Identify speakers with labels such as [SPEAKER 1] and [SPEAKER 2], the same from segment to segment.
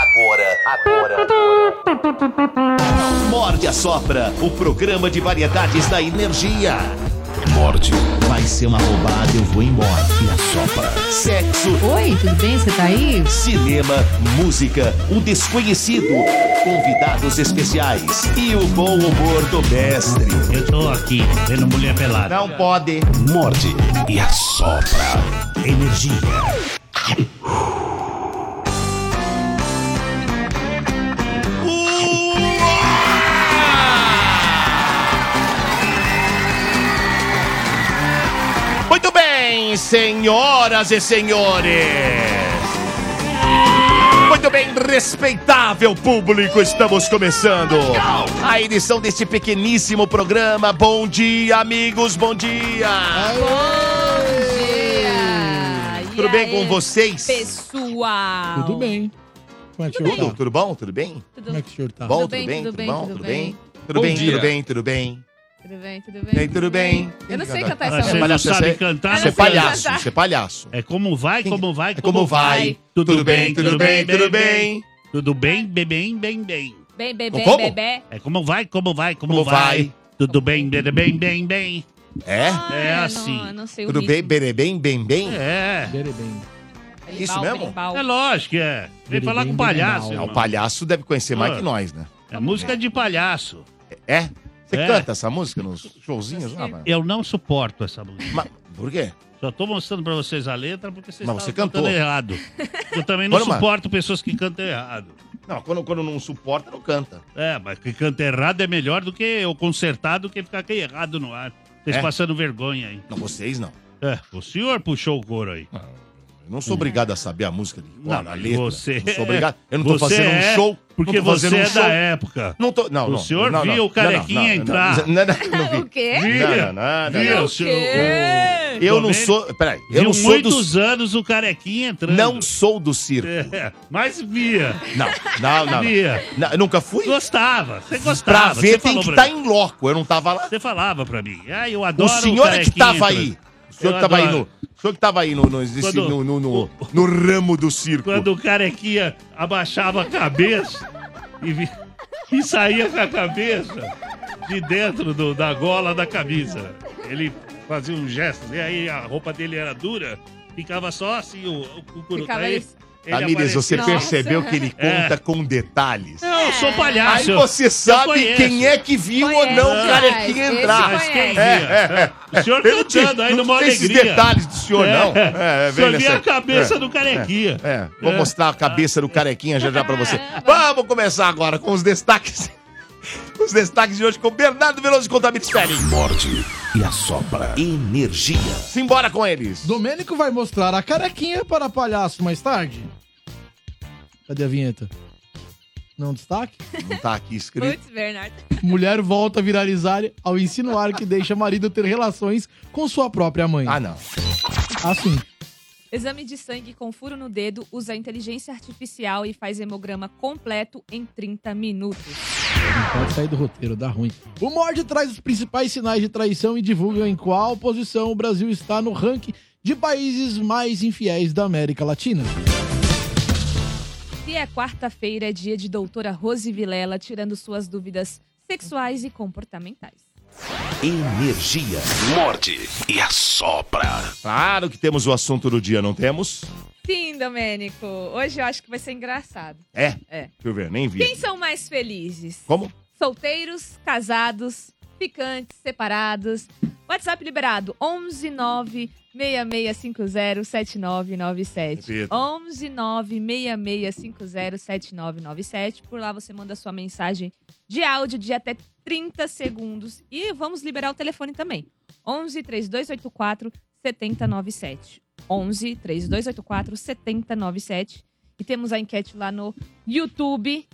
[SPEAKER 1] Agora, agora, agora.
[SPEAKER 2] Morde a Sopra, o programa de variedades da energia.
[SPEAKER 3] Morde.
[SPEAKER 2] Vai ser uma roubada, eu vou embora. E a Sopra. Sexo.
[SPEAKER 4] Oi, tudo bem? Você tá aí?
[SPEAKER 2] Cinema, música, o desconhecido, convidados especiais e o bom humor do mestre.
[SPEAKER 5] Eu tô aqui, vendo mulher pelada.
[SPEAKER 2] Não pode.
[SPEAKER 3] Morde e a Sopra.
[SPEAKER 5] Energia.
[SPEAKER 2] Muito bem, senhoras e senhores. Muito bem, respeitável público, estamos começando a edição deste pequeníssimo programa. Bom dia, amigos, bom dia.
[SPEAKER 4] dia!
[SPEAKER 2] Tudo
[SPEAKER 4] E
[SPEAKER 2] bem
[SPEAKER 4] aí,
[SPEAKER 2] com vocês?
[SPEAKER 4] Pessoal!
[SPEAKER 6] Tudo bem. Como é que o senhor
[SPEAKER 2] Tudo,
[SPEAKER 6] tá?
[SPEAKER 2] tudo bom? Tudo bem?
[SPEAKER 4] Tudo,
[SPEAKER 6] Como é que o senhor tá?
[SPEAKER 2] Bom,
[SPEAKER 4] Tudo bem, tudo bem,
[SPEAKER 2] bom,
[SPEAKER 4] tudo
[SPEAKER 2] tudo
[SPEAKER 4] bem.
[SPEAKER 2] bem? Tudo
[SPEAKER 3] Bom
[SPEAKER 2] bem,
[SPEAKER 3] dia.
[SPEAKER 2] tudo bem, tudo bem.
[SPEAKER 4] tudo bem, tudo
[SPEAKER 2] E
[SPEAKER 4] bem.
[SPEAKER 2] aí, tudo bem?
[SPEAKER 4] Eu não sei cantar
[SPEAKER 5] Ah,
[SPEAKER 4] essa
[SPEAKER 5] você
[SPEAKER 4] música.
[SPEAKER 5] não
[SPEAKER 2] Palhaço,
[SPEAKER 5] sabe
[SPEAKER 2] você-
[SPEAKER 5] cantar? né,
[SPEAKER 2] Você é
[SPEAKER 5] não sei
[SPEAKER 2] palhaço,
[SPEAKER 4] cantar.
[SPEAKER 2] você é palhaço.
[SPEAKER 5] cantar. É como vai, como vai,
[SPEAKER 2] É
[SPEAKER 5] como, vai.
[SPEAKER 2] Tudo, bem, tudo bem, tudo bem.
[SPEAKER 5] Tudo bem, bem, bem, bem, bem.
[SPEAKER 4] Bem, bebê,
[SPEAKER 2] Como?
[SPEAKER 4] bebê.
[SPEAKER 5] É como vai, como vai, como,
[SPEAKER 2] Como
[SPEAKER 5] vai.
[SPEAKER 2] vai?
[SPEAKER 5] Tudo bem, bem, bem, bem, bem.
[SPEAKER 2] É?
[SPEAKER 5] É
[SPEAKER 4] eu não-
[SPEAKER 5] assim.
[SPEAKER 4] eu não sei o
[SPEAKER 2] Tudo bem,
[SPEAKER 4] ritmo.
[SPEAKER 2] bem, bem, bem, bem?
[SPEAKER 5] É.
[SPEAKER 6] Berebem.
[SPEAKER 4] Berimbau,
[SPEAKER 2] Isso mesmo?
[SPEAKER 4] berimbau.
[SPEAKER 5] É lógico, que é. Vem
[SPEAKER 6] Tudo
[SPEAKER 5] falar
[SPEAKER 6] bem,
[SPEAKER 5] com
[SPEAKER 6] bem,
[SPEAKER 5] palhaço.
[SPEAKER 6] bem,
[SPEAKER 2] Ah,
[SPEAKER 5] irmão.
[SPEAKER 2] o palhaço deve conhecer mais
[SPEAKER 5] Ah.
[SPEAKER 2] que nós, né?
[SPEAKER 5] É música de palhaço.
[SPEAKER 2] É? Você
[SPEAKER 5] É.
[SPEAKER 2] canta essa música nos showzinhos lá, mano?
[SPEAKER 5] Eu não suporto essa música.
[SPEAKER 2] Mas por quê?
[SPEAKER 5] Só tô mostrando pra vocês a letra porque vocês
[SPEAKER 2] Mas
[SPEAKER 5] estavam
[SPEAKER 2] você
[SPEAKER 5] cantando
[SPEAKER 2] cantou.
[SPEAKER 5] errado. Eu também não
[SPEAKER 2] Olha, mano.
[SPEAKER 5] suporto pessoas que cantam errado.
[SPEAKER 2] Não, quando, quando não suporta, não canta.
[SPEAKER 5] É, mas que canta errado é melhor do que eu consertar do que ficar aqui errado no ar. Vocês
[SPEAKER 2] É?
[SPEAKER 5] passando vergonha aí.
[SPEAKER 2] Não, vocês não.
[SPEAKER 5] É, o senhor puxou o couro aí.
[SPEAKER 2] Eu não sou obrigado a saber a música de cor,
[SPEAKER 5] Não,
[SPEAKER 2] a letra.
[SPEAKER 5] você
[SPEAKER 2] Não sou
[SPEAKER 5] é-
[SPEAKER 2] obrigado. Eu não tô
[SPEAKER 5] você
[SPEAKER 2] fazendo
[SPEAKER 5] é,
[SPEAKER 2] um show.
[SPEAKER 5] Porque
[SPEAKER 2] não tô
[SPEAKER 5] você
[SPEAKER 2] fazendo um
[SPEAKER 5] é
[SPEAKER 2] show.
[SPEAKER 5] da época.
[SPEAKER 2] Não tô, não,
[SPEAKER 5] O
[SPEAKER 2] não,
[SPEAKER 5] senhor
[SPEAKER 2] não, não,
[SPEAKER 5] viu o
[SPEAKER 2] não,
[SPEAKER 5] carequinha
[SPEAKER 2] não, não,
[SPEAKER 5] entrar.
[SPEAKER 2] Não, não, não, não
[SPEAKER 4] O
[SPEAKER 2] vi.
[SPEAKER 4] quê?
[SPEAKER 2] Não, não, não, não,
[SPEAKER 5] Viu,
[SPEAKER 2] não.
[SPEAKER 5] o senhor-
[SPEAKER 4] quê?
[SPEAKER 2] Eu
[SPEAKER 5] Tô
[SPEAKER 2] não
[SPEAKER 5] vendo-
[SPEAKER 2] sou. Peraí,
[SPEAKER 5] Viu
[SPEAKER 2] eu não sou do.
[SPEAKER 5] muitos anos o carequinha entrando.
[SPEAKER 2] Não sou do circo.
[SPEAKER 5] É, mas via.
[SPEAKER 2] Não, não, não. não.
[SPEAKER 5] Via.
[SPEAKER 2] Não, eu nunca fui.
[SPEAKER 5] Gostava. Você
[SPEAKER 2] Pra
[SPEAKER 5] gostava.
[SPEAKER 2] ver
[SPEAKER 5] você
[SPEAKER 2] tem
[SPEAKER 5] falou
[SPEAKER 2] que
[SPEAKER 5] pra
[SPEAKER 2] estar
[SPEAKER 5] mim.
[SPEAKER 2] em loco. Eu não tava lá.
[SPEAKER 5] Você falava pra mim. Ah, eu
[SPEAKER 2] O
[SPEAKER 5] adoro
[SPEAKER 2] senhor é que
[SPEAKER 5] carequinha
[SPEAKER 2] tava
[SPEAKER 5] entrando.
[SPEAKER 2] aí. O senhor
[SPEAKER 5] Eu
[SPEAKER 2] que tava aí no.
[SPEAKER 5] adoro.
[SPEAKER 2] O senhor que tava aí no, no, nesse-
[SPEAKER 5] Quando-
[SPEAKER 2] no, no, no- no ramo do circo.
[SPEAKER 5] Quando o carequinha abaixava a cabeça e, vi- e saía com a cabeça de dentro do- da gola da camisa. Ele fazia um gesto, e aí a roupa dele era dura, ficava só assim o, o cucurutá.
[SPEAKER 4] Ficava
[SPEAKER 5] Aí
[SPEAKER 4] isso.
[SPEAKER 5] ele
[SPEAKER 2] Tamires,
[SPEAKER 5] aparecia- É.
[SPEAKER 2] você
[SPEAKER 4] Nossa.
[SPEAKER 2] percebeu que ele conta com detalhes.
[SPEAKER 5] Não, eu sou
[SPEAKER 2] Aí
[SPEAKER 5] É. palhaço.
[SPEAKER 2] você sabe
[SPEAKER 5] conheço.
[SPEAKER 2] quem é que viu ou
[SPEAKER 4] Conhece,
[SPEAKER 2] não o
[SPEAKER 4] mas
[SPEAKER 2] carequinha
[SPEAKER 4] esse
[SPEAKER 2] entrar.
[SPEAKER 5] Mas quem
[SPEAKER 4] É,
[SPEAKER 5] via? O senhor
[SPEAKER 2] Eu não tinha-
[SPEAKER 5] cantando aí
[SPEAKER 2] não
[SPEAKER 5] numa
[SPEAKER 2] tem esses
[SPEAKER 5] alegria.
[SPEAKER 2] detalhes do senhor, não. É, é,
[SPEAKER 5] o senhor
[SPEAKER 2] velho,
[SPEAKER 5] via
[SPEAKER 2] essa-
[SPEAKER 5] a cabeça
[SPEAKER 2] é.
[SPEAKER 5] do carequinha.
[SPEAKER 2] É, vou
[SPEAKER 5] É.
[SPEAKER 2] mostrar a cabeça do carequinha já já pra você. Vamos começar agora com os destaques. Os destaques de hoje com Bernardo Veloso e Contamite Félix.
[SPEAKER 3] Morde e a Sopra.
[SPEAKER 2] Energia. Simbora com eles.
[SPEAKER 6] Domênico vai mostrar a carequinha para palhaço mais tarde. Cadê a vinheta? Não destaque?
[SPEAKER 2] Não tá aqui escrito.
[SPEAKER 4] Putz, Bernardo.
[SPEAKER 6] Mulher volta a viralizar ao insinuar que deixa marido ter relações com sua própria mãe.
[SPEAKER 2] Ah, não.
[SPEAKER 6] Assim.
[SPEAKER 4] Exame de sangue com furo no dedo usa inteligência artificial e faz hemograma completo em 30 minutos.
[SPEAKER 6] Pode sair do roteiro, dá ruim. O Mord traz os principais sinais de traição e divulga em qual posição o Brasil está no ranking de países mais infiéis da América Latina.
[SPEAKER 4] E é quarta-feira, é dia de doutora Rose Vilela tirando suas dúvidas sexuais e comportamentais.
[SPEAKER 2] Energia.
[SPEAKER 3] Morde e a Sopra.
[SPEAKER 2] Claro que temos o assunto do dia, não temos?
[SPEAKER 4] Sim, Domênico. Hoje eu acho que vai ser engraçado.
[SPEAKER 2] É.
[SPEAKER 4] É.
[SPEAKER 2] Deixa eu ver, nem vi.
[SPEAKER 4] Quem são mais felizes?
[SPEAKER 2] Como?
[SPEAKER 4] Solteiros, casados, picantes, separados. WhatsApp liberado 119 6650 7997.
[SPEAKER 2] Repita.
[SPEAKER 4] 119 6650 7997. Por lá você manda sua mensagem de áudio de até 30 segundos. E vamos liberar o telefone também. 11 3284 7097. 11 3284 7097. E temos a enquete lá no YouTube.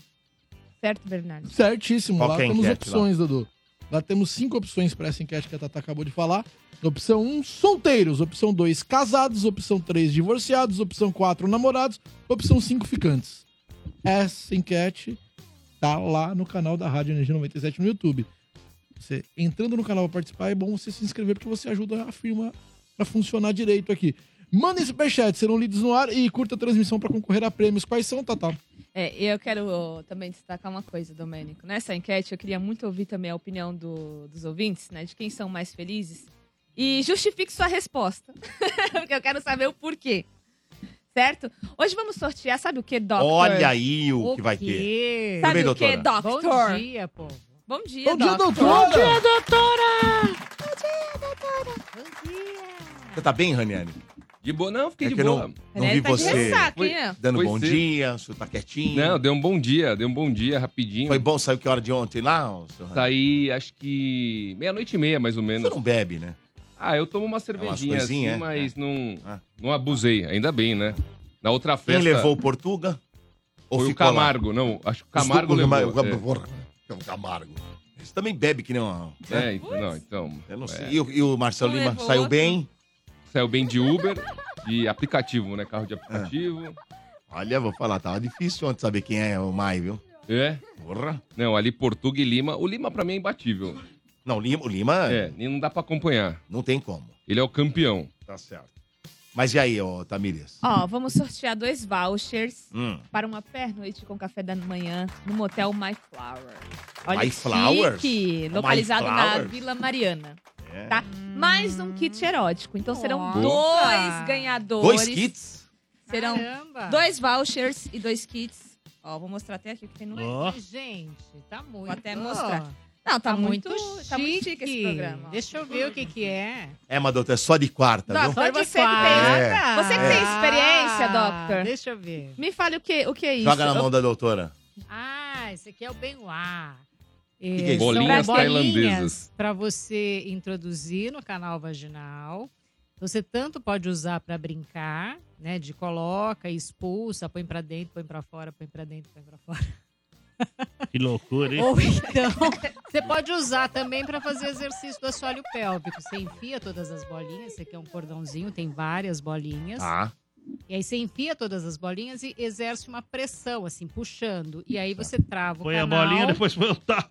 [SPEAKER 4] Certo, Bernardo?
[SPEAKER 6] Certíssimo.
[SPEAKER 2] Qual
[SPEAKER 6] lá
[SPEAKER 2] que é a
[SPEAKER 6] temos
[SPEAKER 2] enquete lá?
[SPEAKER 6] opções, Dudu. Lá temos cinco opções para essa enquete que a Tata acabou de falar. Opção 1, um, solteiros. Opção 2, casados. Opção 3, divorciados. Opção 4, namorados. Opção 5, ficantes. Essa enquete tá lá no canal da Rádio Energia 97 no YouTube. Você entrando no canal para participar, é bom você se inscrever porque você ajuda a firma a funcionar direito aqui. Mandem superchat, serão lidos no ar e curta a transmissão para concorrer a prêmios. Quais são, Tata?
[SPEAKER 4] É, eu quero ó, também destacar uma coisa, Domênico. Nessa enquete, eu queria muito ouvir também a opinião do- dos ouvintes, né? De quem são mais felizes. E justifique sua resposta. Porque eu quero saber o porquê. Certo? Hoje vamos sortear, sabe o que, Doctor?
[SPEAKER 2] Olha aí o, que vai ter.
[SPEAKER 7] quê?
[SPEAKER 4] Sabe
[SPEAKER 2] bem,
[SPEAKER 4] o que,
[SPEAKER 2] doutora?
[SPEAKER 7] Bom
[SPEAKER 4] Doctor?
[SPEAKER 7] dia, povo.
[SPEAKER 4] Bom dia,
[SPEAKER 6] Bom dia,
[SPEAKER 4] Doctor.
[SPEAKER 6] doutora!
[SPEAKER 7] Bom dia.
[SPEAKER 2] Você tá bem, Raniane?
[SPEAKER 8] De boa, não, fiquei
[SPEAKER 2] É que
[SPEAKER 8] de
[SPEAKER 2] eu
[SPEAKER 8] boa.
[SPEAKER 2] Não
[SPEAKER 4] Ele
[SPEAKER 2] vi
[SPEAKER 4] tá de
[SPEAKER 2] você
[SPEAKER 4] ressaca, hein?
[SPEAKER 8] Foi-
[SPEAKER 4] ó.
[SPEAKER 2] dando
[SPEAKER 8] Foi
[SPEAKER 2] bom
[SPEAKER 8] sim.
[SPEAKER 2] dia, o senhor tá quietinho.
[SPEAKER 8] Não, deu um bom dia, deu um bom dia rapidinho.
[SPEAKER 2] Foi bom, saiu que hora de ontem lá, ô, senhor Ranieri?
[SPEAKER 8] Saí, acho que meia-noite e meia, mais ou
[SPEAKER 2] Você
[SPEAKER 8] menos.
[SPEAKER 2] não bebe, né?
[SPEAKER 8] Ah, eu tomo uma cervejinha assim,
[SPEAKER 2] coisinhas, é?
[SPEAKER 8] mas não,
[SPEAKER 2] Ah.
[SPEAKER 8] não abusei, ainda bem, né? Na outra
[SPEAKER 2] Quem
[SPEAKER 8] festa
[SPEAKER 2] levou o Portuga? Ou
[SPEAKER 8] foi o
[SPEAKER 2] ficou lá?
[SPEAKER 8] Camargo, não, acho que o
[SPEAKER 2] Os
[SPEAKER 8] Camargo
[SPEAKER 2] Tucos,
[SPEAKER 8] levou.
[SPEAKER 2] mas- Porra, é o Camargo. Você também bebe que nem uma...
[SPEAKER 8] É,
[SPEAKER 2] né?
[SPEAKER 8] é, então, não, então,
[SPEAKER 2] Eu não sei.
[SPEAKER 8] é,
[SPEAKER 2] E, o, e o Marcelo
[SPEAKER 4] Um
[SPEAKER 2] Lima
[SPEAKER 4] levou
[SPEAKER 2] saiu
[SPEAKER 4] outro.
[SPEAKER 2] bem?
[SPEAKER 8] saiu bem de Uber, de aplicativo, né?
[SPEAKER 2] Ah.
[SPEAKER 8] Carro de aplicativo.
[SPEAKER 2] Olha, vou falar, tava difícil ontem saber quem é o Mai, viu?
[SPEAKER 8] É.
[SPEAKER 2] Porra.
[SPEAKER 8] Não, ali Portuga e Lima. O Lima pra mim é imbatível.
[SPEAKER 2] Não, o Lima, o Lima
[SPEAKER 8] É, nem não dá pra acompanhar.
[SPEAKER 2] não tem como.
[SPEAKER 8] Ele é o campeão.
[SPEAKER 2] Tá certo. Mas e aí, ô Tamires?
[SPEAKER 4] Ó, vamos sortear dois vouchers
[SPEAKER 2] Hum,
[SPEAKER 4] para uma fair noite com café da manhã no motel My Flower. Olha
[SPEAKER 2] My
[SPEAKER 4] que
[SPEAKER 2] Flowers? Oh,
[SPEAKER 4] chique,
[SPEAKER 2] My
[SPEAKER 4] localizado na
[SPEAKER 2] Flowers?
[SPEAKER 4] Vila Mariana.
[SPEAKER 2] é.
[SPEAKER 4] Tá. Mais um kit erótico. Então serão
[SPEAKER 7] Nossa.
[SPEAKER 4] dois ganhadores.
[SPEAKER 2] Dois kits?
[SPEAKER 4] Serão
[SPEAKER 7] Caramba.
[SPEAKER 4] dois vouchers e dois kits. Ó, vou mostrar até aqui o que tem no.
[SPEAKER 5] Ó,
[SPEAKER 7] Gente, tá muito.
[SPEAKER 4] até mostrar. Não, tá, muito, tá muito chique esse programa. ó.
[SPEAKER 7] Deixa eu ver o que que é.
[SPEAKER 2] É, mas doutor, é só de quarta,
[SPEAKER 4] Nossa,
[SPEAKER 2] viu? É.
[SPEAKER 4] Foi
[SPEAKER 7] Só de
[SPEAKER 4] você que
[SPEAKER 7] quadra.
[SPEAKER 2] tem-
[SPEAKER 4] você que tem experiência,
[SPEAKER 7] Ah,
[SPEAKER 4] Doctor.
[SPEAKER 7] Deixa eu ver.
[SPEAKER 4] Me fale o que, o que é isso.
[SPEAKER 2] Joga na mão da doutora.
[SPEAKER 7] Ah, esse aqui é o Benoit. É,
[SPEAKER 2] que é
[SPEAKER 7] são
[SPEAKER 2] isso?
[SPEAKER 8] Bolinhas
[SPEAKER 7] bolinhas
[SPEAKER 8] tailandesas.
[SPEAKER 7] para você introduzir no canal vaginal. Você tanto pode usar para brincar, né? De coloca, expulsa, põe para dentro, põe para fora, põe para dentro, põe para fora.
[SPEAKER 5] que loucura, hein?
[SPEAKER 7] Ou então, você pode usar também para fazer exercício do assoalho pélvico. Você enfia todas as bolinhas, esse aqui é um cordãozinho, tem várias bolinhas.
[SPEAKER 2] Tá.
[SPEAKER 7] E aí você enfia todas as bolinhas e exerce uma pressão, assim, puxando. E aí você trava o
[SPEAKER 5] Foi Tá. a
[SPEAKER 7] canal.
[SPEAKER 5] bolinha, depois foi o tapa.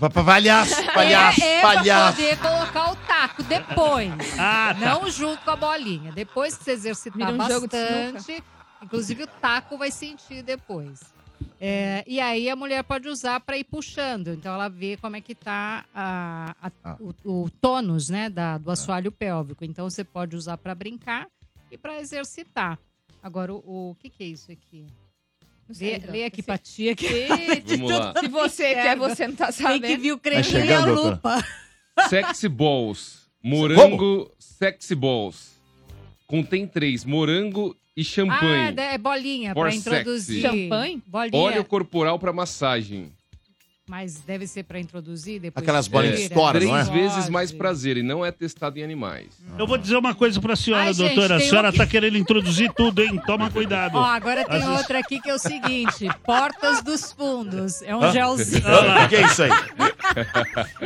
[SPEAKER 2] Pa- pa- Palhaço, palhaço,
[SPEAKER 7] é, é pra
[SPEAKER 2] palhaço.
[SPEAKER 7] poder colocar o taco depois.
[SPEAKER 5] Ah, tá.
[SPEAKER 7] Não junto com a bolinha. Depois que você exercitar
[SPEAKER 4] Vira um jogo de
[SPEAKER 7] Tá bastante, inclusive o taco vai sentir depois. É, e aí a mulher pode usar para ir puxando. Então ela vê como é que tá a- a-
[SPEAKER 2] Ah. É.
[SPEAKER 7] o, o tônus né, da- do assoalho pélvico. Então você pode usar para brincar e para exercitar. Agora, o, o que, que é isso aqui?
[SPEAKER 4] Não sei,
[SPEAKER 7] Lê,
[SPEAKER 4] Doctor,
[SPEAKER 7] lê aqui,
[SPEAKER 4] você-
[SPEAKER 7] Patia, que
[SPEAKER 8] Vamos lá.
[SPEAKER 4] Se você quer, você não tá
[SPEAKER 7] tem que
[SPEAKER 4] sabendo.
[SPEAKER 7] vir o creme e a
[SPEAKER 2] chegando, tá? doutora?
[SPEAKER 7] lupa.
[SPEAKER 8] Sexy Balls. Morango Sexy Balls. Contém três: morango e
[SPEAKER 7] Ah,
[SPEAKER 8] champanhe.
[SPEAKER 7] é bolinha para
[SPEAKER 8] For sexy.
[SPEAKER 7] introduzir.
[SPEAKER 4] Champanhe?
[SPEAKER 7] Bolinha.
[SPEAKER 8] Óleo corporal para massagem.
[SPEAKER 7] Mas deve ser pra introduzir depois. né?
[SPEAKER 2] Aquelas
[SPEAKER 7] que
[SPEAKER 2] bolinhas
[SPEAKER 7] tira.
[SPEAKER 2] que estouram,
[SPEAKER 8] Três
[SPEAKER 2] não é?
[SPEAKER 8] vezes mais prazer e não é testado em animais.
[SPEAKER 5] Eu vou dizer uma coisa pra senhora,
[SPEAKER 7] Ai, gente,
[SPEAKER 5] doutora.
[SPEAKER 7] tem
[SPEAKER 5] a senhora
[SPEAKER 7] um que-
[SPEAKER 5] tá querendo introduzir tudo, hein? Toma cuidado.
[SPEAKER 7] Ó, agora tem
[SPEAKER 5] Às vezes-
[SPEAKER 7] outra aqui que é o seguinte: Portas dos Fundos. É um gelzinho.
[SPEAKER 2] O que é isso aí?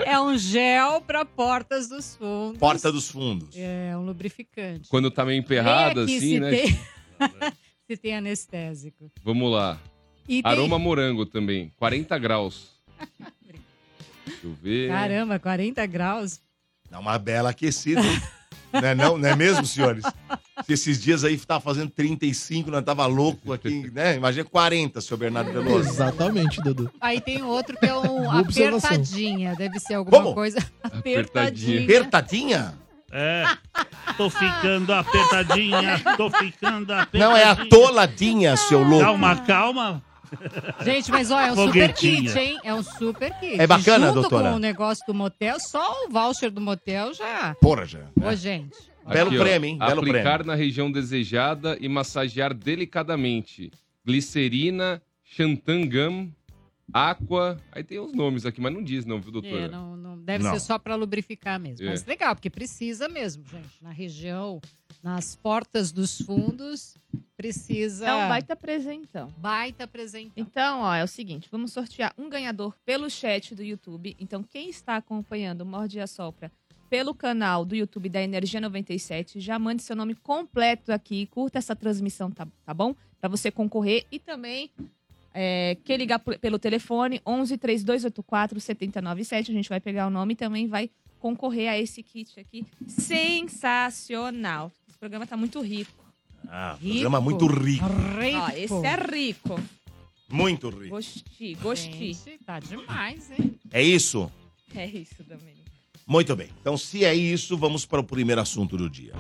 [SPEAKER 7] É um gel pra Portas dos Fundos.
[SPEAKER 2] Porta dos fundos.
[SPEAKER 7] É um lubrificante.
[SPEAKER 8] Quando tá meio
[SPEAKER 7] Vê
[SPEAKER 8] emperrado,
[SPEAKER 7] aqui
[SPEAKER 8] assim,
[SPEAKER 7] se
[SPEAKER 8] né?
[SPEAKER 7] Tem... se tem anestésico.
[SPEAKER 8] Vamos lá.
[SPEAKER 7] E tem-
[SPEAKER 8] Aroma morango também, 40 graus. Deixa eu
[SPEAKER 2] É.
[SPEAKER 8] ver.
[SPEAKER 7] Caramba, 40 graus.
[SPEAKER 2] Dá uma bela aquecida. hein? não, é não, não é mesmo, senhores? Se esses dias aí tava fazendo 35, nós tava louco aqui, né? Imagina 40, seu Bernardo Veloso.
[SPEAKER 6] Exatamente, Dudu.
[SPEAKER 7] Aí tem outro que é um
[SPEAKER 6] Boa observação.
[SPEAKER 7] apertadinha. Deve ser alguma
[SPEAKER 2] Como?
[SPEAKER 7] coisa apertadinha.
[SPEAKER 8] Apertadinha.
[SPEAKER 2] Apertadinha?
[SPEAKER 5] É. Tô ficando apertadinha, tô ficando apertadinha.
[SPEAKER 2] Não, é a toladinha, seu louco.
[SPEAKER 5] Calma, calma.
[SPEAKER 7] Gente, mas olha, é um super
[SPEAKER 5] Foguetinha.
[SPEAKER 7] kit, hein? É um super kit.
[SPEAKER 2] É bacana,
[SPEAKER 7] Junto
[SPEAKER 2] doutora?
[SPEAKER 7] com o negócio do motel, só o voucher do motel já.
[SPEAKER 2] Porra, já. né?
[SPEAKER 7] Ô, gente.
[SPEAKER 2] Belo prêmio, hein? Belo
[SPEAKER 8] aplicar
[SPEAKER 2] prêmio.
[SPEAKER 8] na região desejada e massagear delicadamente. Glicerina, xantangam, aqua. Aí tem os nomes aqui, mas não diz, não, viu, doutora?
[SPEAKER 7] É, não, não- deve
[SPEAKER 2] Não.
[SPEAKER 7] ser só pra lubrificar mesmo.
[SPEAKER 8] É.
[SPEAKER 7] Mas legal, porque precisa mesmo, gente. Na região, nas portas dos fundos, precisa.
[SPEAKER 4] Então, vai tá presentão.
[SPEAKER 7] baita presentão.
[SPEAKER 4] Então, ó, é o seguinte, vamos sortear um ganhador pelo chat do YouTube. Então, quem está acompanhando o Morde e a Sopra pelo canal do YouTube da Energia 97, já mande seu nome completo aqui, curta essa transmissão, tá, tá bom? Pra você concorrer e também é, quem ligar por- pelo telefone 11 3284 7097, a gente vai pegar o nome e também vai concorrer a esse kit aqui sensacional. Esse programa tá muito rico.
[SPEAKER 2] Ah, programa muito rico.
[SPEAKER 4] Ó, esse é rico.
[SPEAKER 2] Muito rico.
[SPEAKER 4] Gostei, gostei.
[SPEAKER 7] Gente, tá demais, hein?
[SPEAKER 2] É isso?
[SPEAKER 4] É isso, Domênico.
[SPEAKER 2] Muito bem. Então, se é isso, vamos para o primeiro assunto do dia.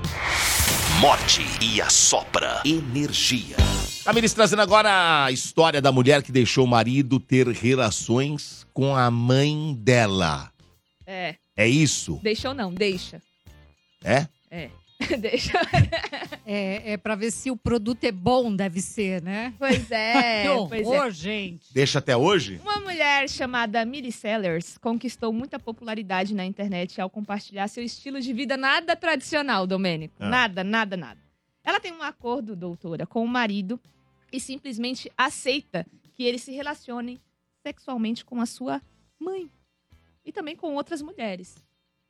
[SPEAKER 3] Morte e a sopra energia.
[SPEAKER 2] Tamires trazendo agora a história da mulher que deixou o marido ter relações com a mãe dela.
[SPEAKER 4] É.
[SPEAKER 2] É isso?
[SPEAKER 4] Deixa ou não? Deixa.
[SPEAKER 2] É?
[SPEAKER 4] É. Deixa.
[SPEAKER 7] É, é pra ver se o produto é bom, deve ser, né?
[SPEAKER 4] Pois é.
[SPEAKER 7] que
[SPEAKER 4] pois é.
[SPEAKER 7] horror, gente.
[SPEAKER 2] Deixa até hoje?
[SPEAKER 4] Uma mulher chamada Millie Sellers conquistou muita popularidade na internet ao compartilhar seu estilo de vida nada tradicional, Domênico.
[SPEAKER 2] Ah.
[SPEAKER 4] Nada, nada, nada. Ela tem um acordo, doutora, com o marido e simplesmente aceita que ele se relacione sexualmente com a sua mãe e também com outras mulheres.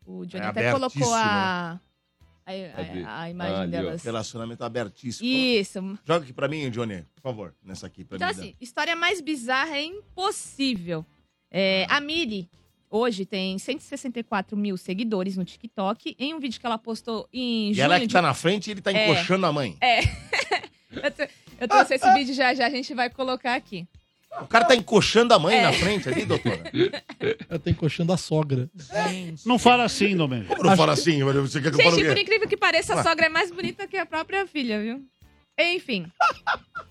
[SPEAKER 4] O Johnny
[SPEAKER 2] É
[SPEAKER 4] até colocou a, a,
[SPEAKER 8] Cadê?
[SPEAKER 4] a- a imagem
[SPEAKER 8] Tá Ah, ali, ó.
[SPEAKER 4] delas.
[SPEAKER 2] Relacionamento abertíssimo.
[SPEAKER 4] Isso,
[SPEAKER 2] Joga aqui pra mim, Johnny, por favor. Nessa aqui pra
[SPEAKER 4] Então,
[SPEAKER 2] mim. né?
[SPEAKER 4] assim, história mais bizarra é impossível. É,
[SPEAKER 2] Ah.
[SPEAKER 4] a Mili, hoje, tem 164 mil seguidores no TikTok. Em um vídeo que ela postou em
[SPEAKER 2] E
[SPEAKER 4] junho.
[SPEAKER 2] ela que
[SPEAKER 4] de-
[SPEAKER 2] tá na frente ele tá
[SPEAKER 4] É.
[SPEAKER 2] encoxando a mãe.
[SPEAKER 4] Eu, tô, eu trouxe esse vídeo já já, a gente vai colocar aqui.
[SPEAKER 2] O cara tá encoxando a mãe
[SPEAKER 4] É.
[SPEAKER 2] na frente ali, doutora.
[SPEAKER 6] Ela tá encoxando a sogra.
[SPEAKER 7] Gente.
[SPEAKER 5] Não fala assim, Domênico.
[SPEAKER 2] Como não fala assim? Você quer que eu
[SPEAKER 4] Gente,
[SPEAKER 2] fale o
[SPEAKER 4] por
[SPEAKER 2] quê?
[SPEAKER 4] incrível que pareça,
[SPEAKER 2] Ué.
[SPEAKER 4] a sogra é mais bonita que a própria filha, viu? Enfim.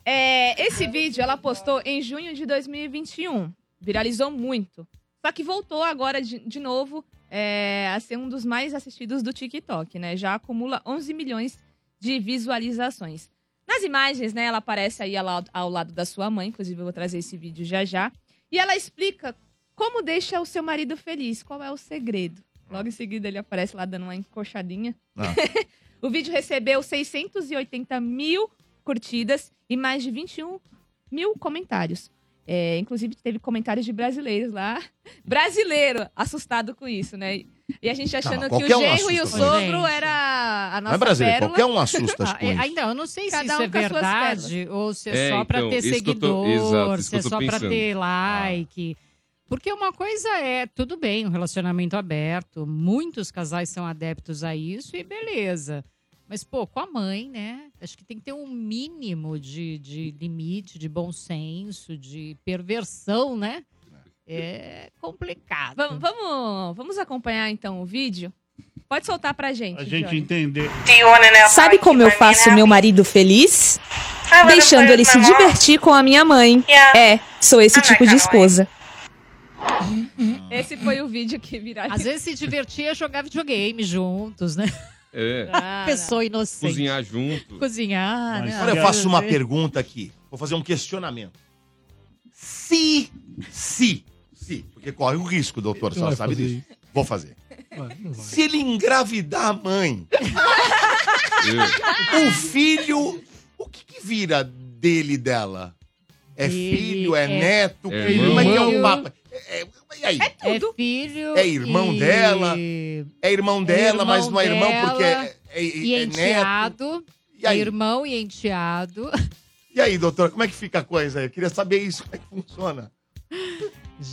[SPEAKER 4] É, esse vídeo ela postou em junho de 2021. Viralizou muito. Só que voltou agora de, de novo é, a ser um dos mais assistidos do TikTok, né? Já acumula 11 milhões de visualizações. Nas imagens, né, ela aparece aí ao, lado- ao lado da sua mãe, inclusive eu vou trazer esse vídeo já já. E ela explica como deixa o seu marido feliz, qual é o segredo. Logo em seguida ele aparece lá dando uma encoxadinha.
[SPEAKER 2] Ah.
[SPEAKER 4] o vídeo recebeu 680 mil curtidas e mais de 21 mil comentários. É, inclusive teve comentários de brasileiros lá. Brasileiro assustado com isso, né? E a gente achando
[SPEAKER 2] mas
[SPEAKER 4] que o
[SPEAKER 2] qualquer um
[SPEAKER 4] genro e o
[SPEAKER 2] assusta
[SPEAKER 7] isso.
[SPEAKER 2] com
[SPEAKER 4] sogro era a
[SPEAKER 2] Não
[SPEAKER 4] nossa
[SPEAKER 2] é brasileiro,
[SPEAKER 4] pérola.
[SPEAKER 2] qualquer um assusta as
[SPEAKER 7] Ah, é,
[SPEAKER 2] coisas.
[SPEAKER 7] ainda, eu não sei se
[SPEAKER 4] Cada
[SPEAKER 7] isso
[SPEAKER 4] um
[SPEAKER 7] é
[SPEAKER 4] com as suas
[SPEAKER 7] verdade ou se é,
[SPEAKER 8] É,
[SPEAKER 7] só pra
[SPEAKER 8] então,
[SPEAKER 7] ter
[SPEAKER 8] isso que eu
[SPEAKER 7] seguidor,
[SPEAKER 8] tô- exato, isso
[SPEAKER 7] se
[SPEAKER 8] que
[SPEAKER 7] é
[SPEAKER 8] eu tô
[SPEAKER 7] só pra
[SPEAKER 8] pensando. Ah.
[SPEAKER 7] ter like. Porque uma coisa é, tudo bem, um relacionamento aberto, muitos casais são adeptos a isso e beleza. Mas, pô, com a mãe, né? Acho que tem que ter um mínimo de, de limite, de bom senso, de perversão, né? É complicado.
[SPEAKER 4] Vamos, vamos, vamos acompanhar então o vídeo? Pode soltar pra gente.
[SPEAKER 5] A gente
[SPEAKER 4] Johnny.
[SPEAKER 5] entender.
[SPEAKER 4] Sabe como eu faço meu marido feliz? Deixando ele se divertir com a minha mãe. É, sou esse tipo de esposa. Esse foi o vídeo que
[SPEAKER 7] Às
[SPEAKER 4] viralizou.
[SPEAKER 7] vezes se divertir é jogar videogame juntos, né?
[SPEAKER 8] É.
[SPEAKER 7] Pessoa inocente.
[SPEAKER 8] Cozinhar junto.
[SPEAKER 7] Cozinhar,
[SPEAKER 5] Mas
[SPEAKER 7] né?
[SPEAKER 2] Agora eu faço uma pergunta aqui. Vou fazer um questionamento. Se, se, se, porque corre o risco, doutor,
[SPEAKER 6] Não
[SPEAKER 2] você
[SPEAKER 6] vai
[SPEAKER 2] sabe
[SPEAKER 6] fazer
[SPEAKER 2] disso. Vou fazer.
[SPEAKER 6] isso. Vai, não vai.
[SPEAKER 2] Se ele engravidar a mãe,
[SPEAKER 8] Eu-
[SPEAKER 2] o filho, o que, que vira dele e dela? É
[SPEAKER 7] Dele,
[SPEAKER 2] filho, é,
[SPEAKER 7] é
[SPEAKER 2] neto,
[SPEAKER 8] é
[SPEAKER 2] que- como é que é o
[SPEAKER 7] irmão.
[SPEAKER 2] papai? É, é- e aí?
[SPEAKER 7] É filho.
[SPEAKER 2] É irmão
[SPEAKER 7] e-
[SPEAKER 2] dela, É irmão dela,
[SPEAKER 7] irmão
[SPEAKER 2] mas não é irmão
[SPEAKER 7] dela,
[SPEAKER 2] porque é, é-
[SPEAKER 7] E
[SPEAKER 2] é neto.
[SPEAKER 7] enteado. É
[SPEAKER 2] E aí?
[SPEAKER 7] Irmão e enteado.
[SPEAKER 2] E aí, doutor, como é que fica a coisa aí? Eu queria saber isso, como é que funciona.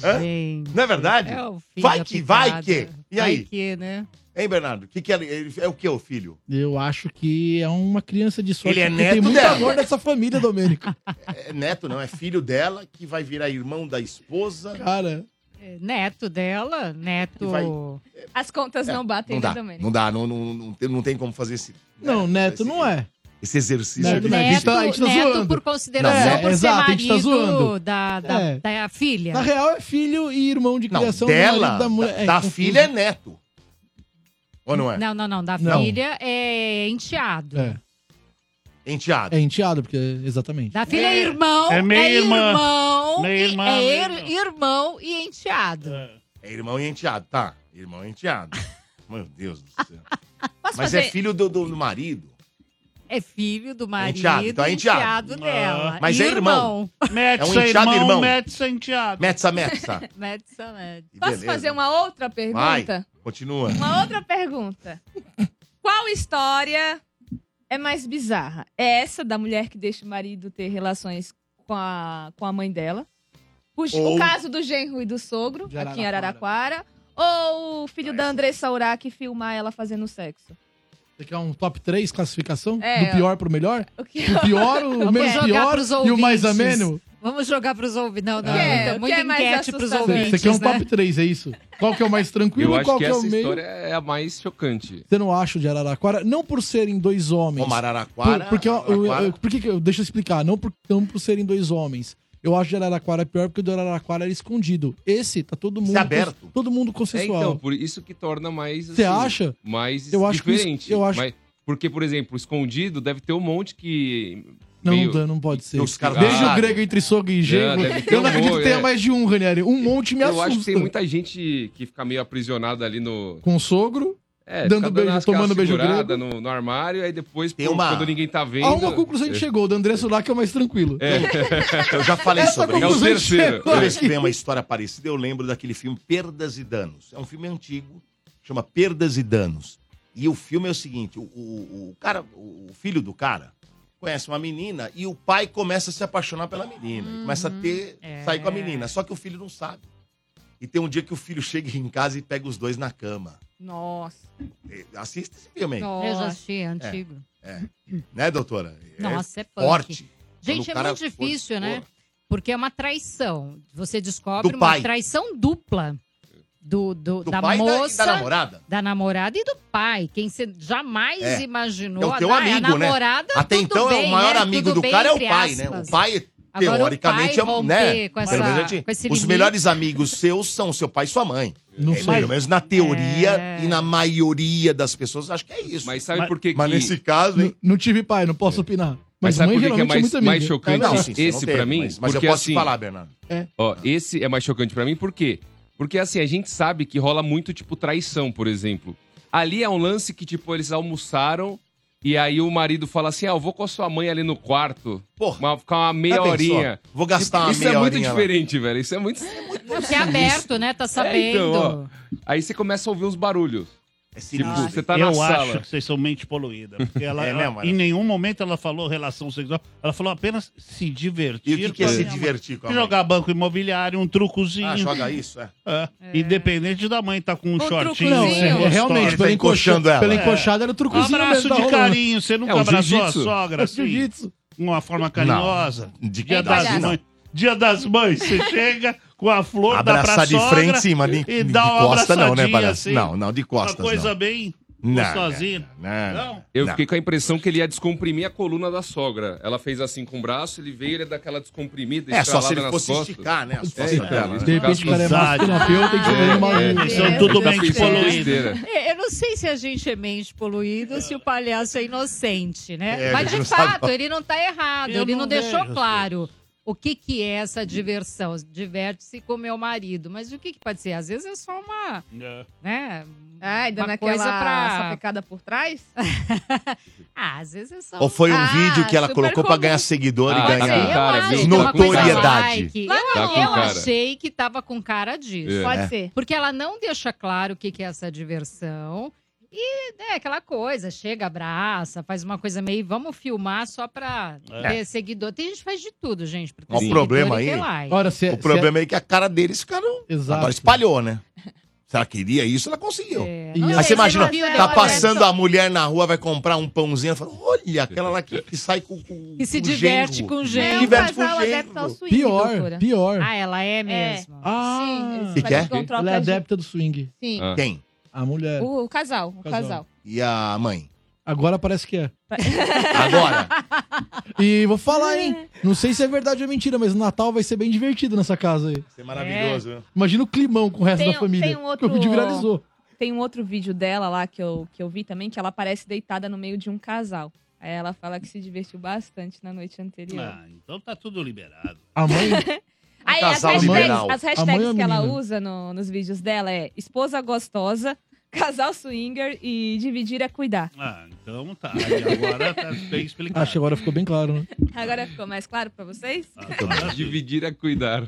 [SPEAKER 2] Hã?
[SPEAKER 7] Gente.
[SPEAKER 2] Não é verdade?
[SPEAKER 7] É o filho
[SPEAKER 2] Vai
[SPEAKER 7] da
[SPEAKER 2] que,
[SPEAKER 7] picada.
[SPEAKER 2] vai que. E aí?
[SPEAKER 7] Vai que, né?
[SPEAKER 2] Hein, Bernardo? Que que é, ele- é o que, o filho?
[SPEAKER 6] Eu acho que é uma criança de sorte.
[SPEAKER 2] Ele é
[SPEAKER 6] porque
[SPEAKER 2] neto
[SPEAKER 6] Tem muito
[SPEAKER 2] dela.
[SPEAKER 6] amor dessa família, Domênico.
[SPEAKER 2] É neto, não. É filho dela, que vai virar irmão da esposa.
[SPEAKER 6] Cara,
[SPEAKER 7] É, Neto dela,
[SPEAKER 2] E
[SPEAKER 7] neto.
[SPEAKER 2] vai- É,
[SPEAKER 4] As contas não batem,
[SPEAKER 2] Não dá,
[SPEAKER 4] né, Domênico?
[SPEAKER 2] não dá. Não, não, não, tem, não tem como fazer esse...
[SPEAKER 6] não, neto não é.
[SPEAKER 2] Esse exercício.
[SPEAKER 6] Neto
[SPEAKER 2] de-
[SPEAKER 6] não é. A gente
[SPEAKER 7] Neto,
[SPEAKER 6] tá- a gente tá
[SPEAKER 7] neto
[SPEAKER 6] zoando.
[SPEAKER 7] por consideração
[SPEAKER 2] Não, é,
[SPEAKER 7] por ser
[SPEAKER 6] exato, a
[SPEAKER 7] marido
[SPEAKER 6] gente tá zoando.
[SPEAKER 7] da, da,
[SPEAKER 6] É.
[SPEAKER 7] da filha.
[SPEAKER 6] Na real, é filho e irmão de
[SPEAKER 2] Não,
[SPEAKER 6] criação do
[SPEAKER 2] dela,
[SPEAKER 6] marido da mulher. É,
[SPEAKER 2] da
[SPEAKER 6] confuso.
[SPEAKER 2] filha é neto. Ou não é?
[SPEAKER 7] Não, não, não. Da
[SPEAKER 6] Não.
[SPEAKER 7] filha é enteado.
[SPEAKER 6] É,
[SPEAKER 2] Enteado.
[SPEAKER 6] é enteado, porque exatamente.
[SPEAKER 7] Da filha é irmão,
[SPEAKER 5] É
[SPEAKER 7] é,
[SPEAKER 5] meia irmã.
[SPEAKER 7] irmão,
[SPEAKER 5] Meia irmã,
[SPEAKER 7] é
[SPEAKER 5] meia
[SPEAKER 7] ir- irmão e enteado.
[SPEAKER 2] É irmão e enteado, tá. Irmão e enteado. Meu Deus do céu.
[SPEAKER 4] Posso
[SPEAKER 2] Mas
[SPEAKER 4] fazer?
[SPEAKER 2] é filho do, do- do marido.
[SPEAKER 7] É filho do marido,
[SPEAKER 2] Enteado, então é enteado.
[SPEAKER 6] Ah.
[SPEAKER 7] enteado dela.
[SPEAKER 2] Mas
[SPEAKER 7] E
[SPEAKER 2] é irmão.
[SPEAKER 5] Mete
[SPEAKER 2] É um
[SPEAKER 5] seu
[SPEAKER 2] enteado,
[SPEAKER 5] irmão,
[SPEAKER 2] irmão.
[SPEAKER 5] mete seu enteado.
[SPEAKER 2] Metsa, metsa.
[SPEAKER 7] Madison, Madison.
[SPEAKER 2] E
[SPEAKER 4] Posso
[SPEAKER 2] beleza.
[SPEAKER 4] fazer uma outra pergunta?
[SPEAKER 2] Continua.
[SPEAKER 4] Uma outra pergunta. Qual história é mais bizarra? É essa da mulher que deixa o marido ter relações com a, com a mãe dela? O, ge- o
[SPEAKER 2] Ou-
[SPEAKER 4] caso do genro e do sogro,
[SPEAKER 6] De
[SPEAKER 4] aqui em
[SPEAKER 6] Araraquara.
[SPEAKER 4] Araraquara? Ou o filho da Andressa Urá que filmar ela fazendo sexo?
[SPEAKER 6] Você quer um top 3 classificação?
[SPEAKER 4] É,
[SPEAKER 6] do pior pro melhor?
[SPEAKER 4] O que
[SPEAKER 6] O pior, o
[SPEAKER 7] Vamos
[SPEAKER 6] menos
[SPEAKER 7] jogar
[SPEAKER 6] pior
[SPEAKER 7] pros
[SPEAKER 6] e o mais
[SPEAKER 7] ouvintes.
[SPEAKER 6] ameno?
[SPEAKER 7] Vamos jogar pros ouvintes. Não, não,
[SPEAKER 6] Ah.
[SPEAKER 7] é,
[SPEAKER 4] É, o
[SPEAKER 7] muita
[SPEAKER 4] que é mais
[SPEAKER 7] enquete pros
[SPEAKER 4] assustador?
[SPEAKER 7] ouvintes,
[SPEAKER 6] Você quer um top
[SPEAKER 7] né?
[SPEAKER 6] 3, é isso? Qual que é o mais
[SPEAKER 8] Eu
[SPEAKER 6] tranquilo e
[SPEAKER 8] acho
[SPEAKER 6] qual
[SPEAKER 8] que
[SPEAKER 6] que é o
[SPEAKER 8] essa
[SPEAKER 6] meio?
[SPEAKER 8] história é a mais chocante.
[SPEAKER 6] Você não acha o de Araraquara? Não por serem dois homens.
[SPEAKER 2] Como Araraquara.
[SPEAKER 6] Por, porque eu, eu-
[SPEAKER 2] Araraquara.
[SPEAKER 6] eu- por que que eu- deixa eu explicar. Não por, não por serem dois homens. Eu acho o de Araraquara pior porque o de Araraquara era escondido. Esse tá todo mundo.
[SPEAKER 2] aberto.
[SPEAKER 6] Todo mundo
[SPEAKER 8] É,
[SPEAKER 6] consensual.
[SPEAKER 8] então, por isso que torna mais.
[SPEAKER 6] Você
[SPEAKER 8] assim,
[SPEAKER 6] acha?
[SPEAKER 8] Mais
[SPEAKER 6] Eu acho que isso-
[SPEAKER 8] diferente.
[SPEAKER 6] eu acho-
[SPEAKER 8] Mas- porque, por exemplo, escondido deve ter um monte que.
[SPEAKER 6] Não,
[SPEAKER 8] meio-
[SPEAKER 6] não dá, não pode ser.
[SPEAKER 2] Os caras-
[SPEAKER 6] Desde o
[SPEAKER 2] Ah.
[SPEAKER 6] grego entre sogra e genro.
[SPEAKER 8] deve ter
[SPEAKER 6] eu não
[SPEAKER 8] um
[SPEAKER 6] acredito
[SPEAKER 8] monte,
[SPEAKER 6] que tenha
[SPEAKER 8] é.
[SPEAKER 6] mais de um, Ranieri. Um monte me
[SPEAKER 8] eu
[SPEAKER 6] assusta.
[SPEAKER 8] acho que tem muita gente que fica meio aprisionada ali no.
[SPEAKER 6] Com o sogro.
[SPEAKER 8] É,
[SPEAKER 6] Dando
[SPEAKER 8] fica
[SPEAKER 6] beijo,
[SPEAKER 8] aquela
[SPEAKER 6] tomando beijo
[SPEAKER 8] segurada no, no armário, aí depois,
[SPEAKER 2] Tem
[SPEAKER 8] pô,
[SPEAKER 2] uma-
[SPEAKER 8] quando ninguém tá vendo.
[SPEAKER 6] Há uma conclusão que a gente chegou. O do André Sulá que é o mais tranquilo.
[SPEAKER 2] Eu já falei
[SPEAKER 6] Essa
[SPEAKER 2] sobre
[SPEAKER 8] É o
[SPEAKER 2] isso.
[SPEAKER 6] conclusão a gente
[SPEAKER 8] terceiro.
[SPEAKER 6] chegou.
[SPEAKER 2] Toda vez que vem uma história parecida, eu lembro daquele filme Perdas e Danos. É um filme antigo, chama Perdas e Danos. E o filme é o seguinte: o, o- o cara, o o filho do cara conhece uma menina e o pai começa a se apaixonar pela menina. e começa a ter.
[SPEAKER 7] é.
[SPEAKER 2] sair com a menina. Só que o filho não sabe. E tem um dia que o filho chega em casa e pega os dois na cama.
[SPEAKER 4] Nossa.
[SPEAKER 2] E- Assista esse filme aí,
[SPEAKER 7] Eu já
[SPEAKER 4] Nossa.
[SPEAKER 7] assisti, é antigo.
[SPEAKER 2] né, doutora? É
[SPEAKER 7] Nossa, é punk.
[SPEAKER 2] forte. Quando
[SPEAKER 7] Gente,
[SPEAKER 2] o
[SPEAKER 7] é
[SPEAKER 2] cara
[SPEAKER 7] muito
[SPEAKER 2] for-
[SPEAKER 7] difícil, né?
[SPEAKER 2] Pô,
[SPEAKER 7] Porque é uma traição. Você descobre
[SPEAKER 2] Do
[SPEAKER 7] uma
[SPEAKER 2] pai.
[SPEAKER 7] traição dupla do, do-
[SPEAKER 2] Do
[SPEAKER 7] da
[SPEAKER 2] pai e da-
[SPEAKER 7] moça,
[SPEAKER 2] e da
[SPEAKER 7] da,
[SPEAKER 2] namorada.
[SPEAKER 7] namorada e do pai. Quem você jamais
[SPEAKER 2] É.
[SPEAKER 7] imaginou.
[SPEAKER 2] É o teu
[SPEAKER 7] Ah,
[SPEAKER 2] amigo,
[SPEAKER 7] a
[SPEAKER 2] né?
[SPEAKER 7] namorada,
[SPEAKER 2] Até
[SPEAKER 7] tudo
[SPEAKER 2] então, é
[SPEAKER 7] bem,
[SPEAKER 2] o maior
[SPEAKER 7] né?
[SPEAKER 2] amigo
[SPEAKER 7] Tudo
[SPEAKER 2] do
[SPEAKER 7] bem,
[SPEAKER 2] cara é o
[SPEAKER 7] entre
[SPEAKER 2] pai, né?
[SPEAKER 7] aspas.
[SPEAKER 2] O pai,
[SPEAKER 7] Agora,
[SPEAKER 2] teoricamente,
[SPEAKER 7] o pai
[SPEAKER 2] é um- né?
[SPEAKER 7] romper Com,
[SPEAKER 2] pelo menos, a
[SPEAKER 7] essa,
[SPEAKER 2] gente-
[SPEAKER 7] com esse
[SPEAKER 2] os
[SPEAKER 7] limite.
[SPEAKER 2] melhores amigos seus são seu pai e sua mãe.
[SPEAKER 6] Não
[SPEAKER 2] É, pelo
[SPEAKER 6] sei.
[SPEAKER 2] menos na teoria
[SPEAKER 7] É.
[SPEAKER 2] e na maioria das pessoas, acho que é isso.
[SPEAKER 8] Mas sabe
[SPEAKER 5] Mas-
[SPEAKER 8] por que
[SPEAKER 2] Mas
[SPEAKER 8] que...
[SPEAKER 2] nesse caso, hein?
[SPEAKER 6] N- Não tive pai, não posso opinar.
[SPEAKER 8] Mas
[SPEAKER 6] Mas,
[SPEAKER 8] sabe
[SPEAKER 6] mãe
[SPEAKER 8] por que que é
[SPEAKER 6] geralmente é
[SPEAKER 8] mais,
[SPEAKER 6] muito amiga.
[SPEAKER 8] mais chocante
[SPEAKER 6] Não,
[SPEAKER 2] sim, você
[SPEAKER 8] esse
[SPEAKER 2] teve,
[SPEAKER 8] pra mim?
[SPEAKER 2] Mas, mas eu
[SPEAKER 8] Porque
[SPEAKER 2] posso
[SPEAKER 8] assim-
[SPEAKER 2] te falar, Bernardo.
[SPEAKER 8] Ó, esse é mais chocante pra mim, por quê? Porque assim, a gente sabe que rola muito, tipo, traição, por exemplo. Ali é um lance que, tipo, eles almoçaram e aí o marido fala assim: ah, eu vou com a sua mãe ali no quarto,
[SPEAKER 2] Porra,
[SPEAKER 8] uma- ficar uma meia
[SPEAKER 2] já pensou?
[SPEAKER 8] horinha.
[SPEAKER 2] Vou gastar uma
[SPEAKER 8] Isso
[SPEAKER 2] meia
[SPEAKER 8] é muito
[SPEAKER 2] horinha lá.
[SPEAKER 8] diferente, velho. Isso é muito.
[SPEAKER 7] Não, porque é aberto, né? Tá sabendo.
[SPEAKER 8] ó. Aí você começa a ouvir uns barulhos.
[SPEAKER 2] É
[SPEAKER 8] Tipo,
[SPEAKER 2] sinistro.
[SPEAKER 8] você tá na
[SPEAKER 5] eu
[SPEAKER 8] sala.
[SPEAKER 5] acho que vocês são mente poluída. Porque ela,
[SPEAKER 2] É
[SPEAKER 5] ela-
[SPEAKER 2] mesmo, né?
[SPEAKER 5] em nenhum momento ela falou relação sexual. Ela falou apenas se divertir.
[SPEAKER 2] E o que, que é
[SPEAKER 5] com a
[SPEAKER 2] se
[SPEAKER 5] minha
[SPEAKER 2] divertir com a
[SPEAKER 5] mãe.
[SPEAKER 2] mãe?
[SPEAKER 5] Jogar banco imobiliário, um trucozinho.
[SPEAKER 2] Ah, joga isso? É.
[SPEAKER 5] É. Independente da mãe tá com um,
[SPEAKER 4] Um
[SPEAKER 5] shortinho.
[SPEAKER 6] Não,
[SPEAKER 4] trucozinho.
[SPEAKER 5] você
[SPEAKER 6] é,
[SPEAKER 5] gostosa.
[SPEAKER 6] realmente,
[SPEAKER 2] Ele
[SPEAKER 6] pela,
[SPEAKER 2] tá encoxando
[SPEAKER 6] encoxando
[SPEAKER 2] ela.
[SPEAKER 6] pela
[SPEAKER 2] É.
[SPEAKER 6] encoxada era o
[SPEAKER 5] Um
[SPEAKER 6] trucozinho
[SPEAKER 5] abraço
[SPEAKER 6] mesmo,
[SPEAKER 5] de
[SPEAKER 6] tá rolando.
[SPEAKER 5] carinho. Você nunca
[SPEAKER 8] É, um
[SPEAKER 5] abraçou a
[SPEAKER 8] jiu-jitsu.
[SPEAKER 5] sogra,
[SPEAKER 6] É
[SPEAKER 5] assim,
[SPEAKER 6] jiu-jitsu.
[SPEAKER 5] de uma forma carinhosa.
[SPEAKER 2] De
[SPEAKER 5] Dia
[SPEAKER 2] idade,
[SPEAKER 5] das
[SPEAKER 2] não.
[SPEAKER 5] mães. Dia das mães, você chega com a flor, dá pra
[SPEAKER 2] Abraçar de
[SPEAKER 5] sogra,
[SPEAKER 2] frente em cima, de,
[SPEAKER 5] e
[SPEAKER 2] de
[SPEAKER 5] dá
[SPEAKER 6] um
[SPEAKER 5] uma
[SPEAKER 2] costa não, né,
[SPEAKER 5] abraçadinha,
[SPEAKER 2] palhaço?
[SPEAKER 5] assim.
[SPEAKER 2] Não, não, de
[SPEAKER 5] uma
[SPEAKER 2] costas
[SPEAKER 5] coisa bem
[SPEAKER 2] não. Não,
[SPEAKER 5] gostosinha.
[SPEAKER 2] Não, não,
[SPEAKER 5] Não?
[SPEAKER 8] Eu
[SPEAKER 2] Não.
[SPEAKER 8] fiquei com a impressão que ele ia descomprimir a coluna da sogra. Ela fez assim com o braço, ele veio, ele dá aquela descomprimida,
[SPEAKER 2] É, só
[SPEAKER 8] estralada
[SPEAKER 2] se ele
[SPEAKER 8] nas
[SPEAKER 2] fosse
[SPEAKER 8] costas.
[SPEAKER 2] esticar, né?
[SPEAKER 6] É,
[SPEAKER 2] As costas
[SPEAKER 8] então,
[SPEAKER 2] dela, né?
[SPEAKER 6] De repente o cara é masculinoterapeuta e
[SPEAKER 8] É,
[SPEAKER 6] tem
[SPEAKER 8] é.
[SPEAKER 6] uma...
[SPEAKER 5] Eles são tudo
[SPEAKER 8] Tá
[SPEAKER 5] mente
[SPEAKER 8] pensando
[SPEAKER 5] poluída.
[SPEAKER 8] besteira.
[SPEAKER 7] É, Eu não sei se a gente é mente poluída ou se o palhaço é inocente, né?
[SPEAKER 2] É,
[SPEAKER 7] Mas
[SPEAKER 2] a gente
[SPEAKER 7] de
[SPEAKER 2] não sabe,
[SPEAKER 7] fato,
[SPEAKER 2] não.
[SPEAKER 7] ele não tá errado,
[SPEAKER 5] Eu
[SPEAKER 7] ele não,
[SPEAKER 5] não
[SPEAKER 7] deixou
[SPEAKER 5] vejo,
[SPEAKER 7] claro o que que é essa diversão. Diverte-se com meu marido, mas o que que pode ser? Às vezes é só uma,
[SPEAKER 5] É.
[SPEAKER 7] né?
[SPEAKER 4] Ah, ainda
[SPEAKER 7] uma
[SPEAKER 4] naquela
[SPEAKER 7] coisa pra...
[SPEAKER 4] sapecada por trás?
[SPEAKER 7] Ah, às vezes é só...
[SPEAKER 2] Ou foi um
[SPEAKER 4] Ah,
[SPEAKER 2] vídeo que ela
[SPEAKER 4] super
[SPEAKER 2] colocou pra
[SPEAKER 4] comum.
[SPEAKER 2] ganhar seguidor
[SPEAKER 8] Ah,
[SPEAKER 2] e
[SPEAKER 8] tá
[SPEAKER 2] ganhar.
[SPEAKER 8] com cara,
[SPEAKER 7] acho
[SPEAKER 8] viu?
[SPEAKER 7] que é uma coisa
[SPEAKER 2] Notoriedade.
[SPEAKER 7] like.
[SPEAKER 4] Tá
[SPEAKER 7] Eu,
[SPEAKER 4] com
[SPEAKER 7] eu
[SPEAKER 8] cara.
[SPEAKER 7] achei que tava com cara disso.
[SPEAKER 8] É.
[SPEAKER 4] Pode ser.
[SPEAKER 7] Porque ela não deixa claro o que, que é essa diversão. E é aquela coisa, chega, abraça, faz uma coisa meio, vamos filmar só pra
[SPEAKER 5] É.
[SPEAKER 7] ter seguidor. Tem gente que faz de tudo, gente, pra ter
[SPEAKER 2] Ó, o
[SPEAKER 7] seguidor
[SPEAKER 2] problema
[SPEAKER 7] e ter
[SPEAKER 2] aí-
[SPEAKER 7] like.
[SPEAKER 6] Ora, se é,
[SPEAKER 2] O problema é que a cara deles ficaram.
[SPEAKER 6] se é- Exato.
[SPEAKER 2] Agora espalhou, né? Se ela queria isso, ela conseguiu.
[SPEAKER 7] É,
[SPEAKER 6] E
[SPEAKER 7] não
[SPEAKER 6] aí
[SPEAKER 7] sei,
[SPEAKER 2] você imagina,
[SPEAKER 7] não viu o
[SPEAKER 2] Tá
[SPEAKER 7] depoimento?
[SPEAKER 2] passando a mulher na rua, vai comprar um pãozinho, ela fala, olha, aquela lá que, que sai com, com
[SPEAKER 7] E se
[SPEAKER 2] com
[SPEAKER 7] diverte
[SPEAKER 2] genro.
[SPEAKER 7] com
[SPEAKER 4] É um
[SPEAKER 7] gente.
[SPEAKER 2] Diverte com
[SPEAKER 4] casal
[SPEAKER 2] gênero.
[SPEAKER 4] adepto
[SPEAKER 7] tá
[SPEAKER 4] ao swing, doutora.
[SPEAKER 6] Pior, pior.
[SPEAKER 7] Ah, ela é mesmo.
[SPEAKER 4] Sim,
[SPEAKER 6] Ah,
[SPEAKER 4] eles
[SPEAKER 2] Que que é?
[SPEAKER 4] praticam um troca
[SPEAKER 6] ela é
[SPEAKER 4] de-
[SPEAKER 6] adepta do swing.
[SPEAKER 4] Sim.
[SPEAKER 8] Ah.
[SPEAKER 2] Quem?
[SPEAKER 6] A mulher.
[SPEAKER 4] O, o casal, o
[SPEAKER 6] Casal.
[SPEAKER 4] casal.
[SPEAKER 2] E a mãe?
[SPEAKER 6] Agora parece que é.
[SPEAKER 2] Agora,
[SPEAKER 6] E vou falar, hein? Não sei se é verdade ou mentira, mas o Natal vai ser bem divertido nessa casa aí.
[SPEAKER 2] isso é
[SPEAKER 7] maravilhoso,
[SPEAKER 2] maravilhoso.
[SPEAKER 6] Imagina o climão com o resto
[SPEAKER 4] Tem
[SPEAKER 6] da
[SPEAKER 4] um-
[SPEAKER 6] família.
[SPEAKER 4] tem um outro-
[SPEAKER 6] Que o vídeo viralizou.
[SPEAKER 4] Tem um outro vídeo dela lá que eu, que eu vi também, que ela parece deitada no meio de um casal. Aí ela fala que se divertiu bastante na noite anterior.
[SPEAKER 5] Ah, então tá tudo liberado.
[SPEAKER 6] A mãe...
[SPEAKER 4] Aí
[SPEAKER 2] Um
[SPEAKER 4] as
[SPEAKER 2] casal
[SPEAKER 4] hashtags,
[SPEAKER 2] liberal.
[SPEAKER 4] as
[SPEAKER 6] A mãe ou
[SPEAKER 4] hashtags
[SPEAKER 6] a
[SPEAKER 4] que ela
[SPEAKER 6] menina?
[SPEAKER 4] usa no- nos vídeos dela é esposa gostosa, casal swinger e dividir é cuidar.
[SPEAKER 5] Ah, então tá. E agora tá bem explicado.
[SPEAKER 6] Acho que agora ficou bem claro, né?
[SPEAKER 4] Agora ficou mais claro pra vocês?
[SPEAKER 5] Agora sim.
[SPEAKER 8] Dividir é cuidar.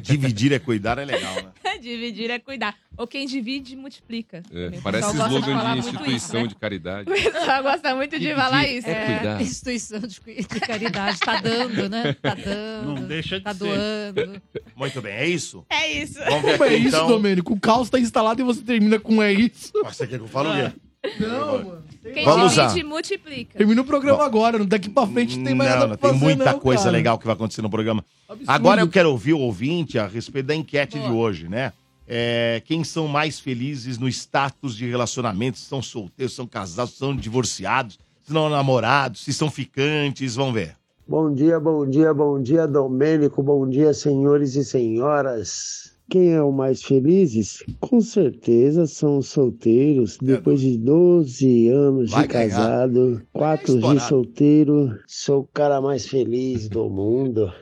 [SPEAKER 2] Dividir é cuidar, é legal, né?
[SPEAKER 4] dividir é cuidar. Ou quem divide, multiplica.
[SPEAKER 8] É,
[SPEAKER 4] Também. O
[SPEAKER 8] parece
[SPEAKER 4] pessoal gosta
[SPEAKER 8] slogan
[SPEAKER 4] falar
[SPEAKER 8] de
[SPEAKER 4] muito
[SPEAKER 8] instituição
[SPEAKER 4] isso,
[SPEAKER 8] de caridade.
[SPEAKER 4] né? O pessoal gosta muito de falar
[SPEAKER 8] Dividir
[SPEAKER 4] isso.
[SPEAKER 8] É cuidar.
[SPEAKER 7] instituição de, cu- de caridade. Tá dando, né? Tá dando.
[SPEAKER 5] Não deixa de
[SPEAKER 7] tá
[SPEAKER 5] ser.
[SPEAKER 7] doando.
[SPEAKER 2] Muito bem, é isso?
[SPEAKER 4] É isso.
[SPEAKER 2] Vamos ver
[SPEAKER 6] Como
[SPEAKER 2] aqui,
[SPEAKER 6] é isso,
[SPEAKER 2] então.
[SPEAKER 6] Domênico? O caos tá instalado e você termina com é isso.
[SPEAKER 2] Nossa, quer que eu falo o quê?
[SPEAKER 6] Não, mano.
[SPEAKER 4] Quem
[SPEAKER 2] Vamos
[SPEAKER 4] divide,
[SPEAKER 2] lá.
[SPEAKER 4] multiplica.
[SPEAKER 6] Termina o programa agora, daqui pra frente não tem mais nada
[SPEAKER 2] não,
[SPEAKER 6] pra fazer,
[SPEAKER 2] tem muita
[SPEAKER 6] não,
[SPEAKER 2] coisa
[SPEAKER 6] cara.
[SPEAKER 2] legal que vai acontecer no programa.
[SPEAKER 6] Absurdo.
[SPEAKER 2] Agora eu quero ouvir o ouvinte a respeito da enquete de hoje, né? É, quem são mais felizes no status de relacionamento? Se são solteiros, são casados, se são divorciados, se não namorados, se são ficantes, vamos ver.
[SPEAKER 9] Bom dia, bom dia, bom dia, Domênico, bom dia, senhores e senhoras. Quem é o mais felizes? Com certeza são os solteiros. Depois de 12 anos
[SPEAKER 2] É Vai
[SPEAKER 9] de
[SPEAKER 2] ganhar.
[SPEAKER 9] casado, 4 de
[SPEAKER 2] Estourado.
[SPEAKER 9] solteiro, sou o cara mais feliz do mundo.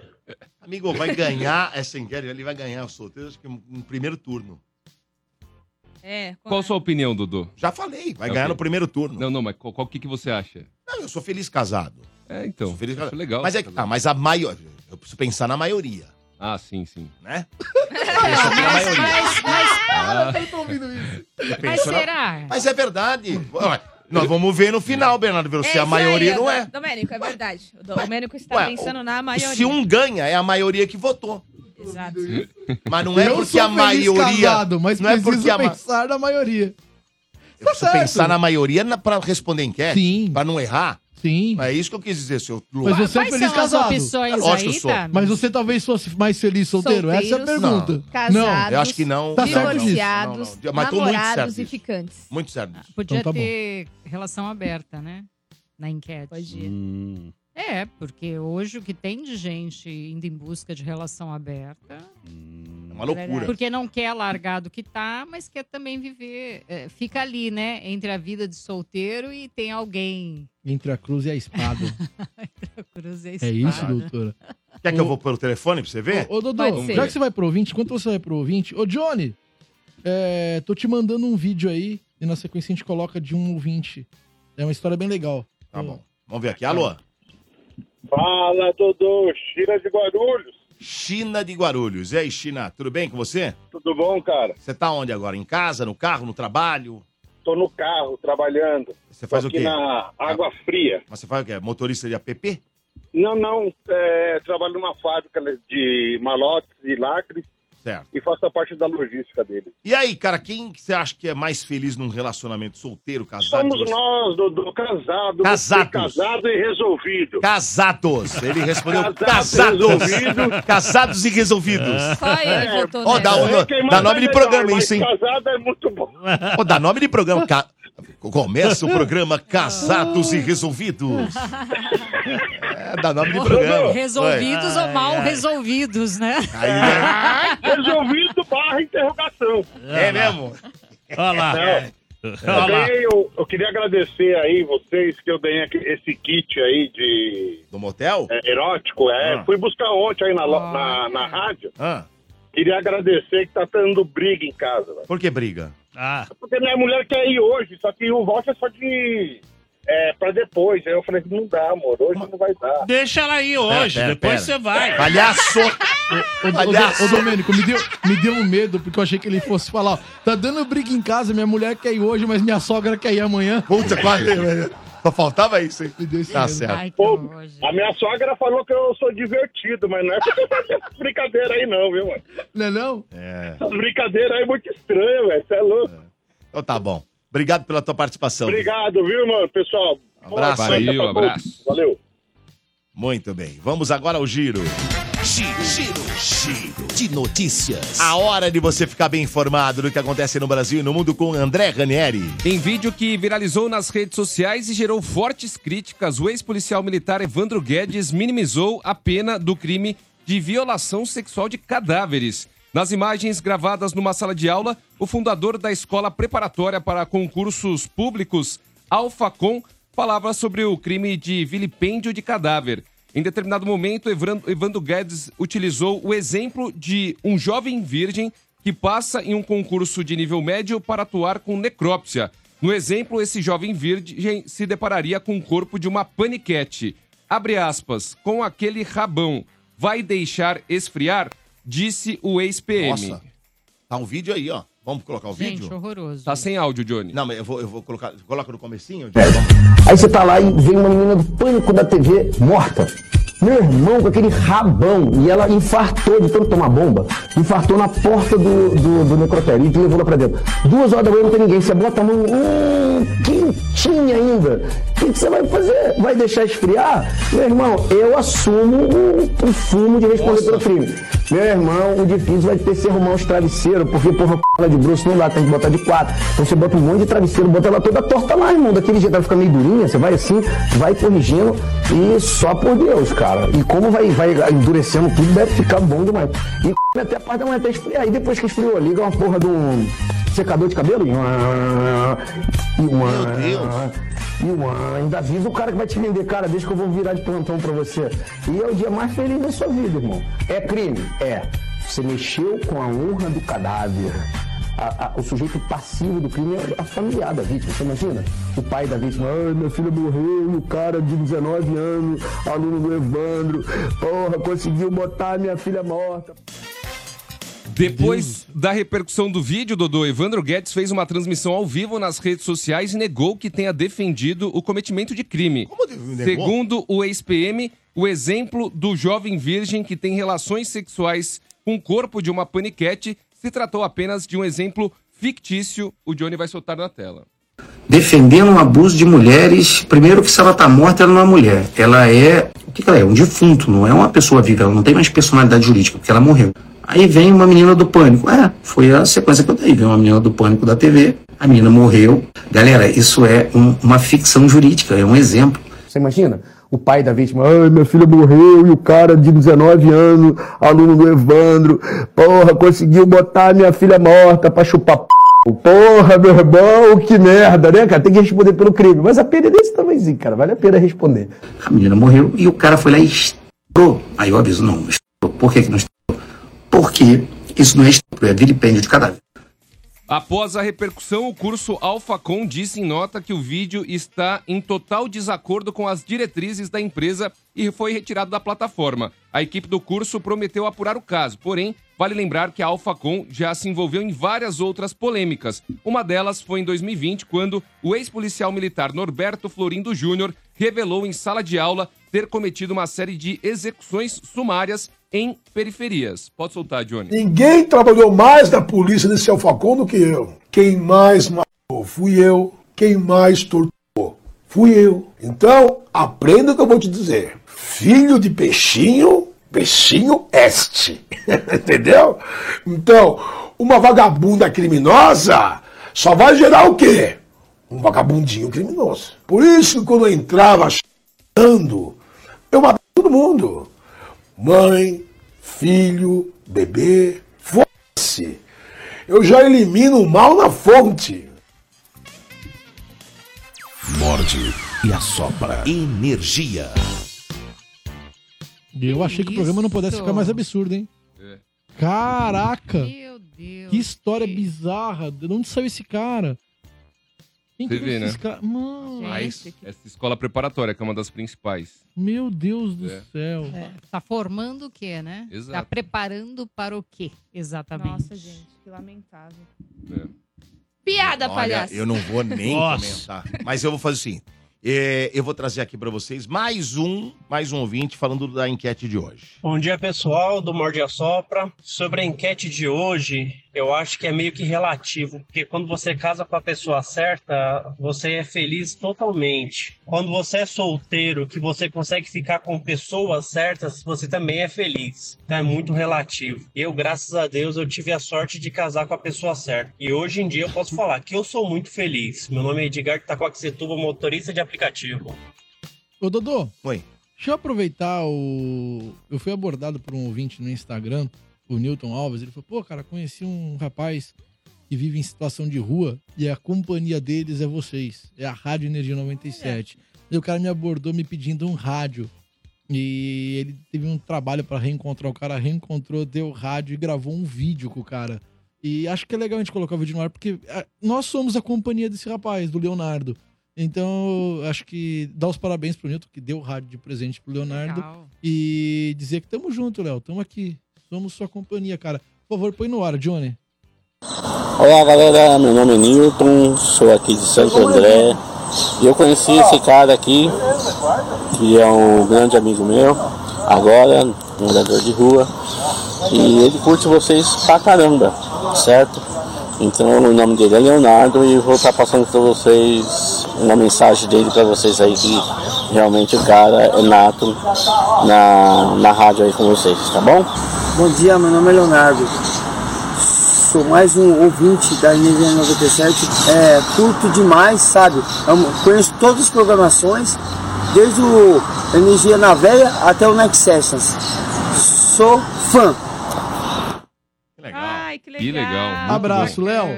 [SPEAKER 2] Amigo, vai ganhar essa enquete, ele vai ganhar os solteiros, acho que no no primeiro turno.
[SPEAKER 4] É,
[SPEAKER 8] Qual a sua opinião, Dudu?
[SPEAKER 2] Já falei, vai
[SPEAKER 8] É o
[SPEAKER 2] ganhar
[SPEAKER 8] quê?
[SPEAKER 2] no primeiro turno. Não.
[SPEAKER 8] Não, não, mas qual, qual que, que você acha?
[SPEAKER 2] eu sou feliz casado.
[SPEAKER 8] É,
[SPEAKER 2] sou
[SPEAKER 8] então.
[SPEAKER 2] feliz
[SPEAKER 8] acho
[SPEAKER 2] casado.
[SPEAKER 8] legal.
[SPEAKER 2] Mas é que, ah, mas a maioria, eu preciso pensar na maioria,
[SPEAKER 8] Ah, sim, sim.
[SPEAKER 2] né?
[SPEAKER 7] Ah, Mas,
[SPEAKER 2] maioria.
[SPEAKER 7] mas- mas-
[SPEAKER 8] Ah,
[SPEAKER 7] é
[SPEAKER 2] Eu
[SPEAKER 7] mas
[SPEAKER 2] penso na-
[SPEAKER 7] será?
[SPEAKER 2] Mas é verdade. Ué, Nós vamos ver no final, Bernardo Veloso, se a
[SPEAKER 4] isso
[SPEAKER 2] maioria
[SPEAKER 4] aí,
[SPEAKER 2] não
[SPEAKER 4] Dom-
[SPEAKER 2] é.
[SPEAKER 4] Domênico, é verdade. O Domênico está
[SPEAKER 2] Ué,
[SPEAKER 4] pensando na maioria.
[SPEAKER 2] Se um ganha, é a maioria que votou.
[SPEAKER 4] Exato.
[SPEAKER 2] Mas não é
[SPEAKER 6] eu
[SPEAKER 2] porque
[SPEAKER 6] sou
[SPEAKER 2] a
[SPEAKER 6] feliz
[SPEAKER 2] maioria.
[SPEAKER 6] Casado, mas
[SPEAKER 2] não é
[SPEAKER 6] preciso
[SPEAKER 2] porque a ma-
[SPEAKER 6] pensar na maioria. Tá
[SPEAKER 2] Eu preciso
[SPEAKER 6] certo.
[SPEAKER 2] pensar na maioria na, pra responder a enquete.
[SPEAKER 6] Sim.
[SPEAKER 2] Pra não errar.
[SPEAKER 6] Sim.
[SPEAKER 2] Não é isso que eu quis dizer, seu
[SPEAKER 6] Mas
[SPEAKER 2] Lucas.
[SPEAKER 6] você é
[SPEAKER 7] Quais
[SPEAKER 6] feliz
[SPEAKER 7] são as
[SPEAKER 6] casado.
[SPEAKER 2] É
[SPEAKER 7] opções
[SPEAKER 2] lógico que
[SPEAKER 7] aí,
[SPEAKER 2] sou.
[SPEAKER 7] tá?
[SPEAKER 6] Mas você talvez fosse mais feliz solteiro? Essa é a
[SPEAKER 4] Solteiros,
[SPEAKER 6] pergunta.
[SPEAKER 4] Casados,
[SPEAKER 2] Eu acho que não.
[SPEAKER 6] Tá
[SPEAKER 2] não,
[SPEAKER 6] certo
[SPEAKER 2] não,
[SPEAKER 6] disso.
[SPEAKER 2] não, não,
[SPEAKER 4] divorciados,
[SPEAKER 2] não. Mas tô muito certo.
[SPEAKER 4] namorados e
[SPEAKER 2] disso.
[SPEAKER 4] ficantes.
[SPEAKER 2] Muito certo disso.
[SPEAKER 7] Ah, Podia
[SPEAKER 6] Então tá bom.
[SPEAKER 7] ter relação aberta, né? Na enquete.
[SPEAKER 4] Hoje.
[SPEAKER 5] Hum,
[SPEAKER 7] É, porque hoje o que tem de gente indo em busca de relação aberta,
[SPEAKER 5] hum.
[SPEAKER 2] É uma loucura.
[SPEAKER 7] porque não quer largar do que tá, mas quer também viver, é, fica ali, né, entre a vida de solteiro e tem alguém.
[SPEAKER 6] Entre a cruz e a espada.
[SPEAKER 7] Eu cruzei
[SPEAKER 6] é
[SPEAKER 7] espada.
[SPEAKER 6] isso, doutora?
[SPEAKER 2] Quer que eu vou pelo telefone pra você ver?
[SPEAKER 6] Ô, ô
[SPEAKER 4] Pode
[SPEAKER 6] Dodô,
[SPEAKER 4] ser.
[SPEAKER 6] já que você vai pro ouvinte, enquanto você vai pro ouvinte... Ô, Johnny, é, tô te mandando um vídeo aí e na sequência a gente coloca de um ouvinte. É uma história bem legal. Então,
[SPEAKER 2] Tá bom. Vamos ver aqui. Alô?
[SPEAKER 10] Fala, Dodô, China de Guarulhos.
[SPEAKER 2] China de Guarulhos. E aí, China, tudo bem com você?
[SPEAKER 10] Tudo bom, cara?
[SPEAKER 2] Você tá onde agora? Em casa, no carro, no trabalho?
[SPEAKER 10] Tô no carro trabalhando.
[SPEAKER 2] Você
[SPEAKER 10] Tô
[SPEAKER 2] faz o
[SPEAKER 10] aqui
[SPEAKER 2] quê?
[SPEAKER 10] na Água Fria.
[SPEAKER 2] Mas você faz o quê? Motorista de app?
[SPEAKER 10] Não, não. é, trabalho numa fábrica né, de malotes e lacres
[SPEAKER 2] Certo.
[SPEAKER 10] e faço a parte da logística deles.
[SPEAKER 2] E aí, cara, quem que você acha que é mais feliz num relacionamento solteiro, casado?
[SPEAKER 10] Somos
[SPEAKER 2] divorciado?
[SPEAKER 10] nós, Dodô, casado.
[SPEAKER 2] Casados.
[SPEAKER 10] você Casado e resolvido.
[SPEAKER 2] Casados. Ele respondeu
[SPEAKER 10] Casados
[SPEAKER 2] casados.
[SPEAKER 10] resolvidos.
[SPEAKER 2] Casados e resolvidos.
[SPEAKER 7] É.
[SPEAKER 4] Só ele
[SPEAKER 10] É,
[SPEAKER 4] votou né?
[SPEAKER 2] Ó, dá
[SPEAKER 4] nessa.
[SPEAKER 2] um- dá nome de programa
[SPEAKER 10] mas
[SPEAKER 2] isso, hein?
[SPEAKER 10] é Casado é muito bom.
[SPEAKER 2] Ô, dá nome de programa. Ca- Começa o programa Casados e Resolvidos. É, dá nome de programa.
[SPEAKER 7] Resolvidos ou mal resolvidos, né?
[SPEAKER 2] Vai. Aí, né?
[SPEAKER 10] Resolvido barra interrogação.
[SPEAKER 2] É mesmo?
[SPEAKER 5] Olha lá.
[SPEAKER 2] É,
[SPEAKER 5] É.
[SPEAKER 10] É.
[SPEAKER 5] Olha
[SPEAKER 10] Eu,
[SPEAKER 5] lá.
[SPEAKER 10] ganhei, eu, eu queria agradecer aí vocês que eu ganhei aqui- esse kit aí de
[SPEAKER 2] Do motel?
[SPEAKER 10] é, erótico. É,
[SPEAKER 2] Ah.
[SPEAKER 10] fui buscar ontem aí na,
[SPEAKER 4] Ah.
[SPEAKER 10] lo-
[SPEAKER 7] Olha.
[SPEAKER 10] na, na rádio.
[SPEAKER 2] Hã?
[SPEAKER 10] Queria agradecer que tá dando briga em casa. velho.
[SPEAKER 2] Por que briga?
[SPEAKER 5] Ah,
[SPEAKER 10] É Porque minha mulher quer ir hoje, só que o voto é só de. É, pra depois. Aí eu falei, não dá, amor, hoje não vai dar.
[SPEAKER 5] deixa ela ir hoje,
[SPEAKER 2] pera,
[SPEAKER 5] depois você
[SPEAKER 2] pera.
[SPEAKER 5] vai.
[SPEAKER 2] Palhaço!
[SPEAKER 6] Ô, ô,
[SPEAKER 2] Palhaço!
[SPEAKER 6] ô, Domênico, me deu, me deu um medo, porque eu achei que ele fosse falar, ó, tá dando briga em casa, minha mulher quer ir hoje, mas minha sogra quer ir amanhã.
[SPEAKER 2] Puta, quase. né? Só faltava isso, hein?
[SPEAKER 6] Me deu esse
[SPEAKER 2] Tá
[SPEAKER 6] medo.
[SPEAKER 2] certo.
[SPEAKER 7] Ai, que
[SPEAKER 10] Pô,
[SPEAKER 7] hoje.
[SPEAKER 10] A minha sogra falou que eu sou divertido, mas não é porque eu faço essas brincadeiras aí, não, viu, mano?
[SPEAKER 6] Não é não?
[SPEAKER 2] É.
[SPEAKER 10] Essas brincadeiras aí é muito estranho, velho. Você é louco.
[SPEAKER 2] Então tá bom. Obrigado pela tua participação.
[SPEAKER 10] Obrigado, viu, mano, pessoal?
[SPEAKER 2] Abraço. um
[SPEAKER 10] Boa noite,
[SPEAKER 8] Valeu,
[SPEAKER 10] tá bom?
[SPEAKER 8] abraço.
[SPEAKER 10] Valeu.
[SPEAKER 2] Muito bem. Vamos agora ao giro.
[SPEAKER 3] Giro, giro, giro de notícias.
[SPEAKER 2] A hora de você ficar bem informado do que acontece no Brasil e no mundo com André Ranieri.
[SPEAKER 8] Em vídeo que viralizou nas redes sociais e gerou fortes críticas, o ex-policial militar Evandro Guedes minimizou a pena do crime de violação sexual de cadáveres. Nas imagens gravadas numa sala de aula, o fundador da escola preparatória para concursos públicos, Alfacom, falava sobre o crime de vilipêndio de cadáver. Em determinado momento, Evran- Evandro Guedes utilizou o exemplo de um jovem virgem que passa em um concurso de nível médio para atuar com necrópsia. No exemplo, esse jovem virgem se depararia com o corpo de uma paniquete. Abre aspas, com aquele rabão. Vai deixar esfriar? Disse o ex-PM.
[SPEAKER 2] Nossa. Tá um vídeo aí, ó. Vamos colocar o
[SPEAKER 7] Gente,
[SPEAKER 2] vídeo?
[SPEAKER 7] horroroso.
[SPEAKER 8] Tá sem áudio, Johnny.
[SPEAKER 2] Não, mas eu vou, eu vou colocar. Coloca no comecinho?
[SPEAKER 11] Aí você tá lá e vem uma menina do pânico da TV morta. Meu irmão com aquele rabão. E ela infartou de tanto tomar bomba. Infartou na porta do, do, do necrotério. E levou lá pra dentro. Duas horas da manhã não tem ninguém. Você bota a mão hum, quentinha ainda. O que, que você vai fazer? Vai deixar esfriar? Meu irmão, eu assumo o, o fumo de responder pelo crime. Meu irmão, o difícil vai ter que ser arrumar os travesseiros, porque porra, c****** de bruxo não dá, tem que botar de quatro. Então você bota um monte de travesseiro, bota ela toda torta lá, irmão. Daquele jeito ela fica meio durinha, você vai assim, vai corrigindo e só por Deus, cara. E como vai, vai endurecendo tudo, deve ficar bom demais. E c****** até a parte da manhã até esfriar. Aí depois que esfriou, liga uma porra de um secador de cabelo. E uma... E uma... Meu Deus. E uma... ainda avisa o cara que vai te vender, cara, deixa que eu vou virar de plantão pra você. E é o dia mais feliz da sua vida, irmão. É crime? É. Você mexeu com a honra do cadáver. A- a- o sujeito passivo do crime é a familiar da vítima, você imagina? O pai da vítima, ai, meu filho morreu, o cara de 19 anos, aluno do Evandro, porra, conseguiu botar minha filha morta.
[SPEAKER 8] Depois da repercussão do vídeo, Dodô, Evandro Guedes fez uma transmissão ao vivo nas redes sociais e negou que tenha defendido o cometimento de crime.
[SPEAKER 1] assim,
[SPEAKER 8] Segundo o ex-PM, o exemplo do jovem virgem que tem relações sexuais com o corpo de uma paniquete se tratou apenas de um exemplo fictício. O Johnny vai soltar na tela.
[SPEAKER 12] defendendo o abuso de mulheres. Primeiro que se ela está morta, ela não é mulher. Ela é. O que, que ela é? Um defunto, não é uma pessoa viva, ela não tem mais personalidade jurídica, porque ela morreu. Aí vem uma menina do pânico. É, foi a sequência que eu dei. Veio uma menina do pânico da TV, a menina morreu. Galera, isso é um- uma ficção jurídica, é um exemplo.
[SPEAKER 11] Você imagina? O pai da vítima, ai, meu filho morreu e o cara de 19 anos, aluno do Evandro, porra, conseguiu botar minha filha morta pra chupar p. Porra, meu irmão, que merda, né, cara? Tem que responder pelo crime. Mas a pena é desse tamanhozinho, cara. Vale a pena responder.
[SPEAKER 12] A menina morreu e o cara foi lá e estourou. Aí eu aviso, não, estourou. Por que, que não estourou? Porque isso não é estupro, é vilipêndio de cadáver.
[SPEAKER 8] Após a repercussão, o curso Alphacom disse em nota que o vídeo está em total desacordo com as diretrizes da empresa e foi retirado da plataforma. A equipe do curso prometeu apurar o caso, porém, vale lembrar que a Alphacom já se envolveu em várias outras polêmicas. Uma delas foi em 2020, quando o ex-policial militar Norberto Florindo Júnior revelou em sala de aula ter cometido uma série de execuções sumárias em periferias. Pode soltar, Johnny.
[SPEAKER 13] Ninguém trabalhou mais na polícia desse Alfacon do que eu. Quem mais matou fui eu. Quem mais torturou fui eu. Então, aprenda o que eu vou te dizer. Filho de peixinho, peixinho este. Entendeu? Então, uma vagabunda criminosa só vai gerar o quê? Um vagabundinho criminoso. Por isso, que quando eu entrava chorando, eu matava todo mundo. Mãe, filho, bebê, foda-se. Eu já elimino o mal na fonte.
[SPEAKER 3] Morde e assopra. Energia.
[SPEAKER 6] E eu achei que o programa não pudesse ficar mais absurdo, hein?
[SPEAKER 3] É.
[SPEAKER 6] Caraca! Meu Deus! Que história bizarra! De onde saiu esse cara? Quem
[SPEAKER 8] Você
[SPEAKER 6] criou
[SPEAKER 8] vê, né?
[SPEAKER 6] esses caras? Mano,
[SPEAKER 8] Mas essa escola preparatória, que é uma das principais.
[SPEAKER 6] meu Deus do
[SPEAKER 8] É.
[SPEAKER 6] céu!
[SPEAKER 7] É, tá formando o quê, né? Tá
[SPEAKER 8] Exato.
[SPEAKER 7] preparando para o quê, exatamente? Nossa,
[SPEAKER 4] gente, que lamentável.
[SPEAKER 7] Piada,
[SPEAKER 2] Olha,
[SPEAKER 7] palhaço.
[SPEAKER 2] eu não vou nem
[SPEAKER 7] Nossa.
[SPEAKER 2] comentar. Mas eu vou fazer o seguinte: é, eu vou trazer aqui pra vocês mais um, mais um ouvinte falando da enquete de hoje.
[SPEAKER 14] Bom dia, pessoal do Morde a Sopra. Sobre a enquete de hoje, eu acho que é meio que relativo, porque quando você casa com a pessoa certa, você é feliz totalmente. Quando você é solteiro, que você consegue ficar com pessoas certas, você também é feliz. Então é muito relativo. Eu, graças a Deus, eu tive a sorte de casar com a pessoa certa. E hoje em dia eu posso falar que eu sou muito feliz. Meu nome é Edgar Itacoaxetuba, motorista de aplicativo.
[SPEAKER 6] Ô, Dodô.
[SPEAKER 2] Oi.
[SPEAKER 6] Deixa eu aproveitar o. Eu fui abordado por um ouvinte no Instagram, o Newton Alves. Ele falou: pô, cara, conheci um rapaz que vive em situação de rua e a companhia deles é vocês. É a Rádio Energia 97. E o cara me abordou me pedindo um rádio. E ele teve um trabalho pra reencontrar o cara, reencontrou, deu rádio e gravou um vídeo com o cara. E acho que é legal a gente colocar o vídeo no ar, porque ah, nós somos a companhia desse rapaz, do Leonardo. Então, acho que dar os parabéns pro Nilton, que deu o rádio de presente pro Leonardo.
[SPEAKER 15] Legal.
[SPEAKER 6] E dizer que tamo junto, Léo. Tamo aqui. Somos sua companhia, cara. Por favor, põe no ar, Johnny.
[SPEAKER 16] Olá galera, meu nome é Newton, sou aqui de Santo André e eu conheci esse cara aqui, que é um grande amigo meu, agora, um morador de rua. E ele curte vocês pra caramba, certo? Então o nome dele é Leonardo e vou estar passando pra vocês uma mensagem dele pra vocês aí que realmente o cara é nato na, na rádio aí com vocês, tá bom?
[SPEAKER 15] Bom dia, meu nome é Leonardo. Sou mais um ouvinte da NVN 97. É, curto demais, sabe? Amo- conheço todas as programações, desde o Energia na Veia até o Next Sessions. Sou fã.
[SPEAKER 4] Ai, que
[SPEAKER 8] Que
[SPEAKER 4] legal.
[SPEAKER 8] legal.
[SPEAKER 6] Abraço, Léo.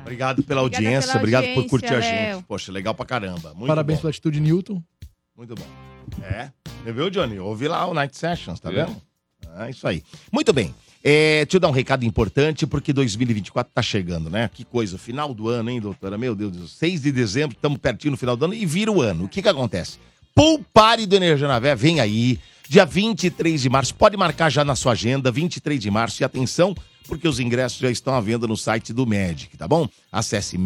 [SPEAKER 2] Obrigado pela audiência,
[SPEAKER 4] pela
[SPEAKER 2] obrigado por
[SPEAKER 4] audiência,
[SPEAKER 2] curtir a
[SPEAKER 4] Léo.
[SPEAKER 2] gente. Poxa, legal pra caramba. Muito
[SPEAKER 6] Parabéns
[SPEAKER 2] bom,
[SPEAKER 6] pela atitude Newton.
[SPEAKER 2] muito bom. É, você viu, Johnny? Ouvi lá o Night Sessions, tá
[SPEAKER 6] Viu?
[SPEAKER 2] vendo? É isso aí. Muito bem. É, deixa eu dar um recado importante, porque 2024 tá chegando, né? Que coisa, final do ano, hein, doutora? Meu Deus do céu, 6 de dezembro, estamos pertinho no final do ano e vira o ano. O que que acontece? Poupare do Energia na Véia, vem aí, dia 23 de março. Pode marcar já na sua agenda, 23 de março. E atenção, porque os ingressos já estão à venda no site do Magic, tá bom? Acesse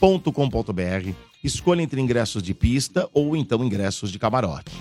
[SPEAKER 2] mediccity.com.br, escolha entre ingressos de pista ou então ingressos de camarote.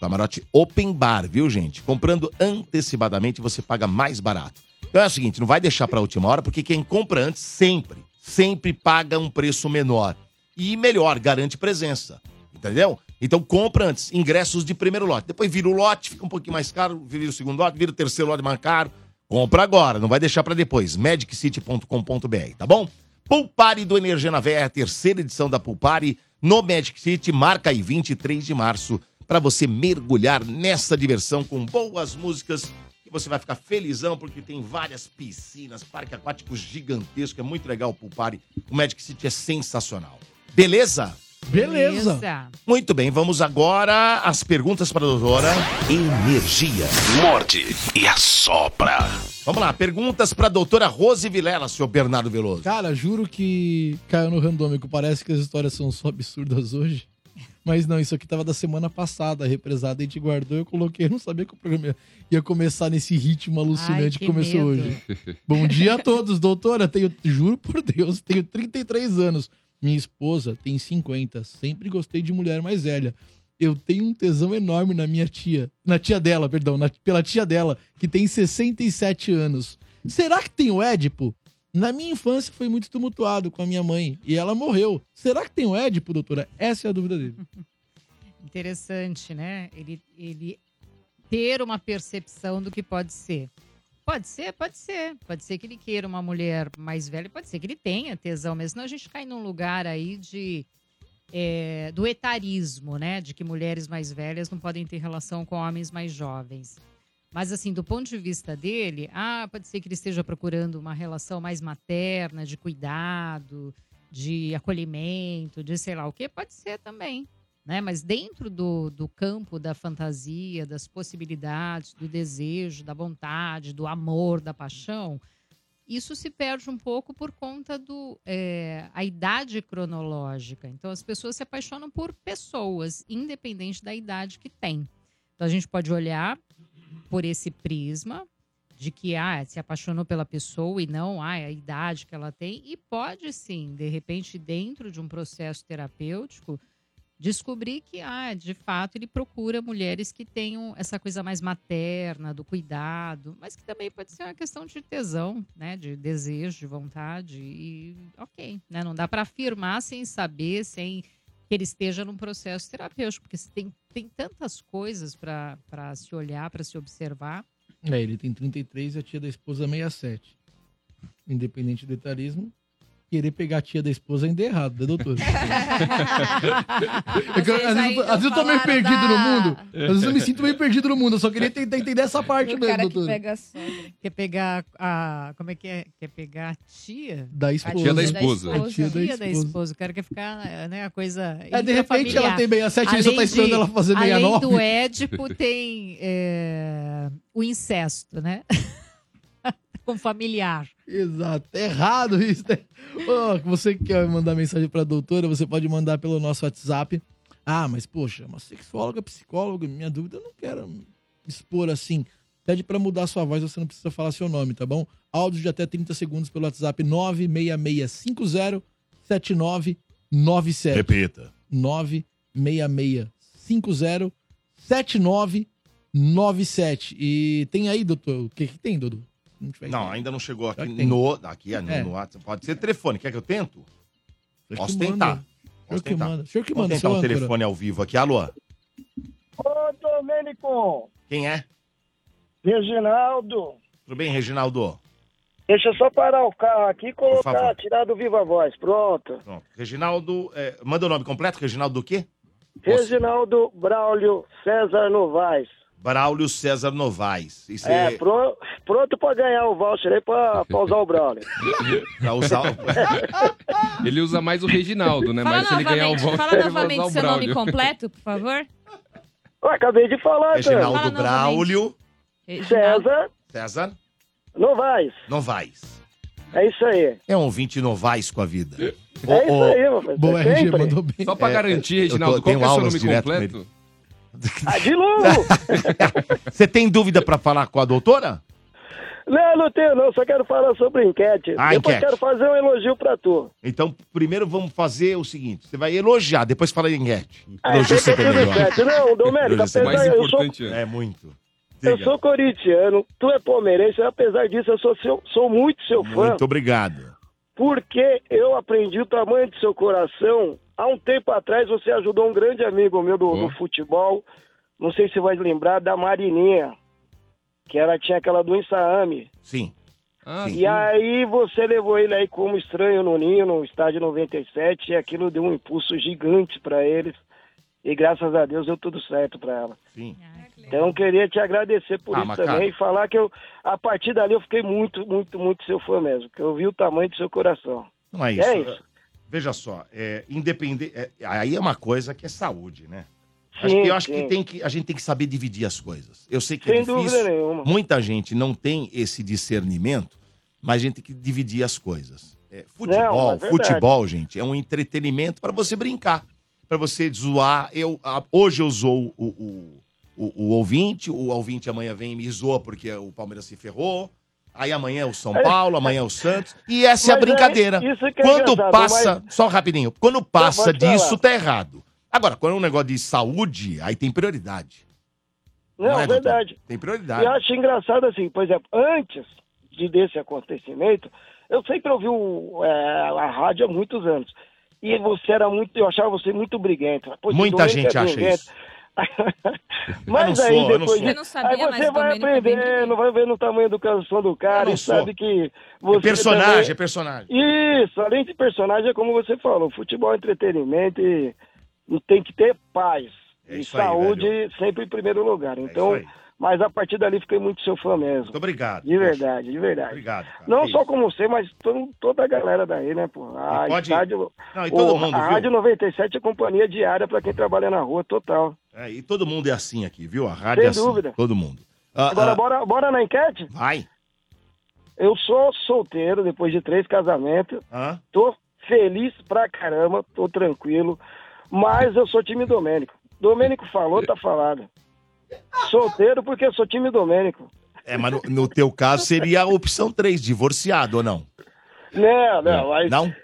[SPEAKER 2] Camarote open bar, viu, gente? Comprando antecipadamente, você paga mais barato. Então é o seguinte, não vai deixar pra última hora, porque quem compra antes sempre, sempre paga um preço menor. E melhor, garante presença. Entendeu? Então compra antes, ingressos de primeiro lote. Depois vira o lote, fica um pouquinho mais caro, vira o segundo lote, vira o terceiro lote mais caro. Compra agora, não vai deixar pra depois. mediccity.com.br, tá bom? Pulpare do Energia na Véia, a terceira edição da Pulpare no Magic City, marca aí 23 de março pra você mergulhar nessa diversão com boas músicas que você vai ficar felizão porque tem várias piscinas, parque aquático gigantesco, é muito legal o Pulpare. O Magic City é sensacional. Beleza?
[SPEAKER 6] Beleza.
[SPEAKER 2] Muito bem, vamos agora às perguntas para a doutora. Energia. Morde e assopra. Vamos lá, perguntas para a doutora Rose Vilela, senhor Bernardo Veloso.
[SPEAKER 6] Cara, juro que caiu no randômico. Parece que as histórias são só absurdas hoje. Mas não, isso aqui tava da semana passada, represada. A gente guardou, eu coloquei. Eu não sabia que o programa ia- ia começar nesse ritmo alucinante
[SPEAKER 17] Ai,
[SPEAKER 6] que,
[SPEAKER 17] que
[SPEAKER 6] começou
[SPEAKER 17] medo.
[SPEAKER 6] hoje. Bom dia a todos, doutora. Tenho, juro por Deus, tenho 33 anos. Minha esposa tem 50. Sempre gostei de mulher mais velha. Eu tenho um tesão enorme na minha tia. Na tia dela, perdão, na- pela tia dela, que tem 67 anos. Será que tem o Édipo? Na minha infância foi muito tumultuado com a minha mãe e ela morreu. Será que tem o Édipo, doutora? Essa é a dúvida dele.
[SPEAKER 7] Interessante, né? Ele, ele ter uma percepção do que pode ser. Pode ser, pode ser. Pode ser que ele queira uma mulher mais velha, pode ser que ele tenha tesão mesmo. Senão a gente cai num lugar aí de. é, do etarismo, né? De que mulheres mais velhas não podem ter relação com homens mais jovens. Mas, assim, do ponto de vista dele, ah, pode ser que ele esteja procurando uma relação mais materna, de cuidado, de acolhimento, de sei lá o quê. Pode ser também né? Mas dentro do, do campo da fantasia, das possibilidades, do desejo, da vontade, do amor, da paixão, isso se perde um pouco por conta do é, a idade cronológica. Então as pessoas se apaixonam por pessoas, independente da idade que tem. Então a gente pode olhar por esse prisma de que ah, se apaixonou pela pessoa e não ah, é a idade que ela tem. E pode sim, de repente, dentro de um processo terapêutico, descobrir que, ah, de fato, ele procura mulheres que tenham essa coisa mais materna, do cuidado, mas que também pode ser uma questão de tesão, né? De desejo, de vontade. E ok, né? Não dá para afirmar sem saber, sem que ele esteja num processo terapêutico, porque se tem, tem tantas coisas para se olhar, para se observar.
[SPEAKER 6] É, ele tem 33 e a tia da esposa 67. Independente do etarismo, querer pegar a tia da esposa ainda é errado, né, doutora? É que eu-
[SPEAKER 4] Vocês
[SPEAKER 6] às, vezes,
[SPEAKER 4] ainda
[SPEAKER 6] eu tô- às vezes eu tô meio
[SPEAKER 4] falaram
[SPEAKER 6] perdido
[SPEAKER 4] da-
[SPEAKER 6] no mundo. Às vezes eu me sinto meio perdido no mundo. Eu só queria tentar entender essa parte
[SPEAKER 4] Do
[SPEAKER 6] mesmo,
[SPEAKER 4] um cara que
[SPEAKER 6] doutora.
[SPEAKER 4] pega só.
[SPEAKER 7] Quer pegar a. Como é que é? Quer pegar a tia?
[SPEAKER 6] Da esposa.
[SPEAKER 7] A
[SPEAKER 6] tia da esposa.
[SPEAKER 7] A tia da esposa. O cara quer ficar, né? A coisa. intrafamiliar.
[SPEAKER 6] É, ela tem 67 e só tá
[SPEAKER 7] Além
[SPEAKER 6] esperando ela fazer
[SPEAKER 7] Além
[SPEAKER 6] 69.
[SPEAKER 7] do Édipo, tem é, o incesto, né? Com familiar.
[SPEAKER 6] Exato. É errado isso, né? Ô, você que quer mandar mensagem pra doutora, você pode mandar pelo nosso WhatsApp. Ah, mas poxa, uma sexóloga, psicóloga, minha dúvida, eu não quero me expor assim. Pede pra mudar sua voz, você não precisa falar seu nome, tá bom? Áudio de até 30 segundos pelo WhatsApp 966507997.
[SPEAKER 2] Repita.
[SPEAKER 6] 966507997. 97. E tem aí, doutor? O que, que tem, Dudu?
[SPEAKER 2] Não, ainda não chegou aqui
[SPEAKER 6] que tem.
[SPEAKER 2] no, aqui, é, no,
[SPEAKER 6] É.
[SPEAKER 2] no WhatsApp. Pode ser telefone. Quer que eu tento?
[SPEAKER 6] que
[SPEAKER 2] Posso
[SPEAKER 6] manda.
[SPEAKER 2] tentar.
[SPEAKER 6] Senhor
[SPEAKER 2] Posso
[SPEAKER 6] que
[SPEAKER 2] tentar.
[SPEAKER 6] manda. Senhor que
[SPEAKER 2] Vamos
[SPEAKER 6] manda,
[SPEAKER 2] tentar
[SPEAKER 6] seu
[SPEAKER 2] um
[SPEAKER 6] âncora.
[SPEAKER 2] telefone ao vivo aqui. Alô?
[SPEAKER 17] Ô, Domênico,
[SPEAKER 2] Quem é?
[SPEAKER 17] Reginaldo,
[SPEAKER 2] Tudo bem, Reginaldo?
[SPEAKER 17] deixa eu só parar o carro aqui e colocar,
[SPEAKER 2] favor.
[SPEAKER 17] tirar do Viva Voz, pronto.
[SPEAKER 2] Pronto. Reginaldo, é, manda o nome completo. Reginaldo do quê?
[SPEAKER 17] Reginaldo Braulio César Novaes.
[SPEAKER 2] Braulio César Novaes. Isso
[SPEAKER 17] É, pro- pronto pra ganhar o voucher aí pra, pra usar o Braulio.
[SPEAKER 2] Pra usar o-
[SPEAKER 8] Ele usa mais o Reginaldo, né?
[SPEAKER 4] Fala
[SPEAKER 8] Mas se ele ganhar o
[SPEAKER 4] novamente,
[SPEAKER 8] voto,
[SPEAKER 4] fala
[SPEAKER 8] ele vai
[SPEAKER 4] novamente
[SPEAKER 8] usar o
[SPEAKER 4] seu nome
[SPEAKER 8] Braulio.
[SPEAKER 4] completo, por favor.
[SPEAKER 17] Eu acabei de falar,
[SPEAKER 2] Reginaldo
[SPEAKER 4] Fala
[SPEAKER 2] Braulio
[SPEAKER 17] César
[SPEAKER 2] César
[SPEAKER 17] Novaes.
[SPEAKER 2] Novaes.
[SPEAKER 17] É isso aí.
[SPEAKER 2] É um ouvinte Novaes com a vida.
[SPEAKER 17] É isso aí, meu filho,
[SPEAKER 2] Boa,
[SPEAKER 17] sempre.
[SPEAKER 2] RG, mandou
[SPEAKER 6] bem.
[SPEAKER 8] Só pra
[SPEAKER 2] É,
[SPEAKER 8] garantir,
[SPEAKER 2] eu tô-
[SPEAKER 8] Reginaldo, qual
[SPEAKER 2] tenho
[SPEAKER 8] que é o seu
[SPEAKER 2] aulas
[SPEAKER 8] nome
[SPEAKER 2] direto com
[SPEAKER 8] completo?
[SPEAKER 17] Ah, de novo!
[SPEAKER 2] Você tem dúvida pra falar com a doutora?
[SPEAKER 17] não, não tenho não, só quero falar sobre enquete.
[SPEAKER 2] Ah,
[SPEAKER 17] Depois
[SPEAKER 2] enquete.
[SPEAKER 17] quero fazer um elogio pra tu.
[SPEAKER 2] Então, primeiro vamos fazer o seguinte: você vai elogiar, depois fala em enquete.
[SPEAKER 17] Ah,
[SPEAKER 2] Elogio
[SPEAKER 17] enquete
[SPEAKER 2] sempre
[SPEAKER 17] é
[SPEAKER 2] é
[SPEAKER 17] enquete. Não, Domênico,
[SPEAKER 2] Elogio sempre
[SPEAKER 17] apesar- Mais eu sou-
[SPEAKER 8] né?
[SPEAKER 2] É muito.
[SPEAKER 17] Eu sou corintiano, tu é palmeirense, apesar disso eu sou, seu- sou muito seu fã.
[SPEAKER 2] Muito obrigado.
[SPEAKER 17] Porque eu aprendi o tamanho do seu coração. Há um tempo atrás você ajudou um grande amigo meu do,
[SPEAKER 2] Hum.
[SPEAKER 17] do futebol, não sei se vai lembrar, da Marininha, que ela tinha aquela doença AME.
[SPEAKER 2] Sim.
[SPEAKER 8] Ah,
[SPEAKER 1] Ah,
[SPEAKER 17] e aí você levou ele aí como estranho no Ninho, no estádio 97, e aquilo deu um impulso gigante pra eles. E graças a Deus deu tudo certo pra ela.
[SPEAKER 2] Sim.
[SPEAKER 17] Então eu queria te agradecer por
[SPEAKER 2] Ah,
[SPEAKER 17] isso
[SPEAKER 2] mas,
[SPEAKER 17] também
[SPEAKER 2] cara-
[SPEAKER 17] e falar que eu, a partir dali eu fiquei muito, muito, muito seu fã mesmo, que eu vi o tamanho do seu coração.
[SPEAKER 2] Não é isso.
[SPEAKER 17] É isso.
[SPEAKER 2] Veja só, é, independente. aí é uma coisa que é saúde, né?
[SPEAKER 17] Sim,
[SPEAKER 2] Acho que- eu acho
[SPEAKER 17] sim.
[SPEAKER 2] que, tem que a gente tem que saber dividir as coisas. Eu sei que é
[SPEAKER 17] Sem
[SPEAKER 2] difícil.
[SPEAKER 17] dúvida nenhuma.
[SPEAKER 2] Muita gente não tem esse discernimento, mas a gente tem que dividir as coisas. É, futebol,
[SPEAKER 17] Não, é verdade.
[SPEAKER 2] futebol, gente, é um entretenimento para você brincar, para você zoar. Eu a- hoje eu zoo o, o, o, o ouvinte, o ouvinte amanhã vem e me zoa porque o Palmeiras se ferrou. Aí amanhã é o São Paulo, amanhã é o Santos. E essa é a
[SPEAKER 17] Mas é
[SPEAKER 2] brincadeira.
[SPEAKER 17] isso que é
[SPEAKER 2] quando
[SPEAKER 17] engraçado,
[SPEAKER 2] passa,
[SPEAKER 17] mas-
[SPEAKER 2] só rapidinho, quando passa
[SPEAKER 17] pode falar.
[SPEAKER 2] disso tá errado. Agora, quando é um negócio de saúde, aí tem prioridade.
[SPEAKER 17] Não,
[SPEAKER 2] Não é,
[SPEAKER 17] é verdade.
[SPEAKER 2] Tem
[SPEAKER 17] E
[SPEAKER 2] prioridade.
[SPEAKER 17] eu acho engraçado assim, por exemplo, antes de desse acontecimento, eu sempre ouvi o, é, a rádio há muitos anos. E você era muito, eu achava você muito briguento. Pô, esse
[SPEAKER 2] Muita
[SPEAKER 17] Domênico
[SPEAKER 2] gente
[SPEAKER 17] é
[SPEAKER 2] acha
[SPEAKER 17] briguento.
[SPEAKER 2] isso.
[SPEAKER 17] Mas
[SPEAKER 2] Eu não
[SPEAKER 17] aí
[SPEAKER 2] sou, eu não
[SPEAKER 17] depois
[SPEAKER 2] sou. Eu não
[SPEAKER 17] disso,
[SPEAKER 2] sabia,
[SPEAKER 17] aí
[SPEAKER 2] mas
[SPEAKER 17] você
[SPEAKER 2] o
[SPEAKER 17] vai
[SPEAKER 2] Domênico é bem
[SPEAKER 17] aprendendo, vai vendo o tamanho do coração do
[SPEAKER 2] Eu
[SPEAKER 17] cara
[SPEAKER 2] não
[SPEAKER 17] e
[SPEAKER 2] sou.
[SPEAKER 17] sabe que você
[SPEAKER 2] é personagem,
[SPEAKER 17] também-
[SPEAKER 2] é personagem.
[SPEAKER 17] Isso, além de personagem, é como você falou, futebol é entretenimento e e tem que ter paz.
[SPEAKER 2] É
[SPEAKER 17] e
[SPEAKER 2] isso aí, É
[SPEAKER 17] saúde sempre em primeiro lugar. Então,
[SPEAKER 2] isso aí.
[SPEAKER 17] mas a partir dali fiquei muito seu fã mesmo. Muito
[SPEAKER 2] obrigado.
[SPEAKER 17] De verdade, de verdade.
[SPEAKER 2] Obrigado.
[SPEAKER 17] Não só como você, mas to- toda a galera daí, né, pô? A
[SPEAKER 2] E pode-
[SPEAKER 17] estádio-
[SPEAKER 2] Não, e todo mundo,
[SPEAKER 17] a
[SPEAKER 2] viu?
[SPEAKER 17] Rádio 97 é companhia diária para quem trabalha na rua, total.
[SPEAKER 2] É, e todo mundo é assim aqui, viu? A rádio
[SPEAKER 17] Sem
[SPEAKER 2] é assim.
[SPEAKER 17] dúvida.
[SPEAKER 2] Todo mundo. Ah,
[SPEAKER 17] Agora,
[SPEAKER 2] ah,
[SPEAKER 17] bora, bora na enquete?
[SPEAKER 2] Vai.
[SPEAKER 17] Eu sou solteiro depois de três casamentos.
[SPEAKER 2] Hã?
[SPEAKER 17] Tô feliz pra caramba, tô tranquilo. Mas eu sou time Domênico. Domênico falou, tá falado. Solteiro porque eu sou time Domênico.
[SPEAKER 2] É, mas no, no teu caso seria a opção 3, divorciado ou não?
[SPEAKER 17] Não, não, mas
[SPEAKER 2] Não?
[SPEAKER 17] Né,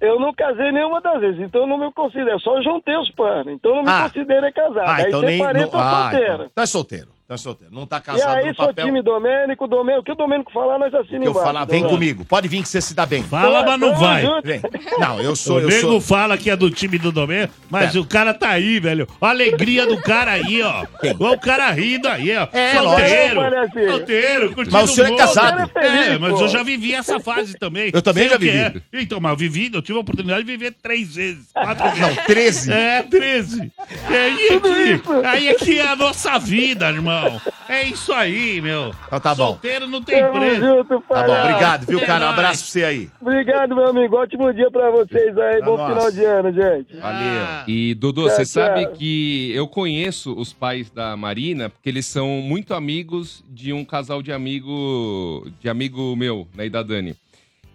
[SPEAKER 17] eu não casei nenhuma das vezes, então eu não me considero. Só juntei os panos, então eu não me
[SPEAKER 2] Ah.
[SPEAKER 17] considero casado.
[SPEAKER 2] Ah,
[SPEAKER 17] aí
[SPEAKER 2] então nem.
[SPEAKER 17] Tá, separei,
[SPEAKER 2] não-
[SPEAKER 17] tô
[SPEAKER 2] ah,
[SPEAKER 17] solteiro.
[SPEAKER 2] então, tá solteiro. Tá solteiro. Não tá
[SPEAKER 17] e
[SPEAKER 2] casado
[SPEAKER 17] aí,
[SPEAKER 2] no
[SPEAKER 17] sou
[SPEAKER 2] papel.
[SPEAKER 17] time Domênico, Domênico. O que o Domênico falar, nós assinamos
[SPEAKER 2] Que eu falar, vem comigo. Pode vir que você se dá bem.
[SPEAKER 5] Fala, mas não vai.
[SPEAKER 2] Vem. Não, eu sou.
[SPEAKER 5] o
[SPEAKER 2] Eu
[SPEAKER 5] nego
[SPEAKER 2] sou...
[SPEAKER 5] fala que é do time do Domênico, mas o cara tá aí, velho. A alegria do cara aí, ó. Olha o cara rindo aí, ó.
[SPEAKER 2] É,
[SPEAKER 5] solteiro,
[SPEAKER 2] lógico.
[SPEAKER 5] solteiro, curtindo
[SPEAKER 2] Mas o senhor é
[SPEAKER 5] mundo.
[SPEAKER 2] casado. O cara é feliz,
[SPEAKER 5] É, mas
[SPEAKER 2] pô.
[SPEAKER 5] eu já vivi essa fase também.
[SPEAKER 2] Eu também
[SPEAKER 5] Sei
[SPEAKER 2] já
[SPEAKER 5] o que
[SPEAKER 2] vivi.
[SPEAKER 5] é. Então, mas eu vivi, eu tive a oportunidade de viver três vezes. Quatro vezes.
[SPEAKER 2] Não, 13.
[SPEAKER 5] É, 13. E aí, é que, aí é que é a nossa vida, irmão. É isso aí, meu.
[SPEAKER 2] Então tá bom.
[SPEAKER 5] Solteiro não tem preço. É
[SPEAKER 2] Tá bom, obrigado, viu, cara? Um abraço pra você aí.
[SPEAKER 17] Obrigado, meu amigo. Ótimo dia pra vocês aí. Bom
[SPEAKER 2] nós.
[SPEAKER 17] final de ano, gente.
[SPEAKER 2] Valeu.
[SPEAKER 8] E, Dodô,
[SPEAKER 17] Tchau,
[SPEAKER 8] você
[SPEAKER 17] tchau.
[SPEAKER 8] sabe que eu conheço os pais da Marina, porque eles são muito amigos de um casal de amigo de amigo meu, né, e da Dani.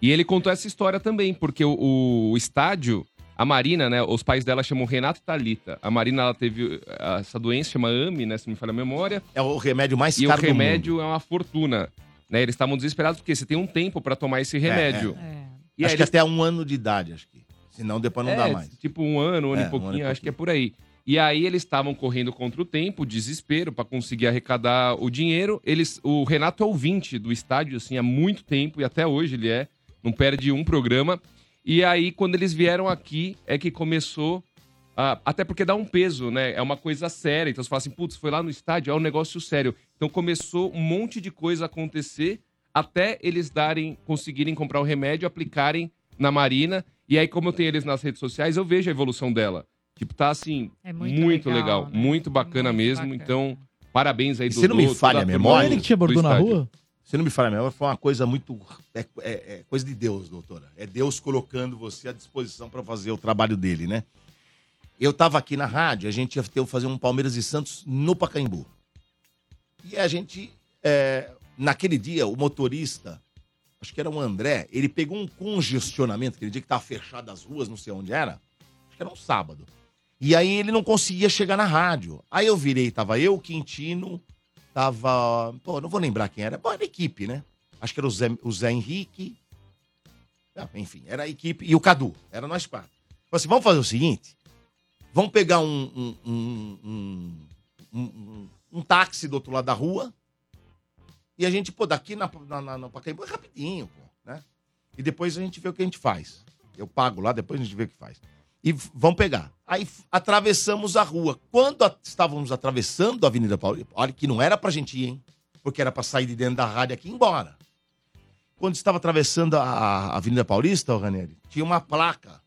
[SPEAKER 8] E ele contou essa história também, porque o, o estádio, a Marina, né, os pais dela chamam Renato e Thalita. A Marina, ela teve eh, essa doença, chama AMI, né, se não me falha a memória.
[SPEAKER 2] É o remédio mais
[SPEAKER 8] e
[SPEAKER 2] caro
[SPEAKER 8] o
[SPEAKER 2] do
[SPEAKER 8] remédio é uma fortuna. Né, eles estavam desesperados porque você tem um tempo pra tomar esse remédio. É. E
[SPEAKER 2] É, acho
[SPEAKER 8] aí
[SPEAKER 2] que
[SPEAKER 8] eles-
[SPEAKER 2] até um ano de idade, acho que. Senão depois não
[SPEAKER 8] É,
[SPEAKER 2] dá mais.
[SPEAKER 8] Tipo um ano, um ano
[SPEAKER 2] É, um ano
[SPEAKER 8] e
[SPEAKER 2] e
[SPEAKER 8] pouquinho, acho que é por aí. E aí eles estavam correndo contra o tempo, desespero, para conseguir arrecadar o dinheiro. Eles, o Renato é ouvinte do estádio, assim, há muito tempo, e até hoje ele é, não perde um programa. E aí, quando eles vieram aqui, é que começou. a- até porque dá um peso, né? É uma coisa séria. Então você fala assim, putz, foi lá no estádio, é um negócio sério. Então começou um monte de coisa a acontecer até eles darem, conseguirem comprar o remédio, aplicarem na Marina. E aí, como eu tenho eles nas redes sociais, eu vejo a evolução dela. Tipo, tá assim,
[SPEAKER 7] É
[SPEAKER 8] muito,
[SPEAKER 7] muito
[SPEAKER 8] legal, né?
[SPEAKER 7] legal,
[SPEAKER 8] muito bacana mesmo. Então, parabéns aí,
[SPEAKER 2] E se não me
[SPEAKER 8] Dudu,
[SPEAKER 2] falha
[SPEAKER 8] toda
[SPEAKER 2] a
[SPEAKER 8] turma
[SPEAKER 2] memória.
[SPEAKER 8] do- do estádio.
[SPEAKER 2] Se não me falha a memória, foi uma coisa muito. É, é- é coisa de Deus, doutora. É Deus colocando você à disposição para fazer o trabalho dele, né? Eu tava aqui na rádio, a gente ia ter, fazer um Palmeiras e Santos no Pacaembu. E a gente. é, naquele dia, o motorista, acho que era o André, ele pegou um congestionamento, aquele dia que tava fechado as ruas, não sei onde era. Acho que era um sábado. E aí ele não conseguia chegar na rádio. Aí eu virei, tava eu, Quintino, tava. Pô, não vou lembrar quem era. Bom, era a equipe, né? Acho que era o Zé, o Zé Henrique. Ah, enfim, era a equipe. E o Cadu. Era nós quatro. Falei assim: vamos fazer o seguinte: vamos pegar um- um- um- um um, um- um táxi do outro lado da rua. E a gente, pô, daqui na, na, na, na Pacaembu é rapidinho, pô, né? E depois a gente vê o que a gente faz. Eu pago lá, depois a gente vê o que faz. E v- vamos pegar. Aí f- atravessamos a rua. Quando a- estávamos atravessando a Avenida Paulista, olha que não era pra gente ir, hein? Porque era pra sair de dentro da rádio aqui e ir embora. Quando estava atravessando a, a Avenida Paulista, ô Ranieri, tinha uma placa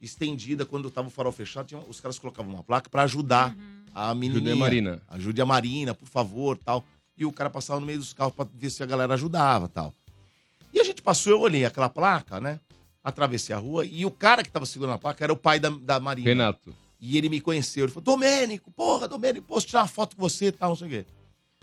[SPEAKER 2] estendida quando estava o farol fechado. tinha- os caras colocavam uma placa pra ajudar a menina.
[SPEAKER 8] Uhum. Ajuda a Marina.
[SPEAKER 2] Ajude a Marina, por favor, tal. E o cara passava no meio dos carros pra ver se a galera ajudava, tal. E a gente passou, eu olhei aquela placa, né? Atravessei a rua e o cara que tava segurando a placa era o pai da, da Marina.
[SPEAKER 8] Renato.
[SPEAKER 2] E ele me conheceu. Ele falou: Domênico, porra, Domênico, posso tirar uma foto com você e tal, não sei o quê.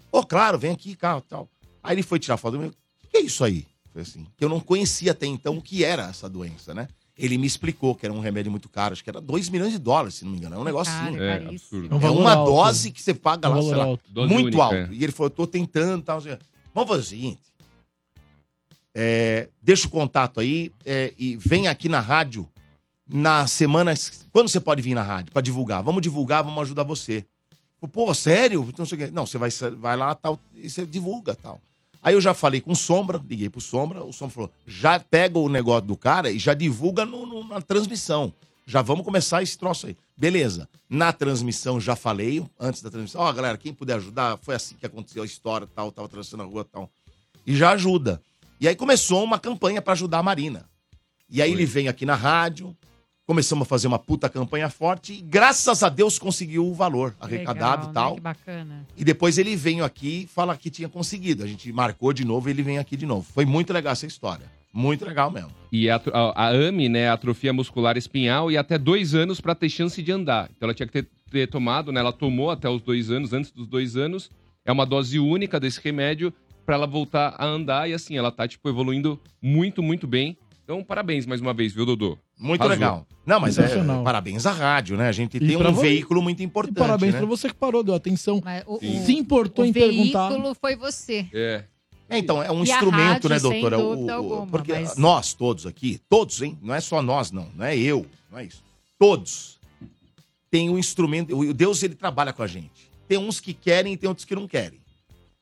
[SPEAKER 2] Pô, claro, vem aqui, carro tal. Aí ele foi tirar foto do meu. O que, que é isso aí? Foi assim. Que eu não conhecia até então o que era essa doença, né? Ele me explicou que era um remédio muito caro, acho que era 2 milhões de dólares, se não me engano. É um negocinho.
[SPEAKER 8] caro, é É, caríssimo. absurdo.
[SPEAKER 2] É
[SPEAKER 8] É um valor
[SPEAKER 2] uma
[SPEAKER 8] alto.
[SPEAKER 2] dose que você paga
[SPEAKER 8] É um
[SPEAKER 2] lá,
[SPEAKER 8] valor
[SPEAKER 2] sei lá,
[SPEAKER 8] alto. Dose
[SPEAKER 2] muito
[SPEAKER 8] única,
[SPEAKER 2] alto.
[SPEAKER 8] é.
[SPEAKER 2] E ele falou, tô tentando, tal. não sei o quê. Vamos fazer o seguinte. É, deixa o contato aí é, e vem aqui na rádio na semana. Quando você pode vir na rádio pra divulgar? Vamos divulgar, vamos ajudar você. Eu, Pô, sério? Então, Não, sei o quê. não você vai, vai lá tal, e você divulga tal. Aí eu já falei com o Sombra, liguei pro Sombra, o Sombra falou: já pega o negócio do cara e já divulga no- no- na transmissão. Já vamos começar esse troço aí. Beleza. Na transmissão já falei, antes da transmissão, ó, galera, quem puder ajudar, foi assim que aconteceu a história, tal, tal, atravessando a rua, tal. E já ajuda. E aí começou uma campanha pra ajudar a Marina. E aí ele vem aqui na rádio, começamos a fazer uma puta campanha forte e graças a Deus conseguiu o valor arrecadado
[SPEAKER 7] Legal,
[SPEAKER 2] e tal.
[SPEAKER 7] Né? Que bacana.
[SPEAKER 2] E depois ele veio aqui e fala que tinha conseguido. A gente marcou de novo e ele vem aqui de novo. Foi muito legal essa história. Muito legal mesmo.
[SPEAKER 8] E a, a, a AMI, né, atrofia muscular espinhal, e até dois anos para ter chance de andar. Então ela tinha que ter, ter tomado, né, ela tomou até os dois anos, antes dos dois anos, é uma dose única desse remédio para ela voltar a andar, e assim, ela tá, tipo, evoluindo muito, muito bem. Então, parabéns mais uma vez, viu, Dodô?
[SPEAKER 2] Muito
[SPEAKER 8] Arrasou.
[SPEAKER 2] legal. Não, mas é,
[SPEAKER 6] Sensacional.
[SPEAKER 2] parabéns à rádio, né? A gente tem
[SPEAKER 6] pra
[SPEAKER 2] um
[SPEAKER 6] vo-
[SPEAKER 2] veículo muito importante.
[SPEAKER 6] E parabéns
[SPEAKER 2] né?
[SPEAKER 6] pra você que parou, deu atenção.
[SPEAKER 7] o-
[SPEAKER 6] se importou
[SPEAKER 7] o
[SPEAKER 6] em perguntar.
[SPEAKER 7] veículo foi você.
[SPEAKER 8] É.
[SPEAKER 2] então, é um
[SPEAKER 7] E a
[SPEAKER 2] instrumento,
[SPEAKER 7] rádio,
[SPEAKER 2] né,
[SPEAKER 7] sem
[SPEAKER 2] doutora? O-
[SPEAKER 7] dúvida
[SPEAKER 2] o-
[SPEAKER 7] alguma,
[SPEAKER 2] porque
[SPEAKER 7] mas-
[SPEAKER 2] nós todos aqui, todos, hein? Não é só nós, não. Não é eu, não é isso. Todos têm um instrumento. O Deus, ele trabalha com a gente. Tem uns que querem e tem outros que não querem.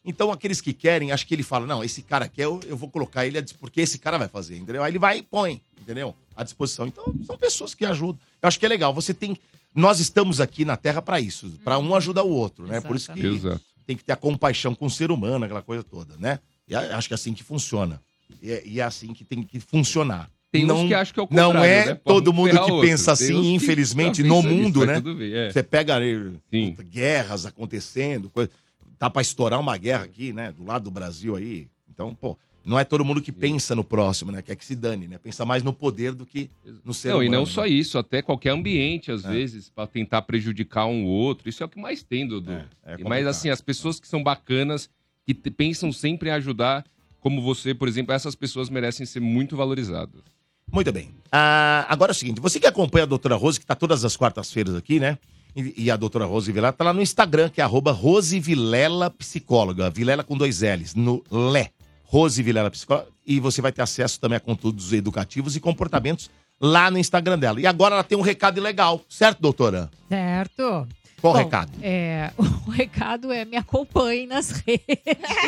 [SPEAKER 2] Então, aqueles que querem, acho que ele fala: não, esse cara quer, eu, eu vou colocar ele, à dis- porque esse cara vai fazer, entendeu? Aí ele vai e põe, entendeu? À disposição. Então, são pessoas que ajudam. Eu acho que é legal. Você tem. Nós estamos aqui na Terra para isso, para um ajudar o outro, né? Por isso que
[SPEAKER 8] Uhum. Exatamente. Exato.
[SPEAKER 2] tem que ter a compaixão com o ser humano, aquela coisa toda, né? E a- acho que é assim que funciona. E é, e é assim que tem que funcionar.
[SPEAKER 8] Tem uns
[SPEAKER 2] não,
[SPEAKER 8] que acham que é o
[SPEAKER 2] Não
[SPEAKER 8] contrário,
[SPEAKER 2] é
[SPEAKER 8] né? Pra
[SPEAKER 2] todo
[SPEAKER 8] um
[SPEAKER 2] mundo
[SPEAKER 8] ferrar
[SPEAKER 2] que
[SPEAKER 8] o outro.
[SPEAKER 2] pensa
[SPEAKER 8] Tem
[SPEAKER 2] assim,
[SPEAKER 8] uns que
[SPEAKER 2] infelizmente,
[SPEAKER 8] tá
[SPEAKER 2] no
[SPEAKER 8] pensando
[SPEAKER 2] mundo,
[SPEAKER 8] isso,
[SPEAKER 2] né?
[SPEAKER 8] mas tudo bem, é.
[SPEAKER 2] Você pega eh, puta, guerras acontecendo, coisa- tá pra estourar uma guerra aqui, né? Do lado do Brasil aí. Então, pô, não é todo mundo que pensa no próximo, né? Quer que se dane, né? Pensa mais no poder do que no ser
[SPEAKER 8] não,
[SPEAKER 2] humano.
[SPEAKER 8] e não
[SPEAKER 2] né? É.
[SPEAKER 8] só isso, até qualquer ambiente, às vezes, pra tentar prejudicar um outro. Isso é o que mais tem, Dudu. E mas,
[SPEAKER 2] É, complicado.
[SPEAKER 8] assim, as pessoas que são bacanas, que te- pensam sempre em ajudar, como você, por exemplo, essas pessoas merecem ser muito valorizadas.
[SPEAKER 2] Muito bem. Ah, agora é o seguinte, você que acompanha a doutora Rose, que está todas as quartas-feiras aqui, né? E, e a doutora Rose Vilela tá lá no Instagram, que é arroba Rose Vilela Psicóloga. Vilela com dois L's, no Lé. Rose Vilela Psicóloga. E você vai ter acesso também a conteúdos educativos e comportamentos lá no Instagram dela. E agora ela tem um recado legal, certo, doutora?
[SPEAKER 7] Certo.
[SPEAKER 2] Qual
[SPEAKER 7] Bom,
[SPEAKER 2] recado?
[SPEAKER 7] É, o recado é me acompanhe nas redes.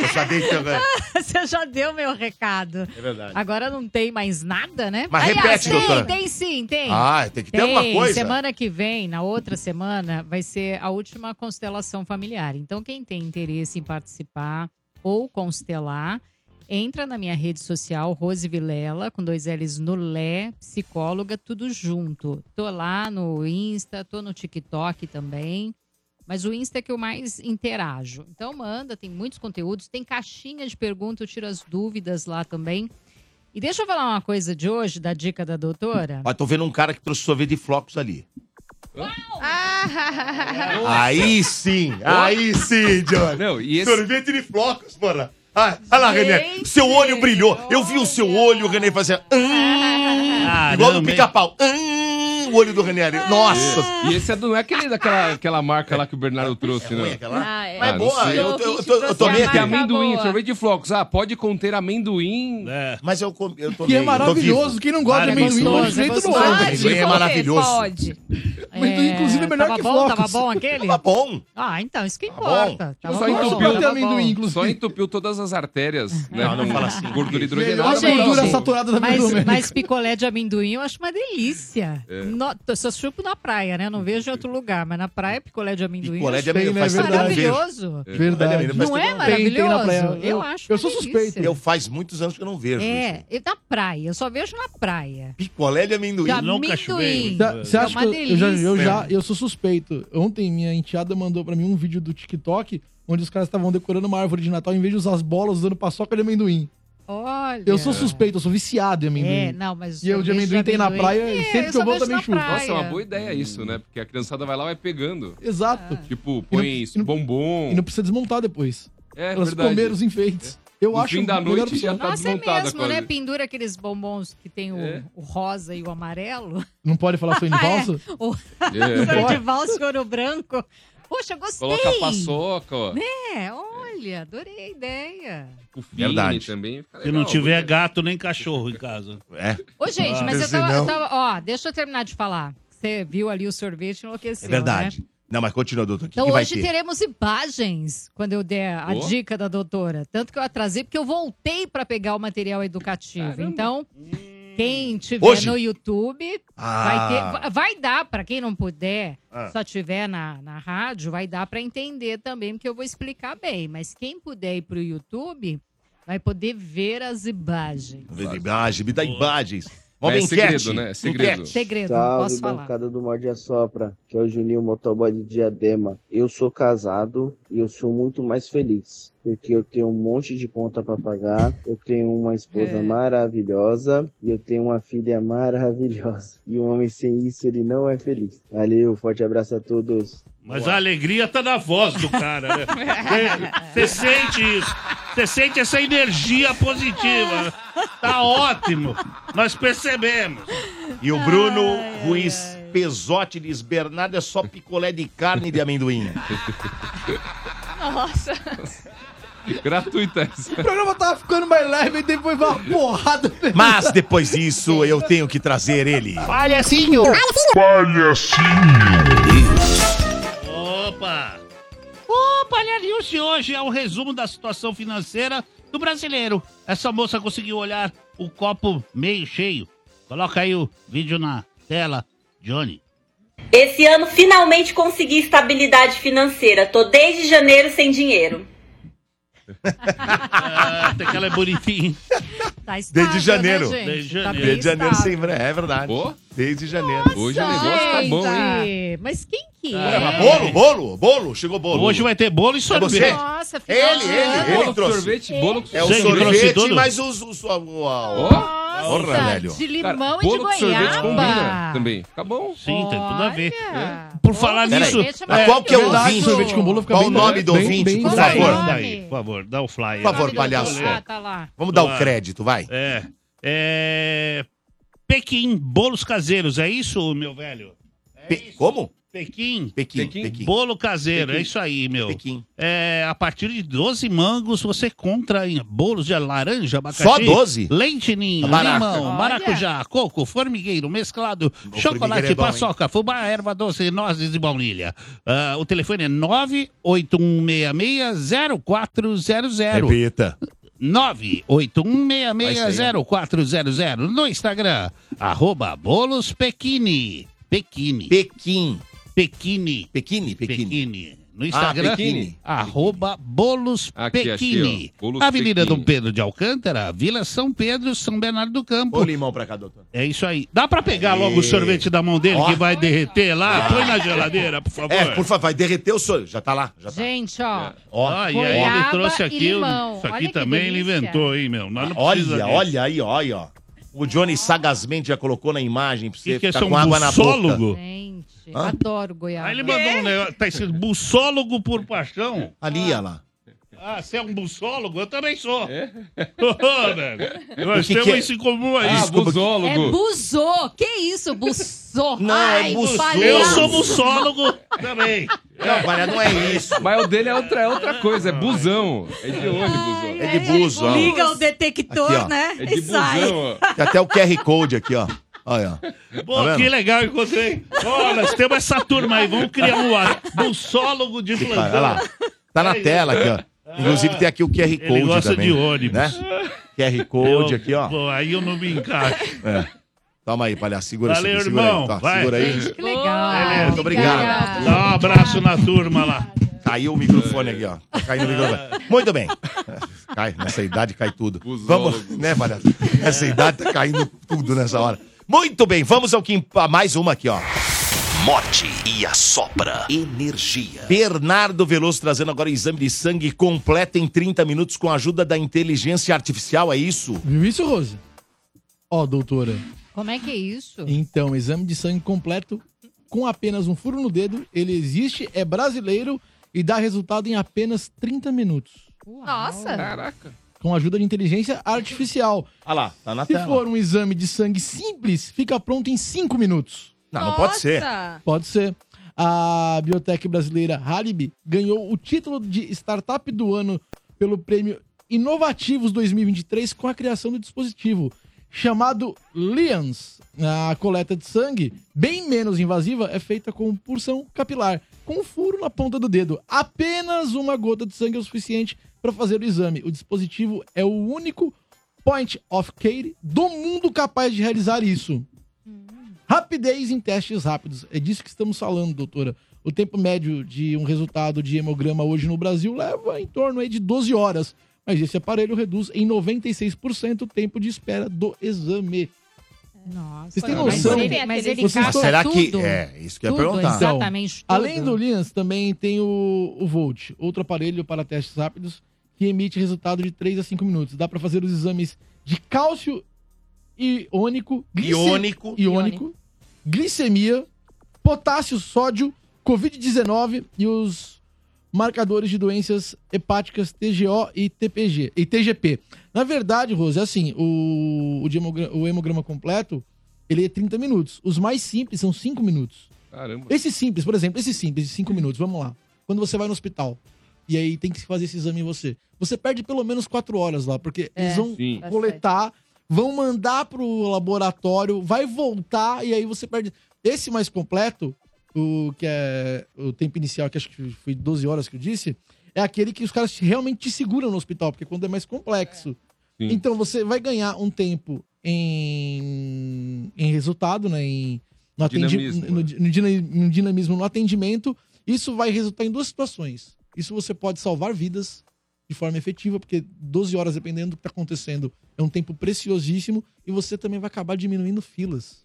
[SPEAKER 2] Eu já dei também.
[SPEAKER 7] Você já deu meu recado.
[SPEAKER 2] É verdade.
[SPEAKER 7] Agora não tem mais nada, né?
[SPEAKER 2] Mas
[SPEAKER 7] Aliás,
[SPEAKER 2] repete,
[SPEAKER 7] tem,
[SPEAKER 2] doutora.
[SPEAKER 7] tem sim, tem.
[SPEAKER 2] Ah, tem que ter alguma coisa.
[SPEAKER 7] Semana que vem, na outra semana, vai ser a última constelação familiar. Então, quem tem interesse em participar ou constelar, entra na minha rede social, Rose Vilela, com dois L's no Lé, psicóloga, tudo junto. Tô lá no Insta, tô no TikTok também. Mas o Insta é que eu mais interajo. Então manda, tem muitos conteúdos, tem caixinha de pergunta, eu tiro as dúvidas lá também. E deixa eu falar uma coisa de hoje, da dica da doutora.
[SPEAKER 2] Ó, tô vendo um cara que trouxe sorvete de flocos ali.
[SPEAKER 4] Ah.
[SPEAKER 2] Aí sim, aí sim, Johnny.
[SPEAKER 8] Não, e esse-
[SPEAKER 2] Sorvete de flocos, mano. Ah, olha lá, René. Seu olho brilhou. Eu vi o seu olho, o René fazia. "Hum", igual no
[SPEAKER 8] Caramba, hein?
[SPEAKER 2] pica-pau. "Hum", o olho do René.
[SPEAKER 7] Ah.
[SPEAKER 2] ali. Nossa.
[SPEAKER 8] E esse é do, não é aquele daquela aquela marca lá que o
[SPEAKER 2] É,
[SPEAKER 8] Bernardo trouxe, né?
[SPEAKER 4] Ah, é.
[SPEAKER 2] Mas
[SPEAKER 8] não
[SPEAKER 2] boa,
[SPEAKER 8] sei.
[SPEAKER 2] eu- eu- eu- eu- eu- eu tomei
[SPEAKER 8] Sorvete de
[SPEAKER 2] aqui.
[SPEAKER 8] amendoim,
[SPEAKER 2] boa.
[SPEAKER 8] sorvete de flocos. Ah, pode conter amendoim.
[SPEAKER 2] Mas eu, comi- eu tomei.
[SPEAKER 8] Que é
[SPEAKER 2] eu tô é
[SPEAKER 8] maravilhoso,
[SPEAKER 2] vivo.
[SPEAKER 8] quem não gosta de amendoim,
[SPEAKER 2] Maravilhoso.
[SPEAKER 8] de jeito não.
[SPEAKER 2] Amendoim é maravilhoso.
[SPEAKER 4] Pode.
[SPEAKER 7] Mas,
[SPEAKER 6] inclusive, é melhor
[SPEAKER 7] tava
[SPEAKER 6] que
[SPEAKER 7] bom,
[SPEAKER 6] flocos.
[SPEAKER 7] Tava bom aquele?
[SPEAKER 2] Tava bom.
[SPEAKER 7] Ah, então, isso que
[SPEAKER 2] bom.
[SPEAKER 7] importa.
[SPEAKER 8] Tipo,
[SPEAKER 7] Tava
[SPEAKER 8] só
[SPEAKER 7] bom,
[SPEAKER 8] entupiu,
[SPEAKER 7] tava bom.
[SPEAKER 8] só entupiu todas as artérias. Né?
[SPEAKER 2] Não, não
[SPEAKER 8] com
[SPEAKER 2] fala assim.
[SPEAKER 8] Gordura
[SPEAKER 7] Ó,
[SPEAKER 8] hidrogenada.
[SPEAKER 7] gente,
[SPEAKER 8] mas-
[SPEAKER 7] mas, mas picolé de amendoim eu acho uma delícia.
[SPEAKER 8] É.
[SPEAKER 7] No- eu só chupo na praia, né? Não vejo em outro lugar, mas na praia picolé de amendoim.
[SPEAKER 2] Picolé
[SPEAKER 7] eu
[SPEAKER 2] de
[SPEAKER 7] acho é
[SPEAKER 2] amendoim, é faz tempo que eu não vejo.
[SPEAKER 7] maravilhoso.
[SPEAKER 2] É. Picolé de amendoim, faz
[SPEAKER 7] Não
[SPEAKER 2] tempo
[SPEAKER 7] é
[SPEAKER 2] que eu vejo.
[SPEAKER 7] maravilhoso? eu, acho.
[SPEAKER 2] Eu sou suspeito. Eu faz muitos anos que eu não vejo. isso.
[SPEAKER 7] É, e na praia. Eu só vejo na praia.
[SPEAKER 2] Picolé de amendoim.
[SPEAKER 7] De amendoim. Sim.
[SPEAKER 6] Da- Você
[SPEAKER 7] É
[SPEAKER 6] acha
[SPEAKER 7] uma
[SPEAKER 6] que eu, eu já, eu
[SPEAKER 7] delícia.
[SPEAKER 6] já eu sou suspeito. Ontem minha enteada mandou pra mim um vídeo do TikTok onde os caras estavam decorando uma árvore de Natal em vez de usar as bolas usando paçoca de amendoim.
[SPEAKER 7] Olha.
[SPEAKER 6] Eu sou suspeito, eu sou viciado em amendoim.
[SPEAKER 7] É, não, mas.
[SPEAKER 6] E eu de amendoim tem na praia
[SPEAKER 7] É,
[SPEAKER 6] e sempre que eu vou
[SPEAKER 7] volto
[SPEAKER 6] também chupo.
[SPEAKER 8] Nossa, é uma boa ideia isso, né? Porque a criançada vai lá e vai pegando.
[SPEAKER 7] É.
[SPEAKER 6] Exato.
[SPEAKER 8] Tipo, põe isso, bombom.
[SPEAKER 6] E não precisa desmontar depois.
[SPEAKER 8] É,
[SPEAKER 6] Elas
[SPEAKER 8] verdade.
[SPEAKER 6] comeram os enfeites. Eu
[SPEAKER 8] No
[SPEAKER 6] acho
[SPEAKER 8] fim da
[SPEAKER 6] a melhor
[SPEAKER 8] noite já
[SPEAKER 6] opção.
[SPEAKER 8] tá Nossa, é desmontada
[SPEAKER 7] mesmo, né? Pendura aqueles bombons que tem o,
[SPEAKER 2] É.
[SPEAKER 7] o rosa e o amarelo.
[SPEAKER 6] Não pode falar sonho de valsa?
[SPEAKER 7] É. O
[SPEAKER 8] É.
[SPEAKER 7] sonho de valsa e ouro branco. Poxa, gostei.
[SPEAKER 8] Coloca a paçoca, ó.
[SPEAKER 7] Né? Olha, adorei a ideia.
[SPEAKER 8] O fine
[SPEAKER 5] Verdade.
[SPEAKER 8] também. fica
[SPEAKER 5] Se não
[SPEAKER 8] legal.
[SPEAKER 5] tiver gato nem cachorro em casa.
[SPEAKER 2] É.
[SPEAKER 7] Ô, gente, mas eu
[SPEAKER 5] Porque
[SPEAKER 7] tava, eu
[SPEAKER 5] senão-
[SPEAKER 7] tava- Ó, deixa eu terminar de falar. Você viu ali o sorvete e enlouqueceu,
[SPEAKER 2] É verdade.
[SPEAKER 7] né?
[SPEAKER 2] Não, mas continua, doutor. O que,
[SPEAKER 7] Então
[SPEAKER 2] que vai
[SPEAKER 7] hoje
[SPEAKER 2] ter?
[SPEAKER 7] teremos imagens quando eu der a
[SPEAKER 2] Ó.
[SPEAKER 7] dica da doutora. Tanto que eu atrasei, porque eu voltei para pegar o material educativo. Então, quem tiver
[SPEAKER 18] Hoje?
[SPEAKER 7] no YouTube,
[SPEAKER 18] Ah.
[SPEAKER 7] vai, ter, vai dar para quem não puder,
[SPEAKER 18] Ah.
[SPEAKER 7] só tiver na, na rádio, vai dar para entender também, porque eu vou explicar bem. Mas quem puder ir para o YouTube, vai poder ver as imagens.
[SPEAKER 2] Vem Imagem, me dá imagens.
[SPEAKER 8] Mas
[SPEAKER 2] Vamos
[SPEAKER 8] é
[SPEAKER 2] ver enquete.
[SPEAKER 8] segredo, né? É
[SPEAKER 2] Enquete.
[SPEAKER 7] Segredo, não
[SPEAKER 15] Salve,
[SPEAKER 7] posso falar.
[SPEAKER 15] bancada do Morde a Sopra, que é o Juninho Motoboy de Diadema. Eu sou casado e eu sou muito mais feliz, porque eu tenho um monte de conta pra pagar, eu tenho uma esposa
[SPEAKER 19] É.
[SPEAKER 15] maravilhosa e eu tenho uma filha maravilhosa. E um homem sem isso, ele não é feliz. Valeu, forte abraço a todos.
[SPEAKER 5] Mas a alegria tá na voz do cara, né? Você sente isso. Você sente essa energia positiva. Tá ótimo. Nós percebemos.
[SPEAKER 2] E o Bruno Ruiz Pesotti diz: Bernardo é só picolé de carne de amendoim.
[SPEAKER 4] Nossa.
[SPEAKER 8] Gratuita essa.
[SPEAKER 6] O programa tava ficando mais leve e depois vai uma porrada.
[SPEAKER 2] Mas depois disso, eu tenho que trazer ele.
[SPEAKER 6] Palhacinho!
[SPEAKER 5] Opa! O Palharinho de hoje é o resumo da situação financeira do brasileiro. Essa moça conseguiu olhar o copo meio cheio. Coloca aí o vídeo na tela, Johnny.
[SPEAKER 20] Esse ano finalmente consegui estabilidade financeira. Tô desde janeiro sem dinheiro.
[SPEAKER 5] Até que ela é bonitinha.
[SPEAKER 7] Tá
[SPEAKER 2] Desde janeiro.
[SPEAKER 5] Desde janeiro.
[SPEAKER 2] Desde janeiro sem É verdade. Desde janeiro.
[SPEAKER 8] Hoje
[SPEAKER 2] tá
[SPEAKER 8] tá
[SPEAKER 7] Gente, Mas quem que é?
[SPEAKER 2] Caramba, Bolo, bolo, bolo. Chegou bolo.
[SPEAKER 5] Hoje vai ter bolo e sorvete.
[SPEAKER 2] É você?
[SPEAKER 7] Nossa,
[SPEAKER 2] Ele,
[SPEAKER 7] final de
[SPEAKER 2] ele, ele,
[SPEAKER 7] ano.
[SPEAKER 2] trouxe. É o
[SPEAKER 5] Você que trouxe
[SPEAKER 2] sorvete,
[SPEAKER 5] tudo?
[SPEAKER 2] mas os... os, os, o- o- o- Porra, velho.
[SPEAKER 7] de limão e de
[SPEAKER 8] bolo com sorvete
[SPEAKER 7] goiaba.
[SPEAKER 8] combina também. Tá bom.
[SPEAKER 5] Sim, tem tudo a ver. É.
[SPEAKER 2] Por
[SPEAKER 5] falar
[SPEAKER 2] Peraí,
[SPEAKER 5] nisso,
[SPEAKER 2] mas
[SPEAKER 5] é,
[SPEAKER 2] qual que é o
[SPEAKER 5] verdade,
[SPEAKER 2] ouvinte?
[SPEAKER 5] sorvete com bolo fica
[SPEAKER 2] qual o
[SPEAKER 5] bem
[SPEAKER 2] nome
[SPEAKER 5] bem-
[SPEAKER 2] do
[SPEAKER 5] bem-
[SPEAKER 2] ouvinte,
[SPEAKER 5] bem-
[SPEAKER 2] por
[SPEAKER 5] Qual
[SPEAKER 2] favor?
[SPEAKER 5] o nome? Daí, por favor, dá o flyer.
[SPEAKER 2] Por favor, palhaço.
[SPEAKER 5] Ah, tá lá.
[SPEAKER 2] Vamos dar
[SPEAKER 5] Lá.
[SPEAKER 2] o crédito, vai.
[SPEAKER 5] É. É. Pequim, bolos caseiros, é isso, meu velho?
[SPEAKER 2] Pe- Como?
[SPEAKER 5] Pequim.
[SPEAKER 2] Pequim.
[SPEAKER 5] Bolo caseiro, é isso aí, meu. É, a partir de 12 mangos, você compra em bolos de laranja, abacaxi.
[SPEAKER 2] Só Tá 12?
[SPEAKER 5] Leite ninho,
[SPEAKER 2] Maraca.
[SPEAKER 5] limão,
[SPEAKER 2] Olha.
[SPEAKER 5] maracujá, coco, formigueiro, mesclado,
[SPEAKER 2] formigueiro
[SPEAKER 5] chocolate,
[SPEAKER 2] é bom, hein?
[SPEAKER 5] paçoca, fubá, erva doce, nozes e baunilha. Ah, o telefone é 981660400.
[SPEAKER 2] Repita.
[SPEAKER 5] 981660400 no Instagram, arroba bolos Pequini. Pequini.
[SPEAKER 2] Pequim.
[SPEAKER 5] Pequini.
[SPEAKER 2] Pequini,
[SPEAKER 5] Pequini. No
[SPEAKER 2] Ah,
[SPEAKER 5] Instagram,
[SPEAKER 2] Pequini.
[SPEAKER 5] arroba bolos
[SPEAKER 2] Aqui,
[SPEAKER 5] Pequini.
[SPEAKER 2] achei, ó. Bolos
[SPEAKER 5] Avenida
[SPEAKER 2] Pequini.
[SPEAKER 5] Dom Pedro de Alcântara, Vila São Pedro, São Bernardo do Campo.
[SPEAKER 2] Ô, limão pra cá, doutor.
[SPEAKER 5] É isso aí. Dá pra pegar logo o sorvete da mão dele que vai derreter lá? Põe na geladeira, por favor.
[SPEAKER 2] É, por favor, vai derreter o sorvete. Já tá lá, já tá.
[SPEAKER 7] Gente, ó.
[SPEAKER 2] Ó,
[SPEAKER 5] Ah, e aí
[SPEAKER 7] Goiaba
[SPEAKER 5] ele trouxe
[SPEAKER 7] e
[SPEAKER 5] aqui.
[SPEAKER 7] limão.
[SPEAKER 5] Isso aqui
[SPEAKER 7] Olha que
[SPEAKER 5] também ele
[SPEAKER 7] delícia.
[SPEAKER 5] inventou, hein, meu? Nós não precisa
[SPEAKER 2] Olha,
[SPEAKER 5] disso.
[SPEAKER 2] olha aí, olha, ó. O Johnny sagazmente já colocou na imagem pra você
[SPEAKER 5] Que que é
[SPEAKER 2] ficar
[SPEAKER 5] isso,
[SPEAKER 2] com
[SPEAKER 5] um
[SPEAKER 2] água na boca.
[SPEAKER 5] bussólogo?
[SPEAKER 7] Gente,
[SPEAKER 2] Hã?
[SPEAKER 7] adoro goiaba.
[SPEAKER 5] Aí ele mandou um negócio, tá escrito bussólogo por paixão.
[SPEAKER 2] Ali, olha lá.
[SPEAKER 5] Ah, você é um bussólogo? Eu também sou. É?
[SPEAKER 2] O
[SPEAKER 5] Nós
[SPEAKER 2] que
[SPEAKER 5] temos
[SPEAKER 2] que é?
[SPEAKER 5] isso em comum aí.
[SPEAKER 2] Ah, Desculpa, bussólogo.
[SPEAKER 7] É buzô. Que isso, buzô?
[SPEAKER 5] Não, é
[SPEAKER 7] Ai,
[SPEAKER 5] bussô.
[SPEAKER 7] palhaço.
[SPEAKER 5] Eu sou bussólogo também.
[SPEAKER 2] Não, Guará, não é isso.
[SPEAKER 8] Mas o dele é outra, é outra coisa, é busão. É de ônibus, ó.
[SPEAKER 2] É de buzo, ó.
[SPEAKER 20] Liga o detector,
[SPEAKER 2] Aqui, ó.
[SPEAKER 20] né?
[SPEAKER 8] É de
[SPEAKER 20] e sai.
[SPEAKER 8] busão, ó.
[SPEAKER 2] Tem até o QR Code aqui, ó. Olha, ó.
[SPEAKER 5] Pô,
[SPEAKER 2] Tá vendo?
[SPEAKER 5] que legal, encontrei. Ó, nós temos essa turma aí, vamos criar um ar. Bussólogo de plantão.
[SPEAKER 2] Olha lá. Tá na tela aqui, ó. Inclusive tem aqui o QR Code
[SPEAKER 5] É gosta
[SPEAKER 2] também.
[SPEAKER 5] de ônibus.
[SPEAKER 2] Né? QR Code aqui, ó.
[SPEAKER 5] Pô, aí eu não me encaixo.
[SPEAKER 2] É. Toma aí, palhaço. Segura
[SPEAKER 5] Valeu,
[SPEAKER 2] isso aqui, segura
[SPEAKER 5] irmão.
[SPEAKER 2] aí. Tá,
[SPEAKER 5] Vai.
[SPEAKER 2] Segura aí.
[SPEAKER 5] Que
[SPEAKER 7] legal.
[SPEAKER 5] Beleza.
[SPEAKER 2] Muito obrigado.
[SPEAKER 5] Dá um abraço na turma lá.
[SPEAKER 2] Caiu o microfone aqui, ó. Tá caindo o microfone. Muito bem. Cai, nessa idade cai tudo. Vamos, né, palhaço? Nessa idade tá caindo tudo nessa hora. Muito bem, vamos ao que imp- a mais uma aqui, ó.
[SPEAKER 3] Morte e a sopra energia.
[SPEAKER 2] Bernardo Veloso trazendo agora o exame de sangue completo em 30 minutos com a ajuda da inteligência artificial, é isso?
[SPEAKER 6] Viu isso, Rose? Ó, doutora.
[SPEAKER 7] Como é que é isso?
[SPEAKER 6] Então, exame de sangue completo com apenas um furo no dedo. Ele existe, é brasileiro e dá resultado em apenas 30 minutos.
[SPEAKER 4] Nossa.
[SPEAKER 8] Caraca.
[SPEAKER 6] Com a ajuda de inteligência artificial.
[SPEAKER 2] Olha lá, tá na
[SPEAKER 6] Se
[SPEAKER 2] tela.
[SPEAKER 6] for um exame de sangue simples, fica pronto em 5 minutos.
[SPEAKER 2] Não, não pode ser.
[SPEAKER 6] Pode ser. A biotech brasileira Halib ganhou o título de Startup do Ano pelo prêmio Inovativos 2023 com a criação do dispositivo chamado Lians. A coleta de sangue, bem menos invasiva, é feita com porção capilar, com um furo na ponta do dedo. Apenas uma gota de sangue é o suficiente para fazer o exame. O dispositivo é o único point of care do mundo capaz de realizar isso. Rapidez em testes rápidos. É disso que estamos falando, doutora. O tempo médio de um resultado de hemograma hoje no Brasil leva em torno aí de 12 horas. Mas esse aparelho reduz em 96% o tempo de espera do exame.
[SPEAKER 7] Nossa.
[SPEAKER 6] Vocês têm
[SPEAKER 7] Mas
[SPEAKER 6] noção?
[SPEAKER 7] ele- mas ele
[SPEAKER 6] Vocês
[SPEAKER 7] encaixa
[SPEAKER 6] estão-
[SPEAKER 2] Será que.
[SPEAKER 7] tudo.
[SPEAKER 2] É, isso que eu ia
[SPEAKER 7] Tudo,
[SPEAKER 2] perguntar.
[SPEAKER 7] exato. Exatamente tudo.
[SPEAKER 6] Além do Lians, também tem o, o Volt, outro aparelho para testes rápidos que emite resultado de 3 a 5 minutos. Dá para fazer os exames de cálcio iônico, glice-
[SPEAKER 2] Iônico.
[SPEAKER 6] iônico, glicemia, potássio, sódio, COVID-19 e os marcadores de doenças hepáticas TGO e TPG e TGP. Na verdade, Rose, é assim, o, o de hemogra- o hemograma completo, ele é 30 minutos. Os mais simples são 5 minutos.
[SPEAKER 8] Caramba.
[SPEAKER 6] Esse simples, por exemplo, esse simples de 5 minutos, vamos lá. Quando você vai no hospital e aí tem que se fazer esse exame em você, você perde pelo menos 4 horas lá, porque
[SPEAKER 18] É,
[SPEAKER 6] eles vão
[SPEAKER 18] sim.
[SPEAKER 6] coletar, vão mandar pro laboratório, vai voltar e aí você perde. Esse mais completo, o que é o tempo inicial, que acho que foi 12 horas que eu disse, é aquele que os caras te- realmente te seguram no hospital, porque quando é mais complexo.
[SPEAKER 8] Sim.
[SPEAKER 6] Então você vai ganhar um tempo em, em resultado, né? Em, no, atendi-
[SPEAKER 8] Dinamismo, né?
[SPEAKER 6] no- no dina- no dinamismo no atendimento. Isso vai resultar em duas situações. Isso você pode salvar vidas de forma efetiva, porque 12 horas, dependendo do que está acontecendo, é um tempo preciosíssimo e você também vai acabar diminuindo filas.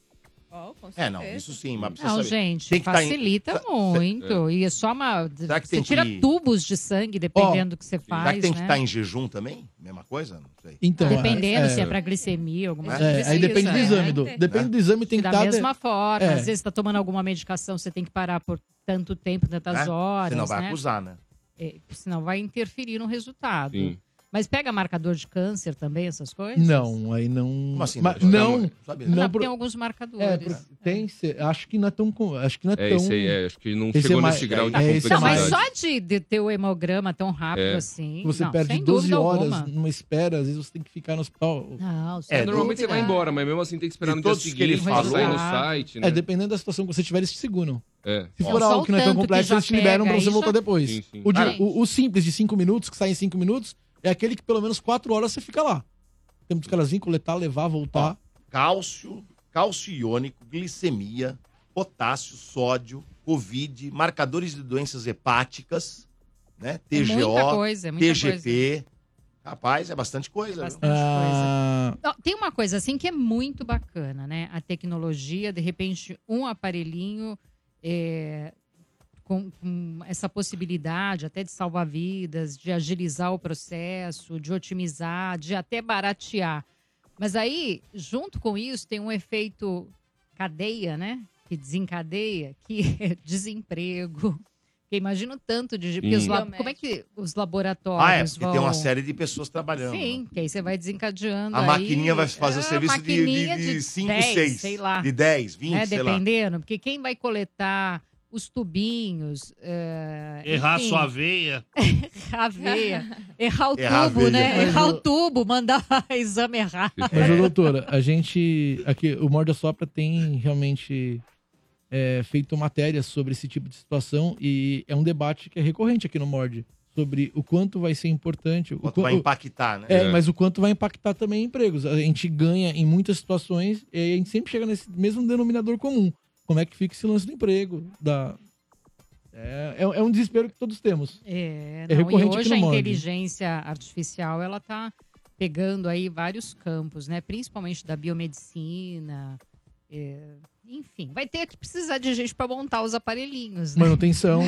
[SPEAKER 2] É, não, isso sim, mas precisa
[SPEAKER 7] Não,
[SPEAKER 2] saber.
[SPEAKER 7] gente,
[SPEAKER 2] Tem que tá em-
[SPEAKER 7] facilita
[SPEAKER 2] Sa-
[SPEAKER 7] muito. E é só uma.
[SPEAKER 2] que
[SPEAKER 7] Você
[SPEAKER 2] tem
[SPEAKER 7] tira
[SPEAKER 2] que-
[SPEAKER 7] tubos de sangue, dependendo do que você faz.
[SPEAKER 2] Será que tem que
[SPEAKER 7] né?
[SPEAKER 2] estar em jejum também? Mesma coisa? Não sei.
[SPEAKER 6] Então,
[SPEAKER 7] Dependendo se é pra glicemia, alguma
[SPEAKER 6] É,
[SPEAKER 7] coisa
[SPEAKER 6] aí
[SPEAKER 7] precisa,
[SPEAKER 6] depende do
[SPEAKER 7] né?
[SPEAKER 6] exame, do, depende do exame tem que
[SPEAKER 7] Da
[SPEAKER 6] estar
[SPEAKER 7] mesma forma,
[SPEAKER 6] É.
[SPEAKER 7] às vezes tá tomando alguma medicação, você tem que parar por tanto tempo, tantas
[SPEAKER 2] Né?
[SPEAKER 7] horas.
[SPEAKER 2] Senão vai
[SPEAKER 7] né?
[SPEAKER 2] acusar, né?
[SPEAKER 7] É, senão vai interferir no resultado.
[SPEAKER 2] Sim.
[SPEAKER 7] Mas pega marcador de câncer também, essas coisas?
[SPEAKER 6] Não, aí não. Como
[SPEAKER 7] assim,
[SPEAKER 6] Mas,
[SPEAKER 7] doutor?
[SPEAKER 6] não,
[SPEAKER 7] Não,
[SPEAKER 6] não,
[SPEAKER 7] sabe? Não,
[SPEAKER 6] por-
[SPEAKER 7] tem alguns marcadores. né?
[SPEAKER 6] É, por- tem, cê- acho que não é tão. com- Acho que não é,
[SPEAKER 8] É,
[SPEAKER 6] tão.
[SPEAKER 8] esse aí, é, acho que não
[SPEAKER 6] esse
[SPEAKER 8] chegou
[SPEAKER 6] é mais-
[SPEAKER 8] nesse grau de
[SPEAKER 6] é, esse é
[SPEAKER 7] Não, mas
[SPEAKER 8] complexidade.
[SPEAKER 7] só de, de ter o hemograma tão rápido
[SPEAKER 8] É.
[SPEAKER 7] assim.
[SPEAKER 6] Você
[SPEAKER 7] não,
[SPEAKER 6] perde
[SPEAKER 7] sem
[SPEAKER 6] 12
[SPEAKER 7] dúvida
[SPEAKER 6] horas
[SPEAKER 7] alguma.
[SPEAKER 6] numa espera, às vezes você tem que ficar no hospital.
[SPEAKER 7] Não, sem
[SPEAKER 8] É, normalmente você vai embora, mas mesmo assim tem que esperar no dia
[SPEAKER 2] todos que ele
[SPEAKER 8] seguinte,
[SPEAKER 2] falou-
[SPEAKER 8] sai no site, né?
[SPEAKER 6] É, dependendo da situação que você tiver, eles te seguram.
[SPEAKER 8] É.
[SPEAKER 6] Se
[SPEAKER 8] Ó.
[SPEAKER 6] for algo que não é tão
[SPEAKER 8] tanto que
[SPEAKER 6] complexo,
[SPEAKER 8] já
[SPEAKER 6] eles te liberam
[SPEAKER 8] pega,
[SPEAKER 6] pra você
[SPEAKER 8] isso-
[SPEAKER 6] voltar depois.
[SPEAKER 8] Sim, sim.
[SPEAKER 6] O, de-
[SPEAKER 8] Ah.
[SPEAKER 6] o- o simples de 5 minutos, que sai em 5 minutos, é aquele que pelo menos 4 horas você fica lá. Tem dos caras virem coletar, levar, voltar.
[SPEAKER 2] Cálcio, cálcio iônico, glicemia, potássio, sódio, covid, marcadores de doenças hepáticas, né? TGO,
[SPEAKER 7] É muita coisa, é muita
[SPEAKER 2] TGP. Rapaz, é bastante coisa. viu? Ah,
[SPEAKER 7] Não, Tem uma coisa assim que é muito bacana, né? A tecnologia, de repente, um aparelhinho é, com, com essa possibilidade até de salvar vidas, de agilizar o processo, de otimizar, de até baratear. Mas aí, junto com isso, tem um efeito cadeia, né? Que desencadeia, que é desemprego. Porque imagina o tanto de. porque os
[SPEAKER 2] Sim.
[SPEAKER 7] lab- Como é que os laboratórios
[SPEAKER 2] Ah, é, porque
[SPEAKER 7] vão...
[SPEAKER 2] tem uma série de pessoas trabalhando.
[SPEAKER 7] Sim, que aí você vai desencadeando.
[SPEAKER 2] A
[SPEAKER 7] aí,
[SPEAKER 2] maquininha vai fazer o
[SPEAKER 7] ah,
[SPEAKER 2] serviço de-
[SPEAKER 7] maquininha
[SPEAKER 2] de 5,
[SPEAKER 7] dez,
[SPEAKER 2] 6.
[SPEAKER 7] sei lá.
[SPEAKER 2] De 10, 20,
[SPEAKER 7] né,
[SPEAKER 2] sei lá.
[SPEAKER 7] Dependendo, porque quem vai coletar os tubinhos. é,
[SPEAKER 5] Errar
[SPEAKER 7] enfim,
[SPEAKER 5] sua veia.
[SPEAKER 7] a veia. Errar o
[SPEAKER 6] Errar a
[SPEAKER 7] tubo,
[SPEAKER 6] veia.
[SPEAKER 7] né?
[SPEAKER 6] Mas
[SPEAKER 7] Errar
[SPEAKER 6] o-
[SPEAKER 7] o tubo, mandar exame errado.
[SPEAKER 6] Mas, ô, doutora, a gente. Aqui, o Morde a Sopra tem realmente é, feito matérias sobre esse tipo de situação e é um debate que é recorrente aqui no Morde. Sobre o quanto vai ser importante. O
[SPEAKER 2] Quanto
[SPEAKER 6] quan-
[SPEAKER 2] vai
[SPEAKER 6] o-
[SPEAKER 2] impactar, né?
[SPEAKER 6] É, mas o quanto vai impactar também em empregos. A gente ganha em muitas situações e aí a gente sempre chega nesse mesmo denominador comum. Como é que fica esse lance do emprego? Da... É, é- é um desespero que todos temos.
[SPEAKER 7] É, não,
[SPEAKER 6] É
[SPEAKER 7] e
[SPEAKER 6] recorrente
[SPEAKER 7] hoje
[SPEAKER 6] aqui
[SPEAKER 7] a
[SPEAKER 6] no Mord.
[SPEAKER 7] inteligência artificial ela tá pegando aí vários campos, né? Principalmente da biomedicina. é, enfim, vai ter que precisar de gente para montar os aparelhinhos, né?
[SPEAKER 6] Manutenção.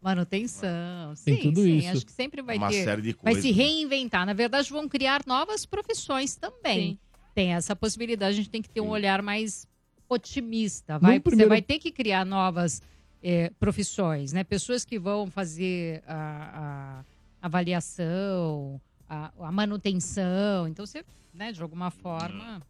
[SPEAKER 7] Manutenção.
[SPEAKER 6] Tem
[SPEAKER 7] sim,
[SPEAKER 6] tudo
[SPEAKER 7] sim.
[SPEAKER 6] isso.
[SPEAKER 7] Acho que sempre vai
[SPEAKER 6] É Uma
[SPEAKER 7] ter.
[SPEAKER 6] série de
[SPEAKER 7] vai
[SPEAKER 6] coisas,
[SPEAKER 7] se
[SPEAKER 6] né?
[SPEAKER 7] reinventar. Na verdade, vão criar novas profissões também. Tem essa possibilidade. A gente tem que ter um olhar mais otimista. Vai,
[SPEAKER 6] Num primeiro-
[SPEAKER 7] Você vai ter que criar novas eh, profissões, né? Pessoas que vão fazer a, a avaliação, a, a manutenção. Então, você, né, de alguma forma.
[SPEAKER 6] Hum.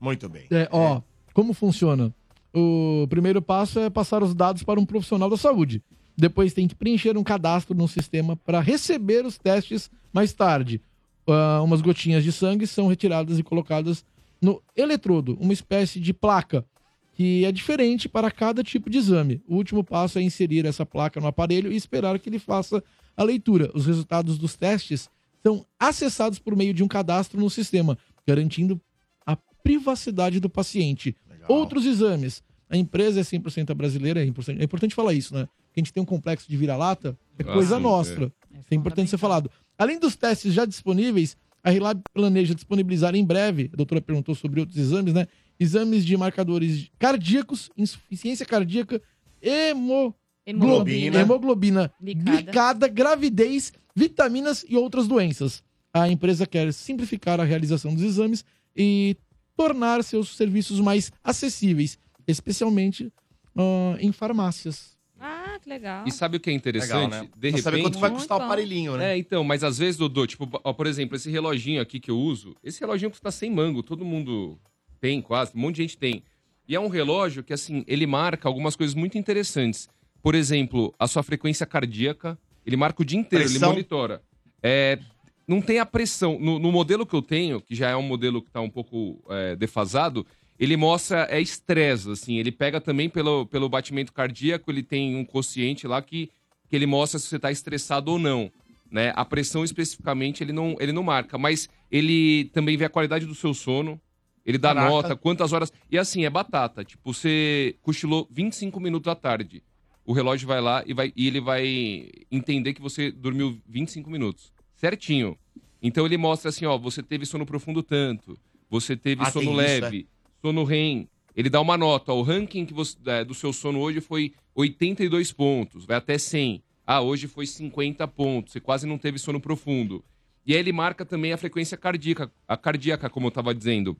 [SPEAKER 2] Muito bem.
[SPEAKER 6] É, ó, como funciona? O primeiro passo é passar os dados para um profissional da saúde. Depois tem que preencher um cadastro no sistema para receber os testes mais tarde. Ah, umas gotinhas de sangue são retiradas e colocadas no eletrodo, uma espécie de placa que é diferente para cada tipo de exame. O último passo é inserir essa placa no aparelho e esperar que ele faça a leitura. Os resultados dos testes são acessados por meio de um cadastro no sistema, garantindo a privacidade do paciente. Outros exames. A empresa é 100% brasileira, é importante, é importante falar isso, né? Que a gente tem um complexo de vira-lata, é
[SPEAKER 18] Ah,
[SPEAKER 6] coisa
[SPEAKER 18] sim,
[SPEAKER 6] nossa. Isso é importante ser falado. Além dos testes já disponíveis, a Relab planeja disponibilizar em breve, a doutora perguntou sobre outros exames, né? Exames de marcadores cardíacos, insuficiência cardíaca, hemoglobina,
[SPEAKER 4] Hemoglobina.
[SPEAKER 6] hemoglobina
[SPEAKER 4] Glicada.
[SPEAKER 6] glicada, gravidez, vitaminas e outras doenças. A empresa quer simplificar a realização dos exames e tornar seus serviços mais acessíveis, especialmente ah, em farmácias.
[SPEAKER 4] Ah, que legal.
[SPEAKER 8] E sabe o que é interessante?
[SPEAKER 2] Legal, né?
[SPEAKER 8] De
[SPEAKER 2] Pra
[SPEAKER 8] repente.
[SPEAKER 2] saber quanto vai custar o
[SPEAKER 4] bom.
[SPEAKER 2] aparelhinho, né?
[SPEAKER 8] É, então, mas às vezes, Dodô, tipo, ó, por exemplo, esse reloginho aqui que eu uso, esse reloginho custa 100 mango, todo mundo tem quase, um monte de gente tem. E é um relógio que, assim, ele marca algumas coisas muito interessantes. Por exemplo, a sua frequência cardíaca, ele marca o dia inteiro,
[SPEAKER 2] Pressão.
[SPEAKER 8] ele monitora. É, não tem a pressão. No, no modelo que eu tenho, que já é um modelo que está um pouco é, defasado, ele mostra é estresse, assim. Ele pega também pelo, pelo batimento cardíaco, ele tem um quociente lá que, que ele mostra se você está estressado ou não. Né? A pressão especificamente ele não, ele não marca, mas ele também vê a qualidade do seu sono, ele dá
[SPEAKER 2] Caraca.
[SPEAKER 8] nota, quantas horas. E assim, é batata. Tipo, você cochilou 25 minutos à tarde. O relógio vai lá e, vai, e ele vai entender que você dormiu 25 minutos. Certinho. Então ele mostra assim, ó, você teve sono profundo tanto, você teve
[SPEAKER 2] Ah, tem
[SPEAKER 8] sono
[SPEAKER 2] isso,
[SPEAKER 8] leve, sono REM. Ele dá uma nota, ó, o ranking que você, é, do seu sono hoje foi 82 pontos, vai até 100. Ah, hoje foi 50 pontos, você quase não teve sono profundo. E aí ele marca também a frequência cardíaca, a cardíaca, como eu estava dizendo.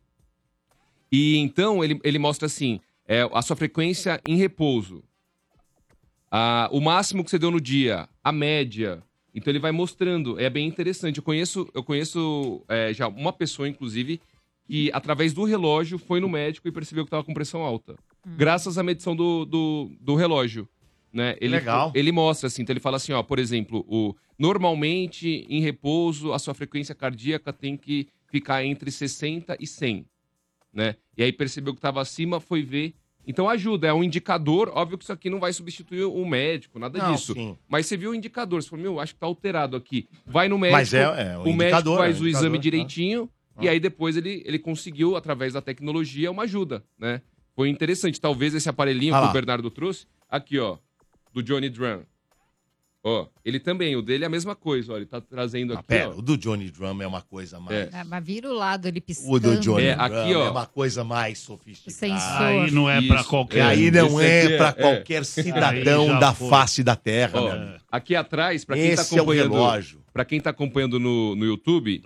[SPEAKER 8] E então ele, ele mostra assim: é, a sua frequência em repouso, a- o máximo que você deu no dia, a média. Então ele vai mostrando, é bem interessante. Eu conheço, eu conheço é, já uma pessoa, inclusive, que através do relógio foi no médico e percebeu que estava com pressão alta. Graças à medição do, do, do relógio. Né? Ele,
[SPEAKER 2] Legal.
[SPEAKER 8] Ele mostra, assim, então ele fala assim, ó, por exemplo, o, normalmente, em repouso, a sua frequência cardíaca tem que ficar entre 60 e 100 né? E aí percebeu que estava acima, foi ver. Então ajuda, é um indicador. Óbvio que isso aqui não vai substituir o médico, nada
[SPEAKER 2] Não,
[SPEAKER 8] disso.
[SPEAKER 2] sim.
[SPEAKER 8] Mas você viu o indicador, você falou, meu, acho que tá alterado aqui. Vai no médico,
[SPEAKER 2] Mas é- é, o
[SPEAKER 8] o, médico
[SPEAKER 2] indicador,
[SPEAKER 8] faz
[SPEAKER 2] é, Ah.
[SPEAKER 8] o
[SPEAKER 2] o
[SPEAKER 8] exame
[SPEAKER 2] indicador,
[SPEAKER 8] direitinho e aí depois ele, ele conseguiu, através da tecnologia, uma ajuda, né? Foi interessante. Talvez esse aparelhinho
[SPEAKER 2] Ah
[SPEAKER 8] que
[SPEAKER 2] lá.
[SPEAKER 8] o Bernardo trouxe, aqui, ó, do Johnny Drum. Ó, ele também, o dele é a mesma coisa, ó, ele tá trazendo aqui,
[SPEAKER 2] Ah, Pera,
[SPEAKER 8] ó.
[SPEAKER 2] o do Johnny Drum é uma coisa mais.
[SPEAKER 8] É.
[SPEAKER 7] Ah, mas vira o lado, ele piscando.
[SPEAKER 2] O do Johnny
[SPEAKER 8] É,
[SPEAKER 2] Drum
[SPEAKER 8] aqui, ó.
[SPEAKER 2] é uma coisa mais sofisticada.
[SPEAKER 7] O sensor.
[SPEAKER 5] Aí não é pra qualquer um.
[SPEAKER 2] Aí
[SPEAKER 5] Esse
[SPEAKER 2] não
[SPEAKER 5] aqui
[SPEAKER 2] é,
[SPEAKER 5] é-
[SPEAKER 2] pra
[SPEAKER 5] é.
[SPEAKER 2] qualquer
[SPEAKER 5] Aí
[SPEAKER 2] cidadão
[SPEAKER 5] já
[SPEAKER 2] da
[SPEAKER 5] foi. É.
[SPEAKER 2] face da terra,
[SPEAKER 8] Ó,
[SPEAKER 2] meu amigo.
[SPEAKER 8] aqui atrás, pra quem
[SPEAKER 2] Esse
[SPEAKER 8] tá
[SPEAKER 2] é o
[SPEAKER 8] acompanhando.
[SPEAKER 2] relógio.
[SPEAKER 8] pra quem tá acompanhando no, no YouTube,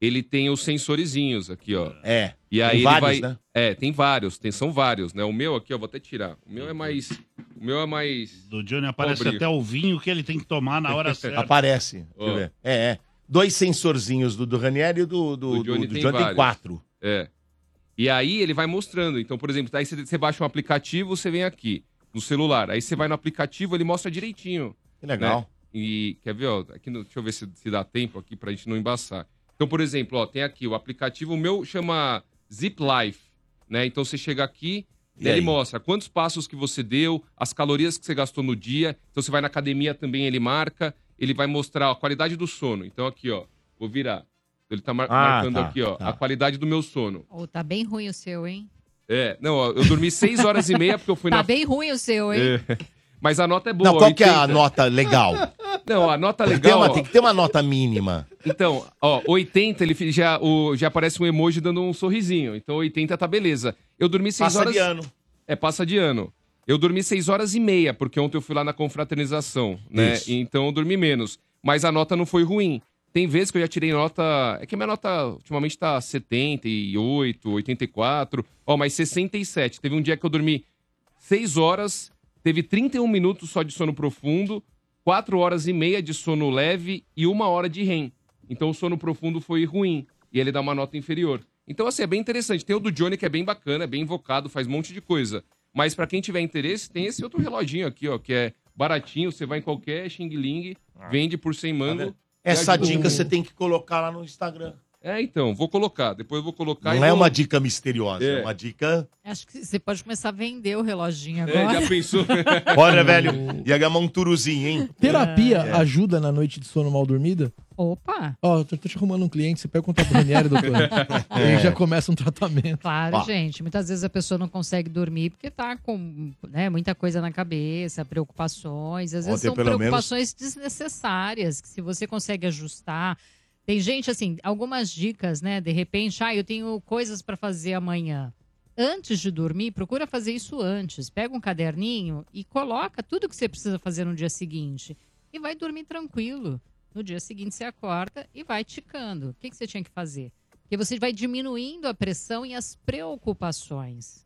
[SPEAKER 8] ele tem os sensorizinhos aqui, ó.
[SPEAKER 2] É.
[SPEAKER 8] E aí
[SPEAKER 2] Tem
[SPEAKER 8] ele vai.
[SPEAKER 2] vários, né?
[SPEAKER 8] É, tem vários, tem, são vários, né? O meu aqui, ó, vou até tirar. O meu é mais. O meu é mais.
[SPEAKER 5] Do Johnny Aparece até o vinho que ele tem que tomar na hora certa.
[SPEAKER 2] Aparece. Deixa
[SPEAKER 8] Ó.
[SPEAKER 2] eu ver. É, é. Dois sensorzinhos do, do Ranieri e do, do, do- do Johnny, tem quatro.
[SPEAKER 8] É. E aí ele vai mostrando. Então, por exemplo, aí você, você baixa um aplicativo, você vem aqui no celular. Aí você vai no aplicativo, ele mostra direitinho.
[SPEAKER 2] Que legal.
[SPEAKER 8] né? E quer ver, ó, aqui no- deixa eu ver se, se dá tempo aqui pra gente não embaçar. Então, por exemplo, ó, tem aqui o aplicativo, o meu chama Zip Life, né? Então você chega aqui,
[SPEAKER 2] E
[SPEAKER 8] né, ele
[SPEAKER 2] aí?
[SPEAKER 8] mostra quantos passos que você deu, as calorias que você gastou no dia. Então você vai na academia também, ele marca, ele vai mostrar ó, a qualidade do sono. Então aqui, ó, vou virar. Ele tá mar-
[SPEAKER 7] Ah,
[SPEAKER 8] marcando
[SPEAKER 7] tá,
[SPEAKER 8] aqui, ó,
[SPEAKER 7] tá.
[SPEAKER 8] a qualidade do meu sono.
[SPEAKER 7] Ô, tá bem ruim o seu, hein?
[SPEAKER 8] É, não, ó, eu dormi 6 horas e meia porque eu fui
[SPEAKER 7] tá
[SPEAKER 8] na
[SPEAKER 7] bem ruim o seu, hein?
[SPEAKER 8] É. Mas a nota é boa.
[SPEAKER 2] Não, qual que é a
[SPEAKER 8] 80.
[SPEAKER 2] nota legal?
[SPEAKER 8] Não, a nota
[SPEAKER 2] Tem que ter
[SPEAKER 8] legal.
[SPEAKER 2] uma-
[SPEAKER 8] ó.
[SPEAKER 2] tem que ter uma nota mínima.
[SPEAKER 8] Então, ó, 80 ele fi- já, o- já aparece um emoji dando um sorrisinho. Então 80 tá beleza. Eu dormi 6
[SPEAKER 2] Passa
[SPEAKER 8] horas.
[SPEAKER 2] de ano.
[SPEAKER 8] É, passa de ano. Eu dormi 6 horas e meia, porque ontem eu fui lá na confraternização, né?
[SPEAKER 2] Isso.
[SPEAKER 8] Então eu dormi menos. Mas a nota não foi ruim. Tem vezes que eu já tirei nota. É que minha nota ultimamente tá 78, 84. Ó, mas 67. Teve um dia que eu dormi 6 horas, teve 31 minutos só de sono profundo, 4 horas e meia de sono leve e uma hora de REM. Então o sono profundo foi ruim e ele dá uma nota inferior. Então, assim, é bem interessante. Tem o do Johnny que é bem bacana, é bem invocado, faz um monte de coisa. Mas pra quem tiver interesse, tem esse outro reloginho aqui, ó, que é baratinho, você vai em qualquer Xing Ling, vende por 100 mango.
[SPEAKER 2] Ah. Tá Essa
[SPEAKER 8] e ajuda.
[SPEAKER 2] dica você tem que colocar lá no Instagram.
[SPEAKER 8] É, então, vou colocar, depois eu vou colocar.
[SPEAKER 2] Não é uma dica misteriosa, é,
[SPEAKER 8] É.
[SPEAKER 2] uma dica.
[SPEAKER 7] Acho que você pode começar a vender o reloginho
[SPEAKER 8] É,
[SPEAKER 7] agora.
[SPEAKER 8] já pensou?
[SPEAKER 2] Olha, velho, ia ganhar um turuzinho, hein?
[SPEAKER 6] Terapia
[SPEAKER 2] É.
[SPEAKER 6] ajuda na noite de sono mal dormida?
[SPEAKER 7] Opa!
[SPEAKER 6] Ó, eu tô, tô te arrumando um cliente, você pega o contato do Ranieri, doutor. E aí já começa um tratamento.
[SPEAKER 7] Claro,
[SPEAKER 6] Ó.
[SPEAKER 7] gente. Muitas vezes a pessoa não consegue dormir porque tá com né, muita coisa na cabeça, preocupações. Às vezes
[SPEAKER 6] Ontem,
[SPEAKER 7] são
[SPEAKER 6] pelo menos-
[SPEAKER 7] preocupações desnecessárias, que se você consegue ajustar. Tem gente, assim, algumas dicas, né? De repente, ah, eu tenho coisas para fazer amanhã. Antes de dormir, procura fazer isso antes. Pega um caderninho e coloca tudo que você precisa fazer no dia seguinte. E vai dormir tranquilo. No dia seguinte, você acorda e vai ticando. O que, que você tinha que fazer? Porque você vai diminuindo a pressão e as preocupações.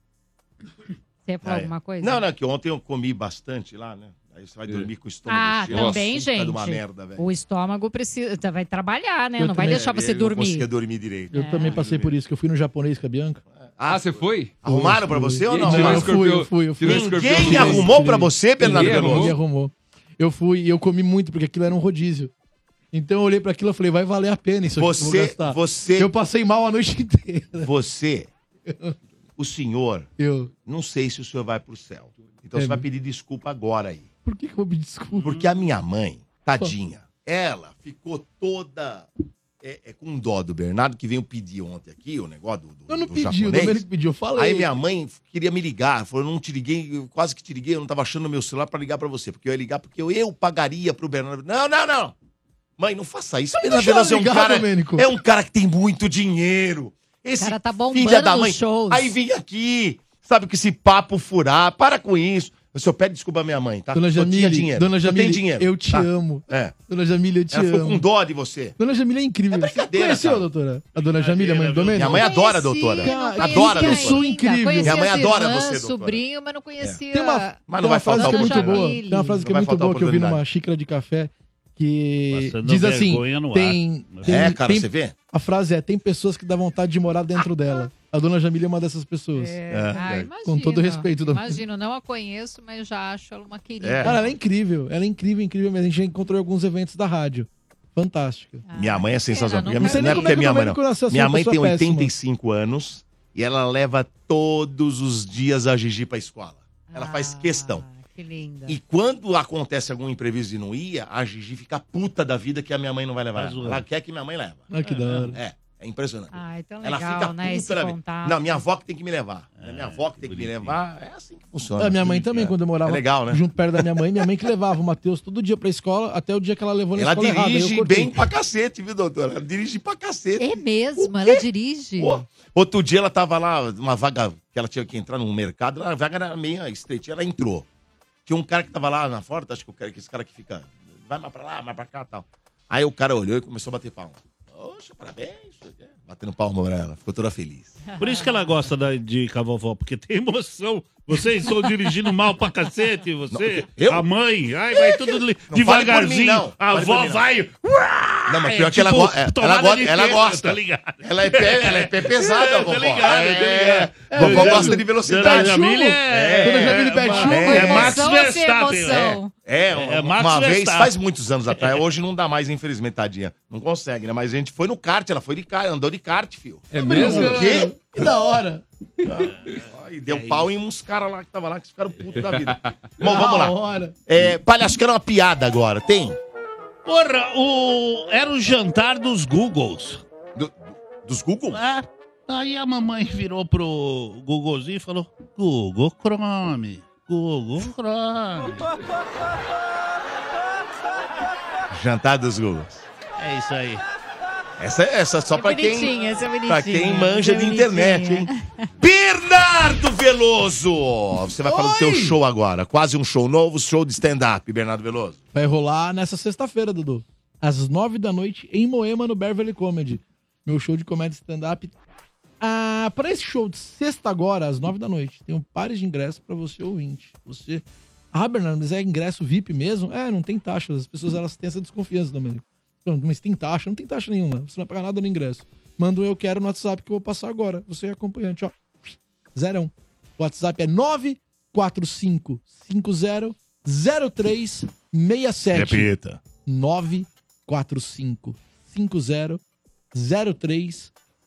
[SPEAKER 7] Você ia falar
[SPEAKER 2] Ah, é.
[SPEAKER 7] alguma coisa?
[SPEAKER 2] Não, não, que ontem eu comi bastante lá, né? Aí
[SPEAKER 6] É.
[SPEAKER 2] você vai dormir com o estômago
[SPEAKER 7] Ah,
[SPEAKER 2] cheio.
[SPEAKER 7] também,
[SPEAKER 2] Nossa,
[SPEAKER 7] gente.
[SPEAKER 2] Tá de uma merda, velho.
[SPEAKER 7] o estômago precisa, tá- vai trabalhar, né?
[SPEAKER 6] Eu
[SPEAKER 7] não vai
[SPEAKER 6] também-
[SPEAKER 7] deixar você
[SPEAKER 2] Eu Não
[SPEAKER 7] dormir. É.
[SPEAKER 2] conseguia dormir direito.
[SPEAKER 6] Eu também passei por isso, que eu fui no japonês com a Bianca.
[SPEAKER 8] Ah, você foi?
[SPEAKER 2] Arrumaram pra você ou
[SPEAKER 6] E
[SPEAKER 2] não?
[SPEAKER 6] tirou
[SPEAKER 2] Arrumaram?
[SPEAKER 6] o escorpião. Eu fui, eu fui, eu fui.
[SPEAKER 2] Ninguém arrumou pra você, Bernardo
[SPEAKER 6] Ninguém
[SPEAKER 2] Veloso?
[SPEAKER 6] Ninguém arrumou. Eu fui e eu comi muito, porque aquilo era um rodízio. Então eu olhei pra aquilo e falei, vai valer a pena isso aqui que eu
[SPEAKER 2] Você-
[SPEAKER 6] vou gastar.
[SPEAKER 2] você-
[SPEAKER 6] Eu passei mal a noite inteira.
[SPEAKER 2] Você, o senhor,
[SPEAKER 6] eu
[SPEAKER 2] não sei se o senhor vai pro céu. Então
[SPEAKER 6] É,
[SPEAKER 2] você vai
[SPEAKER 6] né?
[SPEAKER 2] pedir desculpa agora aí.
[SPEAKER 6] Por que, que eu vou pedir desculpa?
[SPEAKER 2] Porque a minha mãe, tadinha, ela ficou toda é, é, com dó do Bernardo, que veio pedir ontem aqui o negócio do, do,
[SPEAKER 6] Eu não
[SPEAKER 2] do
[SPEAKER 6] pedi, o
[SPEAKER 2] japonês.
[SPEAKER 6] Domênico que pediu, eu falei.
[SPEAKER 2] Aí minha mãe queria me ligar, falou, não te liguei, eu quase que te liguei, eu não tava achando meu celular pra ligar pra você, porque eu ia ligar porque eu, eu pagaria pro Bernardo. Não, não, não. Mãe, não faça isso.
[SPEAKER 6] Mas
[SPEAKER 2] Bernardo
[SPEAKER 6] deixa ela
[SPEAKER 2] Veloso é um
[SPEAKER 6] ligar,
[SPEAKER 2] cara,
[SPEAKER 6] Domênico.
[SPEAKER 2] é um cara que tem muito dinheiro. Esse
[SPEAKER 7] cara tá
[SPEAKER 2] filha
[SPEAKER 7] bombando
[SPEAKER 2] da
[SPEAKER 7] nos
[SPEAKER 2] mãe.
[SPEAKER 7] shows.
[SPEAKER 2] Aí vim aqui, sabe, com esse papo furar, para com isso. O senhor pede desculpa à minha mãe, tá?
[SPEAKER 6] Dona
[SPEAKER 2] Eu tinha
[SPEAKER 6] Jamile,
[SPEAKER 2] dinheiro.
[SPEAKER 6] Dona
[SPEAKER 2] eu tenho
[SPEAKER 6] Jamile,
[SPEAKER 2] dinheiro,
[SPEAKER 6] eu te
[SPEAKER 2] tá?
[SPEAKER 6] amo.
[SPEAKER 2] É.
[SPEAKER 6] Dona Jamília, eu te
[SPEAKER 2] Ela ficou
[SPEAKER 6] amo.
[SPEAKER 2] com dó de você.
[SPEAKER 6] Dona Jamília é incrível. Você conheceu,
[SPEAKER 2] cara.
[SPEAKER 6] doutora? A dona Jamília, mãe do Domênico?
[SPEAKER 2] Minha mãe adora a doutora.
[SPEAKER 6] Cara,
[SPEAKER 2] Adora a
[SPEAKER 6] que pessoa
[SPEAKER 2] doutora.
[SPEAKER 6] incrível.
[SPEAKER 7] Conhecia
[SPEAKER 2] Minha mãe
[SPEAKER 7] as
[SPEAKER 2] adora
[SPEAKER 7] irmãs,
[SPEAKER 2] você, doutora.
[SPEAKER 7] um sobrinho, mas não conhecia.
[SPEAKER 6] Tem uma,
[SPEAKER 2] Mas
[SPEAKER 6] tem
[SPEAKER 2] não
[SPEAKER 6] uma
[SPEAKER 2] vai
[SPEAKER 6] frase
[SPEAKER 2] faltar
[SPEAKER 6] que é muito boa.
[SPEAKER 2] oportunidade.
[SPEAKER 6] Tem uma frase que é
[SPEAKER 2] Não vai
[SPEAKER 6] muito
[SPEAKER 2] faltar
[SPEAKER 6] boa que eu vi numa
[SPEAKER 2] oportunidade.
[SPEAKER 6] xícara de café. que
[SPEAKER 5] Passando
[SPEAKER 6] diz assim,
[SPEAKER 5] vergonha no ar.
[SPEAKER 6] tem, tem-
[SPEAKER 2] É, cara,
[SPEAKER 6] tem-
[SPEAKER 2] você vê?
[SPEAKER 6] A frase é, tem pessoas que dá vontade de morar dentro dela. A dona Jamília é uma dessas pessoas.
[SPEAKER 2] É.
[SPEAKER 7] Ah,
[SPEAKER 6] É, Com todo
[SPEAKER 7] imagino,
[SPEAKER 6] respeito. dona-
[SPEAKER 7] Imagino, não a conheço, mas já acho ela uma querida.
[SPEAKER 6] Cara, ela é incrível. Ela é incrível, incrível mesmo. A gente já encontrou em alguns eventos da rádio. Fantástica.
[SPEAKER 2] Minha mãe é sensacional.
[SPEAKER 6] Ah, não
[SPEAKER 2] Minha-
[SPEAKER 6] não sei
[SPEAKER 2] não
[SPEAKER 6] nem
[SPEAKER 2] é
[SPEAKER 6] como
[SPEAKER 2] porque
[SPEAKER 6] é
[SPEAKER 2] é
[SPEAKER 6] que
[SPEAKER 2] minha
[SPEAKER 6] o
[SPEAKER 2] mãe,
[SPEAKER 6] Domênico nasceu
[SPEAKER 2] não.
[SPEAKER 6] assim,
[SPEAKER 2] Minha
[SPEAKER 6] uma
[SPEAKER 2] mãe tem
[SPEAKER 6] pessoa péssima.
[SPEAKER 2] 85 anos e ela leva todos os dias a Gigi pra escola. Ela faz
[SPEAKER 6] Ah,
[SPEAKER 2] questão.
[SPEAKER 7] Que linda.
[SPEAKER 2] E quando acontece algum imprevisto e não ia, a Gigi fica puta da vida que a minha mãe não vai levar. Ela, ela quer que minha mãe leva.
[SPEAKER 6] Ah, que da hora.
[SPEAKER 2] É, é impressionante.
[SPEAKER 7] Ah, então
[SPEAKER 2] ela
[SPEAKER 7] legal,
[SPEAKER 2] fica
[SPEAKER 7] né?
[SPEAKER 2] puta
[SPEAKER 7] Esse
[SPEAKER 2] da vida.
[SPEAKER 7] contato.
[SPEAKER 2] Não, minha avó que tem que me levar. É minha avó que tem que me levar. É assim que
[SPEAKER 7] Ah,
[SPEAKER 2] funciona.
[SPEAKER 6] A Ah, minha mãe também, quando eu morava
[SPEAKER 2] É legal, né?
[SPEAKER 6] junto perto da minha mãe, minha mãe que levava o Matheus todo dia pra escola, até o dia que ela levou na
[SPEAKER 2] Ela
[SPEAKER 6] escola errada. Aí eu
[SPEAKER 2] dirige
[SPEAKER 6] cortei.
[SPEAKER 2] bem pra cacete, viu, doutora? Ela dirige pra cacete.
[SPEAKER 7] É mesmo, ela dirige.
[SPEAKER 2] Outro dia ela tava lá, uma vaga que ela tinha que entrar num mercado, a vaga era meio estreitinha, ela entrou. Tinha um cara que tava lá na porta, acho que o cara, que esse cara que fica, vai mais pra lá, mais pra cá tal. Aí o cara olhou e começou a bater palma. Oxe, parabéns. Batendo palma pra ela, ficou toda feliz.
[SPEAKER 5] Por isso que ela gosta da, de cavovó, porque tem emoção. Vocês estão dirigindo mal pra cacete, você, a mãe, ai, vai tudo li-
[SPEAKER 2] Não fale por
[SPEAKER 5] devagarzinho.
[SPEAKER 2] mim, não.
[SPEAKER 5] A
[SPEAKER 2] Fale por
[SPEAKER 5] avó
[SPEAKER 2] mim, não.
[SPEAKER 5] vai.
[SPEAKER 2] Não, mas
[SPEAKER 5] É,
[SPEAKER 2] pior que ela,
[SPEAKER 5] tipo,
[SPEAKER 2] go- é, ela
[SPEAKER 5] tomada
[SPEAKER 2] go-
[SPEAKER 5] de
[SPEAKER 2] ela
[SPEAKER 5] teta,
[SPEAKER 2] gosta.
[SPEAKER 5] tá ligado?
[SPEAKER 2] Ela é pé, ela é pé pesada,
[SPEAKER 5] É, tá
[SPEAKER 2] vovó.
[SPEAKER 5] ligado,
[SPEAKER 2] é,
[SPEAKER 5] tá ligado. É,
[SPEAKER 2] Vovó
[SPEAKER 5] dona-
[SPEAKER 2] gosta de
[SPEAKER 5] dona
[SPEAKER 2] velocidade.
[SPEAKER 5] Jamília é-
[SPEAKER 2] Dona
[SPEAKER 5] é uma- é Emoção Max ou sem Verstappen, emoção?
[SPEAKER 2] assim, É,
[SPEAKER 5] É,
[SPEAKER 2] um-
[SPEAKER 5] é Max
[SPEAKER 2] uma vez,
[SPEAKER 5] Verstappen.
[SPEAKER 2] faz muitos anos atrás. Hoje não dá mais, infelizmente, tadinha. Não consegue, né? Mas a gente foi no kart, ela foi de kart, andou de kart, filho.
[SPEAKER 8] É
[SPEAKER 2] O quê? Ah,
[SPEAKER 6] Que da hora. É
[SPEAKER 2] E deu pau em uns caras lá que estavam lá, que ficaram putos da vida. Bom,
[SPEAKER 6] Da
[SPEAKER 2] vamos
[SPEAKER 5] Ah,
[SPEAKER 2] lá.
[SPEAKER 6] hora.
[SPEAKER 2] É, palhaço, quero uma piada agora, tem?
[SPEAKER 5] Porra, o... era o jantar dos Googles.
[SPEAKER 2] dos Googles?
[SPEAKER 5] É. Aí a mamãe virou pro Googlezinho e falou: Google Chrome, Google Chrome.
[SPEAKER 2] Jantar dos Googles.
[SPEAKER 5] É isso aí.
[SPEAKER 2] Essa, essa é só
[SPEAKER 7] É
[SPEAKER 2] pra quem.
[SPEAKER 7] bonitinha, essa é
[SPEAKER 2] Pra
[SPEAKER 7] bonitinha,
[SPEAKER 2] quem manja
[SPEAKER 7] essa é
[SPEAKER 2] de internet, hein?
[SPEAKER 7] bonitinha.
[SPEAKER 2] Bernardo Veloso! Você vai falar do teu show agora. Quase um show novo, show de stand-up, Bernardo Veloso.
[SPEAKER 6] Vai rolar nessa sexta-feira, Dudu. Às nove da noite, em Moema, no Beverly Comedy. Meu show de comédia stand-up. Ah, pra esse show de sexta agora, às nove da noite, tem um pares de ingressos pra você ouvinte. Você... Ah, Bernardo, mas é ingresso VIP mesmo? É, não tem taxa. As pessoas elas têm essa desconfiança, né, Domênico. Não, Mas tem taxa? Não tem taxa nenhuma. Você não vai pagar nada no ingresso. Manda um eu quero no WhatsApp que eu vou passar agora. Você é acompanhante, ó. Zerão. O WhatsApp é
[SPEAKER 2] é
[SPEAKER 6] 945500367.
[SPEAKER 2] Repita.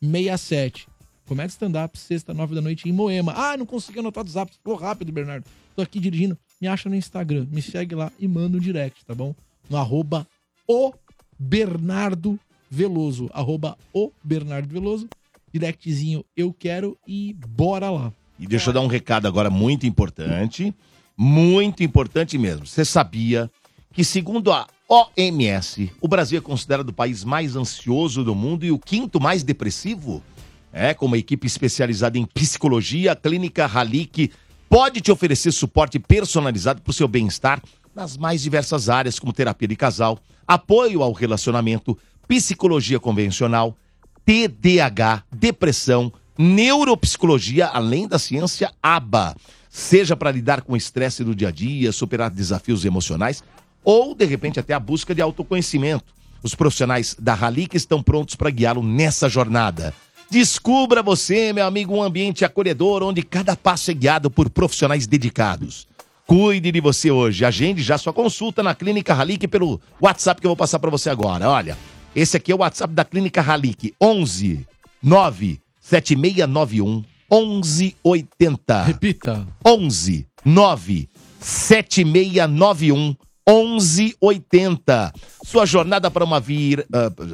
[SPEAKER 6] 945500367. Comédia stand-up, sexta, nove da noite, em Moema. Ah, não consegui anotar o WhatsApp. Pô, rápido, Bernardo. Tô aqui dirigindo. Me acha no Instagram. Me segue lá e manda um direct, tá bom? No arroba o Bernardo Veloso. Arroba o Bernardo Veloso. Directzinho eu quero e bora lá.
[SPEAKER 2] E deixa eu dar um recado agora muito importante. Muito importante mesmo. Você sabia que, segundo a OMS, o Brasil é considerado o país mais ansioso do mundo e o quinto mais depressivo? É, com uma equipe especializada em psicologia, a Clínica Halik pode te oferecer suporte personalizado para o seu bem-estar nas mais diversas áreas, como terapia de casal, apoio ao relacionamento, psicologia convencional, TDAH, depressão, neuropsicologia, além da ciência ABA. Seja para lidar com o estresse do dia a dia, superar desafios emocionais ou, de repente, até a busca de autoconhecimento. Os profissionais da Halik estão prontos para guiá-lo nessa jornada. Descubra você, meu amigo, um ambiente acolhedor onde cada passo é guiado por profissionais dedicados. Cuide de você hoje. Agende já sua consulta na Clínica Halik pelo WhatsApp que eu vou passar para você agora. Olha, esse aqui é o WhatsApp da Clínica Halik. 11 9 7691 1180.
[SPEAKER 6] Repita.
[SPEAKER 2] 11 9 7691 1180. Sua jornada para uma vida.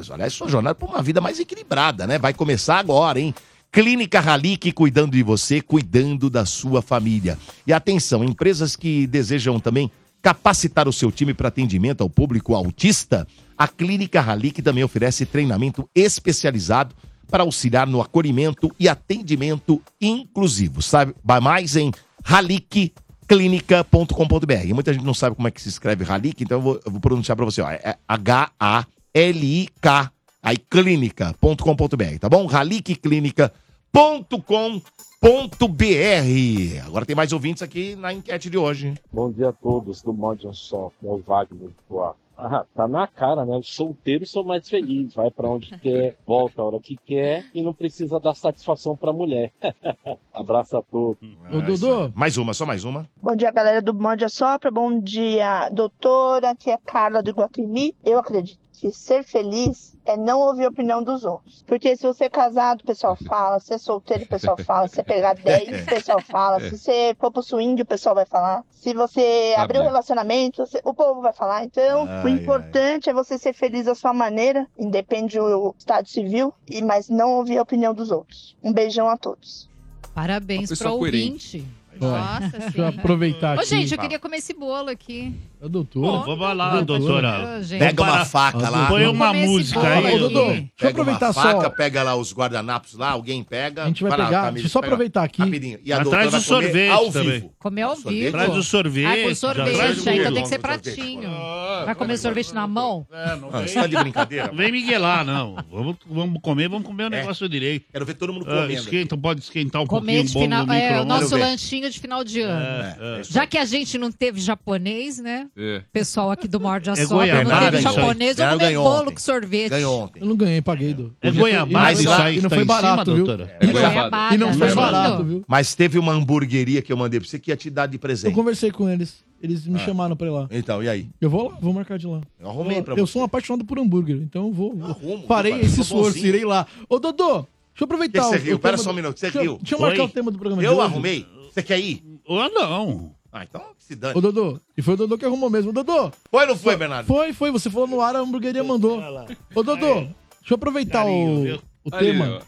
[SPEAKER 2] aliás, sua jornada para uma vida mais equilibrada, né? Vai começar agora, hein? Clínica Halik cuidando de você, cuidando da sua família. E atenção, empresas que desejam também capacitar o seu time para atendimento ao público autista, a Clínica Halik também oferece treinamento especializado para auxiliar no acolhimento e atendimento inclusivo. Saiba mais em halikclinica.com.br. Muita gente não sabe como é que se escreve Halik, então eu vou, eu vou pronunciar para você. ó. É H-A-L-I-K, aí clínica.com.br, tá bom? halikclinica.com.br. Agora tem mais ouvintes aqui na enquete de hoje.
[SPEAKER 18] Bom dia a todos do Monte Só, é o é Wagner do Poá. Ah, tá na cara, né? Os solteiros são mais felizes, vai pra onde quer, volta a hora que quer e não precisa dar satisfação pra mulher. Abraço a todos.
[SPEAKER 2] Ô, Dudu. É Mais uma, só mais uma.
[SPEAKER 19] Bom dia, galera do Mande Sopra. Bom dia, doutora. Aqui é Carla do Iguatemi. Eu acredito que ser feliz é não ouvir a opinião dos outros. Porque se você é casado, o pessoal fala. Se é solteiro, o pessoal fala. Se você pegar 10, o pessoal fala. Se você for pro swing, o pessoal vai falar. Se você
[SPEAKER 21] Tá
[SPEAKER 19] abrir um
[SPEAKER 21] bom.
[SPEAKER 19] relacionamento, você- o povo vai falar. Então, o
[SPEAKER 21] Ai,
[SPEAKER 19] importante é você ser feliz à sua maneira, independe do estado civil, e mas não ouvir a opinião dos outros. Um beijão a todos.
[SPEAKER 7] Parabéns
[SPEAKER 6] Uma
[SPEAKER 7] para
[SPEAKER 6] pessoa
[SPEAKER 7] o
[SPEAKER 6] coerente.
[SPEAKER 7] ouvinte. Nossa,
[SPEAKER 6] Deixa
[SPEAKER 7] sim.
[SPEAKER 6] eu
[SPEAKER 5] Tá
[SPEAKER 6] aproveitar
[SPEAKER 7] Ô,
[SPEAKER 6] aqui.
[SPEAKER 7] gente, eu queria comer esse bolo aqui.
[SPEAKER 6] Ô, É doutora.
[SPEAKER 5] Bom, vamos lá, doutora.
[SPEAKER 7] Ô, gente.
[SPEAKER 2] Pega uma
[SPEAKER 5] Para-
[SPEAKER 2] faca lá.
[SPEAKER 5] Põe uma
[SPEAKER 7] Comer esse
[SPEAKER 5] música
[SPEAKER 7] bolo
[SPEAKER 5] aí.
[SPEAKER 7] aqui. Ô, Dudu,
[SPEAKER 2] Pega
[SPEAKER 7] deixa eu
[SPEAKER 2] uma
[SPEAKER 6] aproveitar só-
[SPEAKER 2] faca, pega lá os guardanapos lá, alguém pega.
[SPEAKER 6] A gente vai
[SPEAKER 2] lá, tá
[SPEAKER 6] pegar,
[SPEAKER 2] Tamires,
[SPEAKER 6] deixa eu só
[SPEAKER 2] pega lá.
[SPEAKER 6] aproveitar aqui.
[SPEAKER 2] Rapidinho. E a
[SPEAKER 5] Mas traz
[SPEAKER 2] doutora
[SPEAKER 5] o
[SPEAKER 2] vai comer
[SPEAKER 5] sorvete
[SPEAKER 2] ao
[SPEAKER 5] também.
[SPEAKER 2] vivo.
[SPEAKER 7] Comer ao
[SPEAKER 2] Sorvete?
[SPEAKER 7] vivo.
[SPEAKER 5] Traz o sorvete,
[SPEAKER 7] Ah, com
[SPEAKER 5] já
[SPEAKER 7] sorvete.
[SPEAKER 5] traz o
[SPEAKER 7] então
[SPEAKER 5] bolo.
[SPEAKER 7] tem que ser
[SPEAKER 5] Sorvete.
[SPEAKER 7] pratinho. Vai comer sorvete na mão?
[SPEAKER 2] Ah, você tá de brincadeira? É.
[SPEAKER 5] Não vem miguelar, não. Vamos, vamos comer, vamos comer o negócio direito.
[SPEAKER 2] Quero ver todo mundo
[SPEAKER 5] comer.
[SPEAKER 2] comendo
[SPEAKER 5] esquenta, pode esquentar um
[SPEAKER 7] Comer de
[SPEAKER 5] pouquinho o
[SPEAKER 7] final,
[SPEAKER 5] bolo no
[SPEAKER 7] é, o
[SPEAKER 5] micro-ondas.
[SPEAKER 7] nosso lanchinho de final de ano.
[SPEAKER 5] É, é.
[SPEAKER 7] Já que a gente não teve japonês, né?
[SPEAKER 5] É.
[SPEAKER 7] Pessoal aqui do Morde a
[SPEAKER 5] É
[SPEAKER 7] Sopra não
[SPEAKER 5] goiabada
[SPEAKER 7] teve
[SPEAKER 5] isso aí.
[SPEAKER 7] japonês, eu
[SPEAKER 5] Ganhou,
[SPEAKER 7] comi
[SPEAKER 5] ganhou
[SPEAKER 7] bolo
[SPEAKER 5] ontem.
[SPEAKER 7] com sorvete.
[SPEAKER 2] ontem.
[SPEAKER 6] Eu não ganhei, paguei, Dudu.
[SPEAKER 5] É goiabada
[SPEAKER 6] E
[SPEAKER 5] isso
[SPEAKER 6] não foi-
[SPEAKER 5] aí
[SPEAKER 6] E não
[SPEAKER 5] que tá
[SPEAKER 6] foi
[SPEAKER 5] em cima,
[SPEAKER 6] barato, viu?
[SPEAKER 2] É
[SPEAKER 5] doutora?
[SPEAKER 6] E não-
[SPEAKER 7] é
[SPEAKER 6] E não foi barato, viu?
[SPEAKER 2] Mas teve uma hamburgueria que eu mandei pra você que ia te dar de
[SPEAKER 6] Eu
[SPEAKER 2] presente.
[SPEAKER 6] conversei com eles. Eles me
[SPEAKER 2] Ah.
[SPEAKER 6] chamaram pra ir lá.
[SPEAKER 2] Então, e aí?
[SPEAKER 6] Eu vou lá, vou marcar de lá.
[SPEAKER 2] Eu arrumei
[SPEAKER 6] Eu-
[SPEAKER 2] pra
[SPEAKER 6] Eu
[SPEAKER 2] você.
[SPEAKER 6] sou um apaixonado por hambúrguer, então eu vou. vou-
[SPEAKER 2] Arrumo,
[SPEAKER 6] Parei
[SPEAKER 2] viu, cara?
[SPEAKER 6] esse
[SPEAKER 2] Sou
[SPEAKER 6] esforço,
[SPEAKER 2] bonzinho.
[SPEAKER 6] irei lá. Ô, Dodô, deixa eu
[SPEAKER 2] que
[SPEAKER 6] aproveitar.
[SPEAKER 2] você
[SPEAKER 6] o-
[SPEAKER 2] riu?
[SPEAKER 6] o
[SPEAKER 2] Pera
[SPEAKER 6] tema
[SPEAKER 2] só um
[SPEAKER 6] do-
[SPEAKER 2] minuto, você
[SPEAKER 6] Deixa eu-
[SPEAKER 2] riu?
[SPEAKER 6] Deixa eu marcar
[SPEAKER 2] Oi?
[SPEAKER 6] o tema do programa de
[SPEAKER 2] Eu
[SPEAKER 6] hoje.
[SPEAKER 2] arrumei? Você quer ir?
[SPEAKER 5] Eu não.
[SPEAKER 2] Ah, então que se dane.
[SPEAKER 6] Ô, Dodô, e foi o Dodô que arrumou mesmo. Ô, Dodô!
[SPEAKER 2] Foi ou não foi, Bernardo?
[SPEAKER 6] Foi, foi. Você falou no ar, a hamburgueria mandou. Ô, Dodô, deixa eu aproveitar
[SPEAKER 2] Carinho,
[SPEAKER 6] o,
[SPEAKER 2] viu?
[SPEAKER 6] o
[SPEAKER 2] Ali,
[SPEAKER 6] tema.
[SPEAKER 2] ó.
[SPEAKER 6] Deixa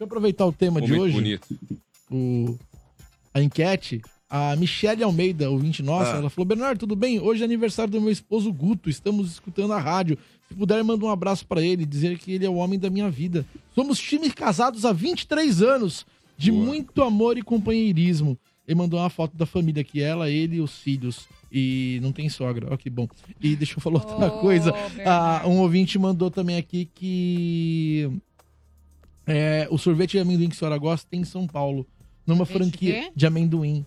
[SPEAKER 6] eu aproveitar o tema de
[SPEAKER 8] Momento
[SPEAKER 6] hoje.
[SPEAKER 8] bonito.
[SPEAKER 6] o- a enquete, a Michelle Almeida, ouvinte nossa,
[SPEAKER 8] Ah.
[SPEAKER 6] ela falou: Bernardo, tudo bem? Hoje é aniversário do meu esposo Guto, estamos escutando a rádio. Se puder, manda um abraço pra ele, dizer que ele é o homem da minha vida. Somos times casados há 23 anos, de muito amor e companheirismo. Ele mandou uma foto da família, que ela, ele e os filhos. E não tem sogra, ó que bom. E deixa eu falar outra
[SPEAKER 7] Oh,
[SPEAKER 6] coisa. Ah, um ouvinte mandou também aqui que é, o sorvete de amendoim que a senhora gosta tem em São Paulo. Numa
[SPEAKER 7] Sorvete
[SPEAKER 6] franquia
[SPEAKER 7] quê?
[SPEAKER 6] de amendoim.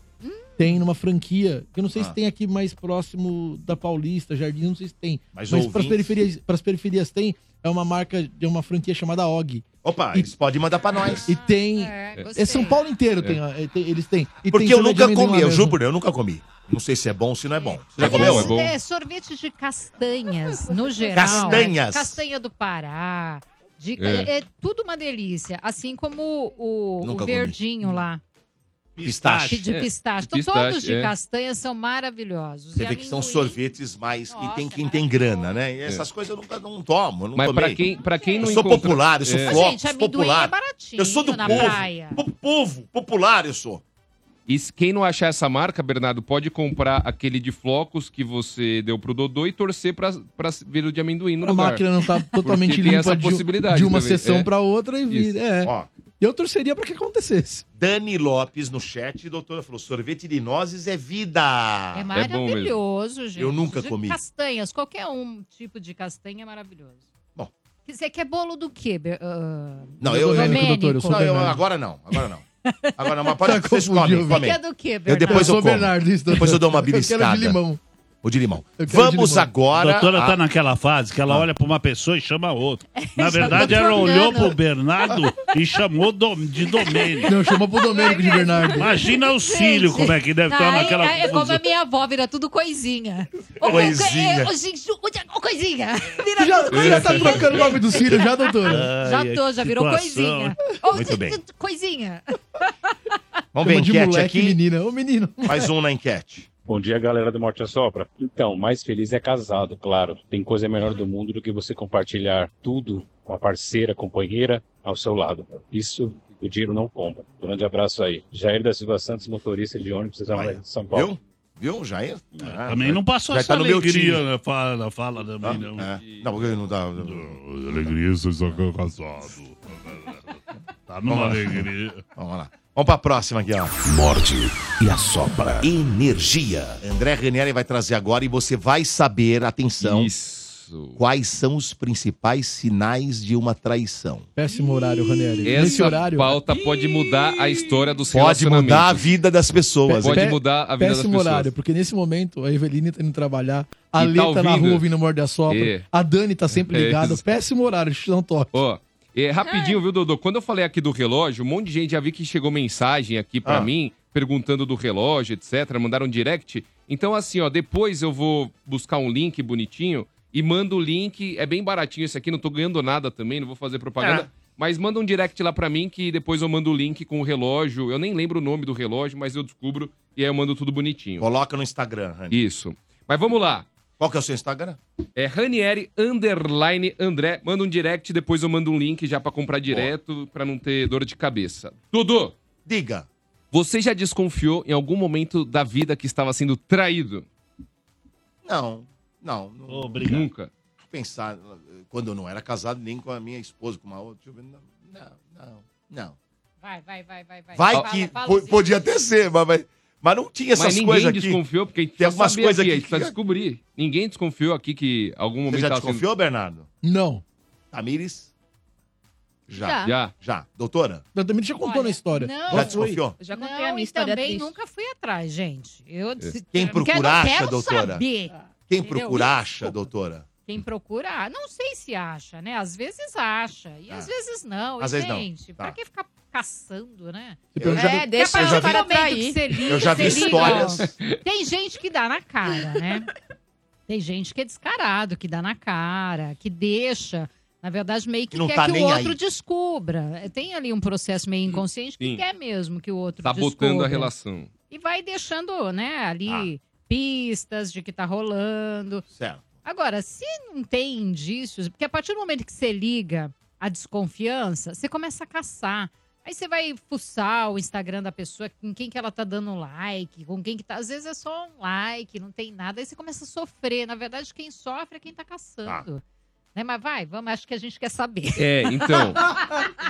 [SPEAKER 6] Tem numa franquia. que Eu não sei
[SPEAKER 2] Ah.
[SPEAKER 6] se tem aqui mais próximo da Paulista, Jardim, não sei se tem.
[SPEAKER 2] Mas
[SPEAKER 6] Mas,
[SPEAKER 2] ouvintes-
[SPEAKER 6] para periferias, pras periferias tem. É uma marca de uma franquia chamada OG.
[SPEAKER 2] Opa, eles podem mandar pra nós.
[SPEAKER 6] E tem.
[SPEAKER 2] É,
[SPEAKER 6] É,
[SPEAKER 2] gostei.
[SPEAKER 6] São Paulo inteiro
[SPEAKER 2] É.
[SPEAKER 6] tem, ó, é, tem- eles têm. E
[SPEAKER 2] Porque
[SPEAKER 6] tem
[SPEAKER 2] eu
[SPEAKER 6] sorvete de
[SPEAKER 2] nunca
[SPEAKER 6] amendoim lá
[SPEAKER 2] comi, eu
[SPEAKER 6] mesmo.
[SPEAKER 2] juro por Deus, eu nunca comi. Não sei se é bom ou se não é bom. Você já comeu?
[SPEAKER 7] Aliás, é, sorvete de castanhas, no geral. né?
[SPEAKER 2] Castanhas.
[SPEAKER 7] Castanha do Pará. de-
[SPEAKER 2] É.
[SPEAKER 7] é. tudo uma delícia. Assim como o,
[SPEAKER 2] Nunca
[SPEAKER 7] o
[SPEAKER 2] comi.
[SPEAKER 7] verdinho lá.
[SPEAKER 2] Pistache. É,
[SPEAKER 7] De pistache. Então, todos
[SPEAKER 8] é.
[SPEAKER 7] de castanha são maravilhosos.
[SPEAKER 2] Você
[SPEAKER 7] E
[SPEAKER 2] vê que são
[SPEAKER 7] amendoim-
[SPEAKER 2] sorvetes mais que tem quem
[SPEAKER 7] é.
[SPEAKER 2] tem grana, né? E essas coisas eu nunca não tomo, eu não
[SPEAKER 8] É. Mas
[SPEAKER 2] tomei.
[SPEAKER 8] pra quem, pra quem não
[SPEAKER 2] Eu sou
[SPEAKER 8] encontra-
[SPEAKER 2] popular, eu sou
[SPEAKER 8] É.
[SPEAKER 2] foco,
[SPEAKER 7] Gente,
[SPEAKER 2] sou
[SPEAKER 7] amendoim
[SPEAKER 2] popular.
[SPEAKER 7] é baratinho
[SPEAKER 2] eu sou do
[SPEAKER 7] na
[SPEAKER 2] povo,
[SPEAKER 7] praia.
[SPEAKER 2] po- povo, popular eu sou.
[SPEAKER 8] E se- quem não achar essa marca, Bernardo, pode comprar aquele de flocos que você deu pro Dodô e torcer pra, pra vir o de amendoim no
[SPEAKER 6] A
[SPEAKER 8] lugar.
[SPEAKER 6] máquina não tá totalmente
[SPEAKER 8] Porque tem
[SPEAKER 6] limpa
[SPEAKER 8] essa
[SPEAKER 6] de, um-
[SPEAKER 8] possibilidade
[SPEAKER 6] de uma
[SPEAKER 8] também,
[SPEAKER 6] sessão
[SPEAKER 8] é.
[SPEAKER 6] pra outra e
[SPEAKER 8] Isso.
[SPEAKER 6] vira. É. Eu torceria pra que acontecesse.
[SPEAKER 2] Dani Lopes no chat, doutora, falou: sorvete de nozes é vida.
[SPEAKER 7] É maravilhoso, gente.
[SPEAKER 2] Eu nunca
[SPEAKER 7] De
[SPEAKER 2] comi.
[SPEAKER 7] Castanhas, qualquer um tipo de castanha é maravilhoso.
[SPEAKER 2] Bom.
[SPEAKER 7] Quer dizer, que é bolo do quê? Be- ah,
[SPEAKER 2] Não, eu, eu,
[SPEAKER 7] Domênico?
[SPEAKER 2] doutor, eu sou não, eu- agora não, agora não. Agora não, mas pode
[SPEAKER 6] Tá
[SPEAKER 2] vocês
[SPEAKER 6] confundindo,
[SPEAKER 2] comem,
[SPEAKER 6] viu?
[SPEAKER 2] comem.
[SPEAKER 7] Você quer é do quê,
[SPEAKER 2] Eu
[SPEAKER 7] Bernardo?
[SPEAKER 2] depois eu,
[SPEAKER 6] Eu sou
[SPEAKER 2] como.
[SPEAKER 6] Bernardo, isso, doutor.
[SPEAKER 2] depois eu dou uma
[SPEAKER 6] Eu quero de
[SPEAKER 2] beliscada.
[SPEAKER 6] limão.
[SPEAKER 2] O de limão.
[SPEAKER 6] Eu quero de
[SPEAKER 2] Vamos
[SPEAKER 6] limão.
[SPEAKER 2] agora.
[SPEAKER 5] A doutora tá
[SPEAKER 2] a- Ah.
[SPEAKER 5] naquela fase que ela olha pra uma pessoa e chama a outra. Na
[SPEAKER 6] Já
[SPEAKER 5] verdade,
[SPEAKER 6] tô
[SPEAKER 5] ela
[SPEAKER 6] trocando.
[SPEAKER 5] olhou pro Bernardo e chamou do- de Domênico.
[SPEAKER 6] Não, chamou pro Domênico de Bernardo.
[SPEAKER 5] Imagina o cílio,
[SPEAKER 7] Gente,
[SPEAKER 5] como é que deve estar
[SPEAKER 7] aí
[SPEAKER 5] naquela.
[SPEAKER 7] É como a minha avó, vira tudo coisinha. Ô,
[SPEAKER 5] Coisinha.
[SPEAKER 7] co- é, ô, gente, ô, ô, coisinha.
[SPEAKER 6] Você
[SPEAKER 2] É.
[SPEAKER 6] já, você já tá trocando o nome do filho, já, doutora?
[SPEAKER 7] Já tô, já virou coisinha. Ô,
[SPEAKER 2] Muito
[SPEAKER 7] gente,
[SPEAKER 2] bem.
[SPEAKER 7] Coisinha.
[SPEAKER 2] Vamos ver
[SPEAKER 22] Chama
[SPEAKER 2] a
[SPEAKER 22] de
[SPEAKER 2] enquete
[SPEAKER 22] moleque,
[SPEAKER 2] aqui.
[SPEAKER 6] Menina, ô menino.
[SPEAKER 2] Mais um na enquete.
[SPEAKER 22] Bom dia, galera do Morte à Sopra. Então, mais feliz é casado, claro. Tem coisa melhor do mundo do que você compartilhar tudo com a parceira, companheira ao seu lado. Isso o dinheiro não compra. Grande abraço aí. Jair da Silva Santos, motorista de ônibus da Zona Leste de São Paulo.
[SPEAKER 2] Viu, Jair? Ah,
[SPEAKER 5] Também não passou
[SPEAKER 2] já
[SPEAKER 5] essa
[SPEAKER 2] tá no meu
[SPEAKER 5] alegria
[SPEAKER 2] time. Ah, é.
[SPEAKER 5] na fala, na fala também, não.
[SPEAKER 2] Não, porque não dá.
[SPEAKER 5] Alegria, vocês estão casados. Tá numa
[SPEAKER 2] Vamos lá.
[SPEAKER 5] alegria.
[SPEAKER 2] Vamos lá. Vamos pra próxima aqui, ó.
[SPEAKER 3] Morde e assopra. Energia.
[SPEAKER 2] André Ranieri vai trazer agora e você vai saber, atenção,
[SPEAKER 8] isso.
[SPEAKER 2] Quais são os principais sinais de uma traição?
[SPEAKER 6] Péssimo horário, Ranieri. Nesse
[SPEAKER 8] Essa
[SPEAKER 6] horário.
[SPEAKER 8] pauta pode mudar a história dos
[SPEAKER 2] Pode
[SPEAKER 8] relacionamentos.
[SPEAKER 2] mudar a vida das pessoas.
[SPEAKER 8] Pode
[SPEAKER 2] hein?
[SPEAKER 8] mudar a vida das
[SPEAKER 6] Péssimo
[SPEAKER 8] pessoas.
[SPEAKER 6] horário, porque nesse momento a Eveline tá indo trabalhar, a
[SPEAKER 8] E
[SPEAKER 6] Lê
[SPEAKER 8] tá
[SPEAKER 6] tá, na
[SPEAKER 8] ouvindo.
[SPEAKER 6] rua ouvindo Morde a Sopra,
[SPEAKER 8] É.
[SPEAKER 6] a Dani tá sempre
[SPEAKER 8] É
[SPEAKER 6] ligada.
[SPEAKER 8] isso.
[SPEAKER 6] Péssimo horário, deixa eu te dar um toque.
[SPEAKER 8] Ó, é, rapidinho, viu, Dodô? Quando eu falei aqui do relógio, um monte de gente já vi que chegou mensagem aqui pra
[SPEAKER 6] Ah.
[SPEAKER 8] mim, perguntando do relógio, etc. Mandaram direct. Então, assim, ó, depois eu vou buscar um link bonitinho e mando o link. É bem baratinho esse aqui, não tô ganhando nada também, não vou fazer propaganda. Mas manda um direct lá pra mim que depois eu mando o link com o relógio. Eu nem lembro o nome do relógio, mas eu descubro e aí eu mando tudo bonitinho.
[SPEAKER 2] Coloca no Instagram, Rani.
[SPEAKER 8] Isso. Mas vamos lá.
[SPEAKER 2] Qual que é o seu Instagram?
[SPEAKER 8] É Ranieri underline André. Manda um direct, depois eu mando um link já pra comprar direto, pra não ter dor de cabeça. Dudu,
[SPEAKER 2] diga.
[SPEAKER 8] Você já desconfiou em algum momento da vida que estava sendo traído?
[SPEAKER 2] Não, não. não.
[SPEAKER 5] Obrigado.
[SPEAKER 8] Nunca.
[SPEAKER 2] Pensar, eh, quando eu não era casado, nem com a minha esposa, com uma outra. deixa eu ver, Não, não, não. não.
[SPEAKER 7] Vai, vai, vai, vai. Vai,
[SPEAKER 2] Vai
[SPEAKER 7] Fala,
[SPEAKER 2] que
[SPEAKER 7] fala, assim.
[SPEAKER 2] po-
[SPEAKER 7] Zico.
[SPEAKER 2] podia até ser, mas, mas, mas não tinha
[SPEAKER 8] Mas
[SPEAKER 2] essas
[SPEAKER 8] ninguém
[SPEAKER 2] coisas aqui.
[SPEAKER 8] desconfiou, porque a gente
[SPEAKER 2] Tem
[SPEAKER 8] precisa
[SPEAKER 2] algumas
[SPEAKER 8] saber
[SPEAKER 2] coisas
[SPEAKER 8] aqui,
[SPEAKER 2] aqui.
[SPEAKER 8] a gente precisa
[SPEAKER 2] que-
[SPEAKER 8] descobrir. Ninguém desconfiou aqui que algum momento...
[SPEAKER 2] já
[SPEAKER 8] tava sendo-
[SPEAKER 2] desconfiou, Bernardo?
[SPEAKER 6] Não.
[SPEAKER 2] Tamires? Já.
[SPEAKER 7] Já. Já.
[SPEAKER 2] Já. Doutora?
[SPEAKER 6] Eu também já contou na história.
[SPEAKER 7] Não,
[SPEAKER 2] Já desconfiou?
[SPEAKER 7] Já
[SPEAKER 4] contei
[SPEAKER 7] não,
[SPEAKER 4] a minha
[SPEAKER 7] e
[SPEAKER 4] história
[SPEAKER 7] também
[SPEAKER 4] triste.
[SPEAKER 7] nunca fui atrás, gente. Eu disse-
[SPEAKER 2] Quem
[SPEAKER 7] eu não quero-
[SPEAKER 2] procura
[SPEAKER 7] não quero
[SPEAKER 2] acha, doutora.
[SPEAKER 7] saber,
[SPEAKER 2] Quem
[SPEAKER 7] entendeu?
[SPEAKER 2] procura acha, doutora?
[SPEAKER 7] Quem procura, ah, não sei se acha, né? Às vezes acha, e
[SPEAKER 8] Ah.
[SPEAKER 7] às vezes não. E,
[SPEAKER 2] Às vezes não.
[SPEAKER 7] gente,
[SPEAKER 2] Tá.
[SPEAKER 7] pra que ficar caçando, né?
[SPEAKER 2] Eu já vi-
[SPEAKER 7] é, deixa
[SPEAKER 2] eu já
[SPEAKER 7] pra
[SPEAKER 2] vi-
[SPEAKER 7] momento que você liga,
[SPEAKER 2] Eu já
[SPEAKER 7] você
[SPEAKER 2] vi
[SPEAKER 7] liga.
[SPEAKER 2] histórias.
[SPEAKER 7] Tem gente que dá na cara, né? Tem gente que é descarado, que dá na cara, que deixa. Na verdade, meio que
[SPEAKER 8] Que não
[SPEAKER 7] quer
[SPEAKER 8] tá
[SPEAKER 7] que o
[SPEAKER 8] nem aí.
[SPEAKER 7] outro descubra. Tem ali um processo meio inconsciente que
[SPEAKER 8] Sim.
[SPEAKER 7] quer mesmo que o outro
[SPEAKER 8] Sabotando
[SPEAKER 7] descubra.
[SPEAKER 8] Tá a relação. Ah.
[SPEAKER 7] E vai deixando, né, ali pistas de que tá rolando.
[SPEAKER 2] Certo.
[SPEAKER 7] Agora, se não tem indícios, porque a partir do momento que você liga a desconfiança, você começa a caçar. Aí você vai fuçar o Instagram da pessoa, com quem que ela tá dando like, com quem que tá. Às vezes é só um like, não tem nada. Aí você começa a sofrer. Na verdade, quem sofre é quem tá caçando. Né? Mas vai, vamos, acho que a gente quer saber.
[SPEAKER 8] É, então.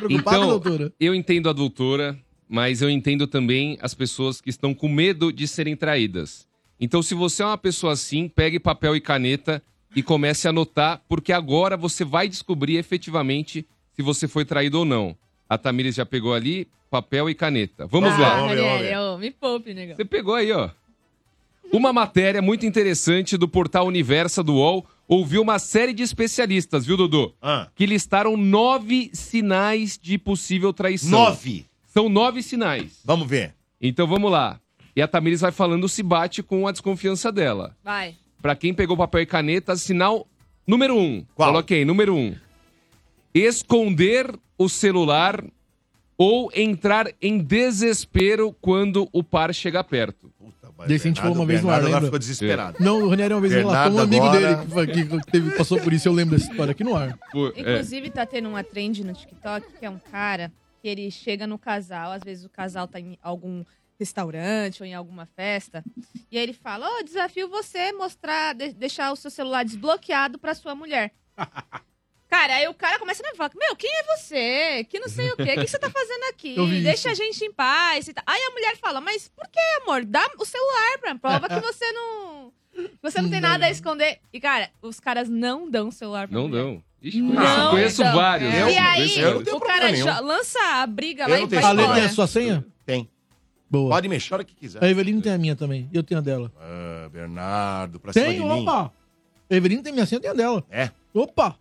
[SPEAKER 6] Preocupada,
[SPEAKER 8] Então,
[SPEAKER 6] doutora?
[SPEAKER 8] eu entendo a doutora, mas eu entendo também as pessoas que estão com medo de serem traídas. Então, se você é uma pessoa assim, pegue papel e caneta e comece a anotar, porque agora você vai descobrir efetivamente se você foi traído ou não. A Tamires já pegou ali papel e caneta. Vamos
[SPEAKER 4] Ah,
[SPEAKER 8] lá.
[SPEAKER 4] Ranieri, eu- me poupe, negão.
[SPEAKER 8] Você pegou aí, ó. Uma matéria muito interessante do portal Universa do UOL ouviu uma série de especialistas, viu, Dudu?
[SPEAKER 2] Ah.
[SPEAKER 8] Que listaram nove sinais de possível traição.
[SPEAKER 2] Nove?
[SPEAKER 8] São nove sinais.
[SPEAKER 2] Vamos ver.
[SPEAKER 8] Então vamos lá. E a Tamires vai falando se bate com a desconfiança dela.
[SPEAKER 4] Vai.
[SPEAKER 8] Pra quem pegou papel e caneta, sinal número um. Coloquei, número um. Esconder o celular ou entrar em desespero quando o par chega perto.
[SPEAKER 6] Desse a gente falou Tipo, uma vez no ar,
[SPEAKER 2] Bernardo
[SPEAKER 6] lembra?
[SPEAKER 2] agora ficou desesperado.
[SPEAKER 6] Não, o Ranieri uma vez me relatou, um
[SPEAKER 2] Bernardo
[SPEAKER 6] amigo
[SPEAKER 2] agora-
[SPEAKER 6] dele que, foi- que, teve- passou por isso, eu lembro dessa história aqui no ar.
[SPEAKER 8] é.
[SPEAKER 4] Inclusive, tá tendo uma trend no TikTok que é um cara que ele chega no casal, às vezes o casal tá em algum restaurante ou em alguma festa, e aí ele fala: Ó, desafio você mostrar, de- deixar o seu celular desbloqueado pra sua mulher. Cara, aí o cara começa a me falar: Meu, quem é você? Que não sei o quê, o que você tá fazendo aqui?
[SPEAKER 1] Eu vi
[SPEAKER 4] Deixa a gente em paz. e tal." Aí a mulher fala: Mas por que, amor? Dá o celular pra prova que você não. Você não tem nada a esconder. E, cara, os caras não dão celular pra
[SPEAKER 8] Não,
[SPEAKER 4] mulher.
[SPEAKER 8] não. Ixi,
[SPEAKER 4] Não,
[SPEAKER 8] conheço, Ah, conheço
[SPEAKER 4] então.
[SPEAKER 8] vários.
[SPEAKER 4] É. E aí,
[SPEAKER 8] Conheço vários.
[SPEAKER 4] o cara jo- lança a briga lá e vai
[SPEAKER 6] A Lê
[SPEAKER 4] embora.
[SPEAKER 6] tem a sua senha?
[SPEAKER 2] Tem.
[SPEAKER 6] Boa.
[SPEAKER 2] Pode mexer a hora que quiser.
[SPEAKER 6] A Eveline tem a minha também, e eu tenho a dela.
[SPEAKER 2] Ah, Bernardo, pra cima
[SPEAKER 6] Tem,
[SPEAKER 2] de mim.
[SPEAKER 6] opa! A Eveline tem minha senha, eu tenho a dela.
[SPEAKER 2] É.
[SPEAKER 6] Opa!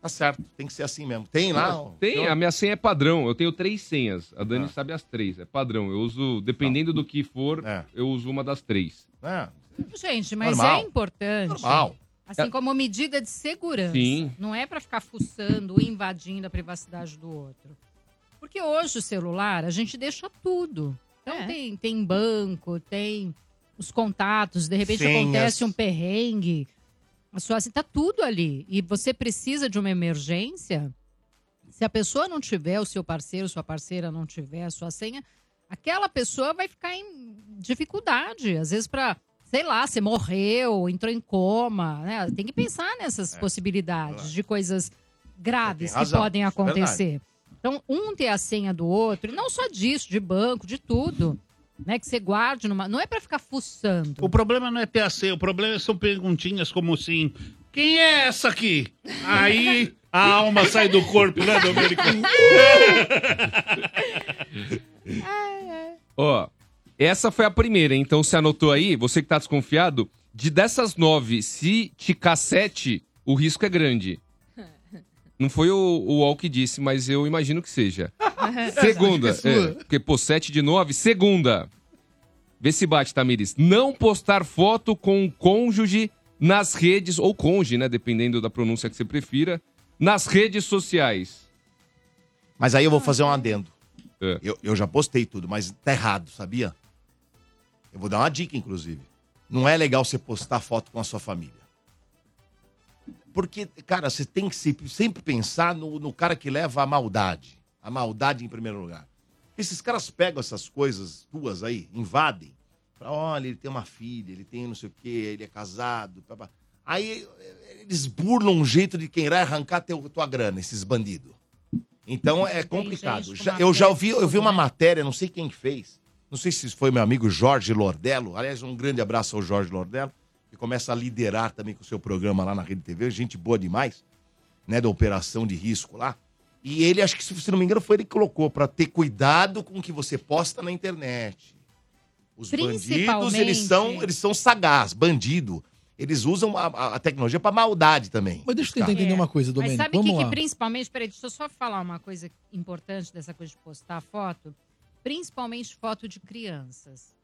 [SPEAKER 2] Tá certo, tem que ser assim mesmo. Tem um- Ah. lá? ó.
[SPEAKER 8] Tem, a minha senha é padrão. Eu tenho três senhas. A Dani sabe as três. É padrão. Eu uso, dependendo
[SPEAKER 2] Tá.
[SPEAKER 8] do que for, eu uso uma das três.
[SPEAKER 2] É.
[SPEAKER 7] Gente, mas
[SPEAKER 8] Normal.
[SPEAKER 7] é importante.
[SPEAKER 8] Normal.
[SPEAKER 7] Assim
[SPEAKER 8] É-
[SPEAKER 7] como medida de segurança.
[SPEAKER 8] Sim.
[SPEAKER 7] Não é pra ficar fuçando, invadindo a privacidade do outro. Porque hoje o celular, a gente deixa tudo. Então tem, tem banco, tem os contatos, de repente
[SPEAKER 1] Senhas.
[SPEAKER 7] acontece um perrengue. A sua assim, tá tudo ali. E você precisa de uma emergência. Se a pessoa não tiver, o seu parceiro, sua parceira não tiver a sua senha, aquela pessoa vai ficar em dificuldade. Às vezes, para, sei lá, você morreu, entrou em coma. Né? Tem que pensar nessas possibilidades de coisas graves
[SPEAKER 1] É. Você
[SPEAKER 7] que
[SPEAKER 1] tem razão,
[SPEAKER 7] podem
[SPEAKER 1] isso é
[SPEAKER 7] acontecer.
[SPEAKER 1] verdade.
[SPEAKER 7] Então, um ter a senha do outro, e não só disso, de banco, de tudo. Né, que você guarde numa. Não é para ficar fuçando.
[SPEAKER 21] O problema não é ter a senha, o problema são perguntinhas como assim: o que
[SPEAKER 5] Quem é essa aqui? Aí a alma sai do corpo, né, Domênico?
[SPEAKER 8] Ó, essa foi a primeira, hein? então você anotou aí, você que tá desconfiado, de dessas nove, se ticar sete, o risco é grande. Não foi o, o UOL que disse, mas eu imagino que seja. Segunda,
[SPEAKER 1] Acho que é
[SPEAKER 8] é,
[SPEAKER 1] sua.
[SPEAKER 8] porque pô, sete de nove, segunda. Vê se bate, Tamires. Não postar foto com o cônjuge nas redes, ou cônjuge, né, dependendo da pronúncia que você prefira, nas redes sociais.
[SPEAKER 2] Mas aí eu vou fazer um adendo. Eu, eu já postei tudo, mas tá errado, sabia? Eu vou dar uma dica, inclusive. Não é legal você postar foto com a sua família. Porque, cara, você tem que se- sempre pensar no, no cara que leva a maldade. A maldade em primeiro lugar. Esses caras pegam essas coisas tuas aí, invadem. Fala, Olha, ele tem uma filha, ele tem não sei o quê, ele é casado. pá, pá." Aí eh, eles burlam um jeito de querer arrancar teu, tua grana, esses bandidos. Então é complicado. Já- eu já ouvi, eu vi uma matéria, não sei quem que fez. Não sei se foi meu amigo Jorge Lordello. Aliás, um grande abraço ao Jorge Lordello, que começa a liderar também com o seu programa lá na Rede TV. Gente boa demais, né? Da operação de risco lá. E ele, acho que, se se não me engano, foi ele que colocou para ter cuidado com o que você posta na internet. Os bandidos,
[SPEAKER 1] Principalmente-
[SPEAKER 2] eles são, eles são sagaz. Bandido, eles usam a- a, a tecnologia para maldade também.
[SPEAKER 6] Mas deixa
[SPEAKER 7] Tá.
[SPEAKER 6] eu tentar
[SPEAKER 7] É.
[SPEAKER 6] entender uma coisa,
[SPEAKER 7] Mas
[SPEAKER 6] Domênico.
[SPEAKER 7] sabe o
[SPEAKER 6] Vamos
[SPEAKER 7] que, que
[SPEAKER 6] lá.
[SPEAKER 7] principalmente... Peraí, deixa eu só falar uma coisa importante dessa coisa de postar foto. Principalmente foto de crianças.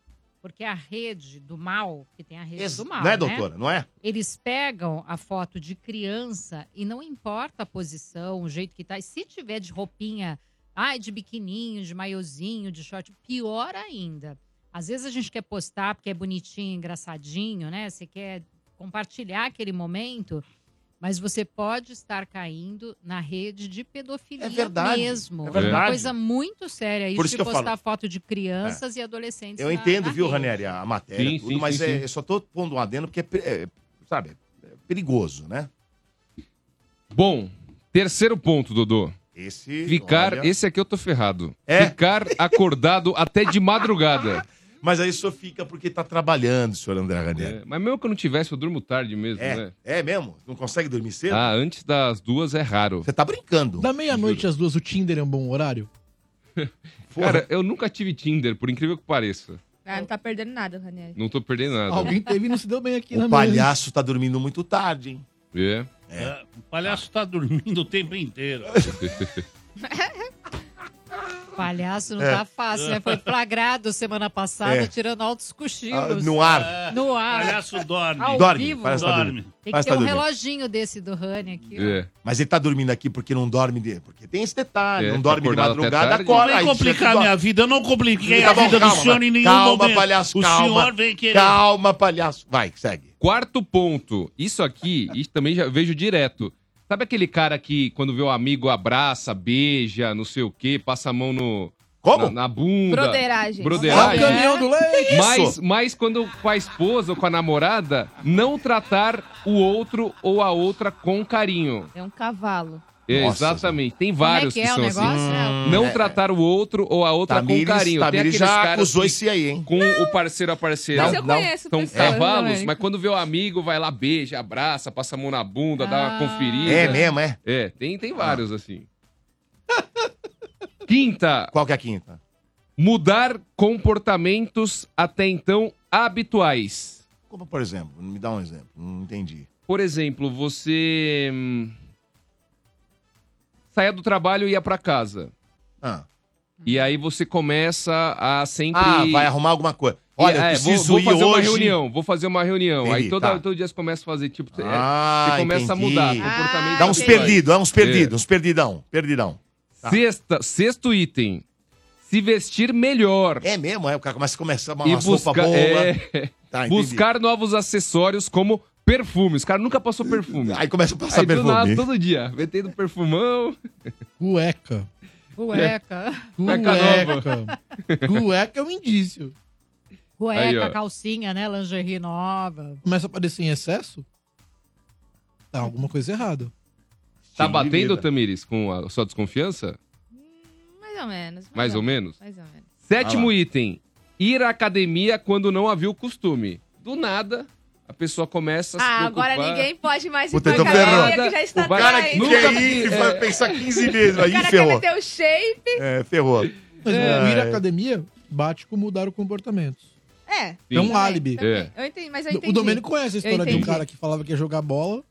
[SPEAKER 7] Porque a rede do mal, que tem a rede do mal,
[SPEAKER 2] Não é,
[SPEAKER 7] né?
[SPEAKER 2] doutora? Não é?
[SPEAKER 7] Eles pegam a foto de criança e não importa a posição, o jeito que tá. E se tiver de roupinha, ai, de biquininho, de maiozinho, de short, pior ainda. Às vezes a gente quer postar porque é bonitinho, engraçadinho, né? Você quer compartilhar aquele momento, mas você pode estar caindo na rede de pedofilia
[SPEAKER 2] É verdade,
[SPEAKER 7] mesmo.
[SPEAKER 2] é
[SPEAKER 7] Uma
[SPEAKER 2] verdade.
[SPEAKER 7] coisa muito séria isso
[SPEAKER 2] Por
[SPEAKER 7] de
[SPEAKER 2] isso que eu falo.
[SPEAKER 7] postar foto de crianças e adolescentes.
[SPEAKER 2] Eu
[SPEAKER 7] na-
[SPEAKER 2] entendo,
[SPEAKER 7] na
[SPEAKER 2] viu,
[SPEAKER 7] rede.
[SPEAKER 2] Ranieri, a matéria,
[SPEAKER 1] Sim,
[SPEAKER 2] tudo,
[SPEAKER 1] sim,
[SPEAKER 2] mas
[SPEAKER 1] sim,
[SPEAKER 2] é,
[SPEAKER 1] sim.
[SPEAKER 2] eu só tô pondo um adendo porque é, pe- é, sabe, é perigoso, né?
[SPEAKER 8] Bom, terceiro ponto, Dodô.
[SPEAKER 2] Esse,
[SPEAKER 8] Ficar,
[SPEAKER 2] olha-
[SPEAKER 1] é
[SPEAKER 2] É.
[SPEAKER 8] esse aqui eu tô ferrado. Ficar acordado até de madrugada.
[SPEAKER 2] Mas aí só fica porque tá trabalhando, senhor André Ranieri.
[SPEAKER 8] É, mas mesmo que eu não tivesse, eu durmo tarde mesmo,
[SPEAKER 2] É,
[SPEAKER 8] né?
[SPEAKER 2] é mesmo? Não consegue dormir cedo?
[SPEAKER 8] Ah, antes das duas é raro.
[SPEAKER 2] Você tá brincando.
[SPEAKER 6] Da meia-noite às duas, o Tinder é um bom horário?
[SPEAKER 8] Cara, eu nunca tive Tinder, por incrível que pareça.
[SPEAKER 4] Ah, não tá perdendo nada, Ranieri.
[SPEAKER 8] Não tô perdendo nada.
[SPEAKER 6] Alguém teve e não se deu bem aqui na
[SPEAKER 2] O
[SPEAKER 1] um
[SPEAKER 2] palhaço tá dormindo muito tarde, hein?
[SPEAKER 8] É.
[SPEAKER 5] É, o palhaço tá dormindo o tempo inteiro.
[SPEAKER 7] Palhaço não
[SPEAKER 5] É.
[SPEAKER 7] tá fácil, né? Foi flagrado semana passada
[SPEAKER 5] É.
[SPEAKER 7] tirando altos cochilos. É.
[SPEAKER 5] Ah, no ar.
[SPEAKER 7] No ar.
[SPEAKER 5] Palhaço dorme.
[SPEAKER 7] Ao
[SPEAKER 2] Dorme,
[SPEAKER 7] vivo.
[SPEAKER 2] palhaço tá dormindo.
[SPEAKER 7] Tem que
[SPEAKER 2] Palhaço
[SPEAKER 7] ter
[SPEAKER 2] tá
[SPEAKER 7] um
[SPEAKER 2] dormindo.
[SPEAKER 7] reloginho desse do Rani aqui. ó.
[SPEAKER 2] É. Mas ele tá dormindo aqui porque não dorme dele. Porque tem esse detalhe,
[SPEAKER 5] É,
[SPEAKER 2] não dorme de
[SPEAKER 5] acordado até
[SPEAKER 2] madrugada,
[SPEAKER 5] tarde.
[SPEAKER 23] é
[SPEAKER 2] acorda.
[SPEAKER 5] Não vem
[SPEAKER 2] aí
[SPEAKER 5] complicar
[SPEAKER 2] chega-
[SPEAKER 5] minha vida, eu é não compliquei
[SPEAKER 8] Tá
[SPEAKER 5] a vida do senhor em nenhum
[SPEAKER 2] Tá calma,
[SPEAKER 5] momento.
[SPEAKER 2] Palhaço,
[SPEAKER 5] O
[SPEAKER 2] calma,
[SPEAKER 5] senhor vem querer-
[SPEAKER 2] Calma, palhaço. Vai, segue.
[SPEAKER 8] Quarto ponto. Isso aqui, e também já vejo direto. Sabe aquele cara que, quando vê o amigo, abraça, beija, não sei o quê, passa a mão no.
[SPEAKER 2] Como?
[SPEAKER 8] Na, na bunda.
[SPEAKER 4] Broderagem.
[SPEAKER 8] Broderagem.
[SPEAKER 4] É o caminhão
[SPEAKER 6] do leite.
[SPEAKER 8] Mas, mas quando com a esposa ou com a namorada, não tratar o outro ou a outra com carinho.
[SPEAKER 4] É um cavalo.
[SPEAKER 8] É, Exatamente. Tem vários
[SPEAKER 4] que
[SPEAKER 8] que,
[SPEAKER 4] é o
[SPEAKER 8] são assim.
[SPEAKER 4] negócio? É.
[SPEAKER 8] Não
[SPEAKER 4] É.
[SPEAKER 8] tratar o outro ou a outra
[SPEAKER 2] Tamires-
[SPEAKER 8] com carinho.
[SPEAKER 2] Tamires já acusou esse aí, hein?
[SPEAKER 8] Com o parceiro ou a parceira.
[SPEAKER 2] Mas eu Não, não. conheço
[SPEAKER 8] São
[SPEAKER 2] pessoas,
[SPEAKER 8] cavalos,
[SPEAKER 2] não é?
[SPEAKER 8] mas quando vê o amigo, vai lá, beija, abraça, passa a mão na bunda, dá uma conferida.
[SPEAKER 2] É mesmo, é?
[SPEAKER 8] É, tem, tem vários assim. quinta.
[SPEAKER 2] Qual que é a quinta?
[SPEAKER 8] Mudar comportamentos até então habituais.
[SPEAKER 2] Como, por exemplo? Me dá um exemplo. Não entendi.
[SPEAKER 8] Por exemplo, você hum, saia do trabalho e ia pra casa.
[SPEAKER 2] Ah.
[SPEAKER 8] E aí você começa a sempre.
[SPEAKER 2] Ah, vai arrumar alguma coisa. Olha, eu
[SPEAKER 8] É,
[SPEAKER 2] preciso
[SPEAKER 8] vou, vou
[SPEAKER 2] ir
[SPEAKER 8] fazer uma
[SPEAKER 2] hoje.
[SPEAKER 8] reunião, vou fazer uma reunião.
[SPEAKER 2] Entendi,
[SPEAKER 8] aí toda,
[SPEAKER 2] tá.
[SPEAKER 8] todo dia você começa a fazer, tipo, é,
[SPEAKER 2] Ah,
[SPEAKER 8] você começa a
[SPEAKER 2] entendi. Ah,
[SPEAKER 8] mudar comportamento.
[SPEAKER 2] Dá uns
[SPEAKER 8] habitual.
[SPEAKER 2] perdidos, é uns
[SPEAKER 8] É.
[SPEAKER 2] perdidos, uns perdidão, perdidão. Tá.
[SPEAKER 8] Sexta, sexto item. Se vestir melhor.
[SPEAKER 2] É mesmo, é. O cara começa a começar uma
[SPEAKER 8] E
[SPEAKER 2] umas roupa
[SPEAKER 8] buscar, é,
[SPEAKER 2] boa. Tá, entendi.
[SPEAKER 8] buscar novos acessórios como perfumes. O cara nunca passou perfume.
[SPEAKER 2] Aí começa a passar
[SPEAKER 8] Aí do
[SPEAKER 2] perfume.
[SPEAKER 8] nada, todo dia. Metendo perfumão. Tá
[SPEAKER 6] Cueca.
[SPEAKER 7] Cueca.
[SPEAKER 6] Cueca. Cueca é um indício.
[SPEAKER 7] Cueca,
[SPEAKER 6] Aí, ó.
[SPEAKER 7] calcinha, né? Lingerie nova.
[SPEAKER 6] Começa a aparecer em excesso? Tá alguma coisa errada.
[SPEAKER 8] Tá
[SPEAKER 6] de
[SPEAKER 8] batendo,
[SPEAKER 6] vida.
[SPEAKER 8] Tamires, com a sua desconfiança?
[SPEAKER 4] Mais ou menos.
[SPEAKER 8] Mais ou menos?
[SPEAKER 4] Mais ou menos.
[SPEAKER 8] Sétimo item. Ir à academia quando não havia o costume. Do nada, a pessoa começa a se
[SPEAKER 4] Ah,
[SPEAKER 8] preocupar.
[SPEAKER 4] agora ninguém pode mais
[SPEAKER 8] Puta,
[SPEAKER 4] impor
[SPEAKER 8] então
[SPEAKER 4] careca,
[SPEAKER 8] ferrou.
[SPEAKER 4] é que já está
[SPEAKER 8] O cara
[SPEAKER 4] atrás.
[SPEAKER 8] que é quer ir,
[SPEAKER 2] que vai pensar 15 vezes, aí
[SPEAKER 4] O cara
[SPEAKER 2] ferrou.
[SPEAKER 4] quer meter o shape.
[SPEAKER 2] É, ferrou.
[SPEAKER 6] Mas o ir à
[SPEAKER 2] É.
[SPEAKER 6] academia bate com mudar o comportamento.
[SPEAKER 4] É.
[SPEAKER 6] É um
[SPEAKER 4] também,
[SPEAKER 6] álibi.
[SPEAKER 4] também. Eu entendi, mas eu entendi.
[SPEAKER 6] O Domênico conhece a história
[SPEAKER 4] Eu
[SPEAKER 6] de um
[SPEAKER 4] entendi.
[SPEAKER 6] cara que falava que ia jogar bola,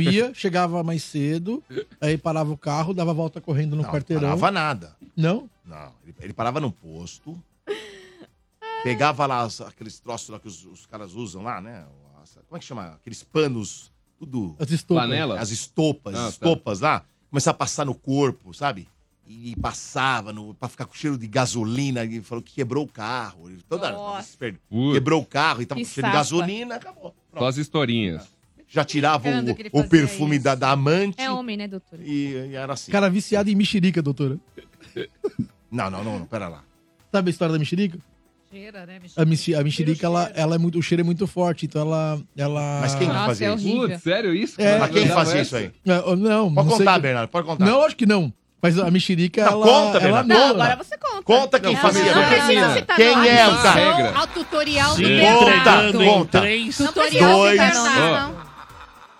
[SPEAKER 6] ia, chegava mais cedo, aí parava o carro, dava volta correndo no quarteirão.
[SPEAKER 2] Parava nada.
[SPEAKER 6] Não?
[SPEAKER 2] Não, ele, ele parava num posto, pegava lá as- aqueles troços lá que os, os caras usam lá, né? As- como é que chama? Aqueles panos, tudo.
[SPEAKER 6] As estopas.
[SPEAKER 2] Flanela? As estopas,
[SPEAKER 6] Ah, tá.
[SPEAKER 2] estopas lá. Começava a passar no corpo, sabe? E, e passava no, pra ficar com cheiro de gasolina. Ele falou que quebrou o carro. Ele, toda, per- quebrou o carro e tava
[SPEAKER 8] Que
[SPEAKER 2] com cheiro de
[SPEAKER 8] safa.
[SPEAKER 2] gasolina, Né, acabou.
[SPEAKER 8] Só as historinhas.
[SPEAKER 2] Já tirava o,
[SPEAKER 4] Lembrando que ele
[SPEAKER 2] o
[SPEAKER 4] fazia
[SPEAKER 2] perfume da, da amante
[SPEAKER 4] É homem, né, doutor?
[SPEAKER 2] e, e era assim.
[SPEAKER 6] Cara viciado em mexerica, doutora.
[SPEAKER 2] Não, não, não, não, pera lá.
[SPEAKER 6] Sabe a história da mexerica?
[SPEAKER 7] Cheira, né,
[SPEAKER 6] A, mexi- a mexerica, ela, ela é muito, o cheiro é muito forte, então ela... ela...
[SPEAKER 2] Mas quem que Nossa, fazia é isso? horrível. Putz,
[SPEAKER 8] sério isso?
[SPEAKER 6] É.
[SPEAKER 2] Mas quem fazia isso aí?
[SPEAKER 6] É, ou Não,
[SPEAKER 2] Pode
[SPEAKER 6] não sei
[SPEAKER 2] contar,
[SPEAKER 6] que-
[SPEAKER 2] Bernardo, pode contar.
[SPEAKER 6] Não, acho que não. Mas a mexerica,
[SPEAKER 2] Não,
[SPEAKER 6] ela...
[SPEAKER 2] conta,
[SPEAKER 6] ela
[SPEAKER 2] Bernardo.
[SPEAKER 6] anula.
[SPEAKER 2] Não, agora
[SPEAKER 4] você conta.
[SPEAKER 2] Conta quem
[SPEAKER 6] Não,
[SPEAKER 2] fazia.
[SPEAKER 6] não, não
[SPEAKER 2] Bernardo.
[SPEAKER 6] precisa
[SPEAKER 7] tá
[SPEAKER 6] citar
[SPEAKER 2] Quem
[SPEAKER 6] nome.
[SPEAKER 2] é o
[SPEAKER 6] Não.
[SPEAKER 2] cara?
[SPEAKER 7] Ao tutorial
[SPEAKER 2] Se
[SPEAKER 7] do
[SPEAKER 2] conta,
[SPEAKER 7] Bernardo.
[SPEAKER 2] conta.
[SPEAKER 7] Tutorial
[SPEAKER 8] dois,
[SPEAKER 7] do Bernardo.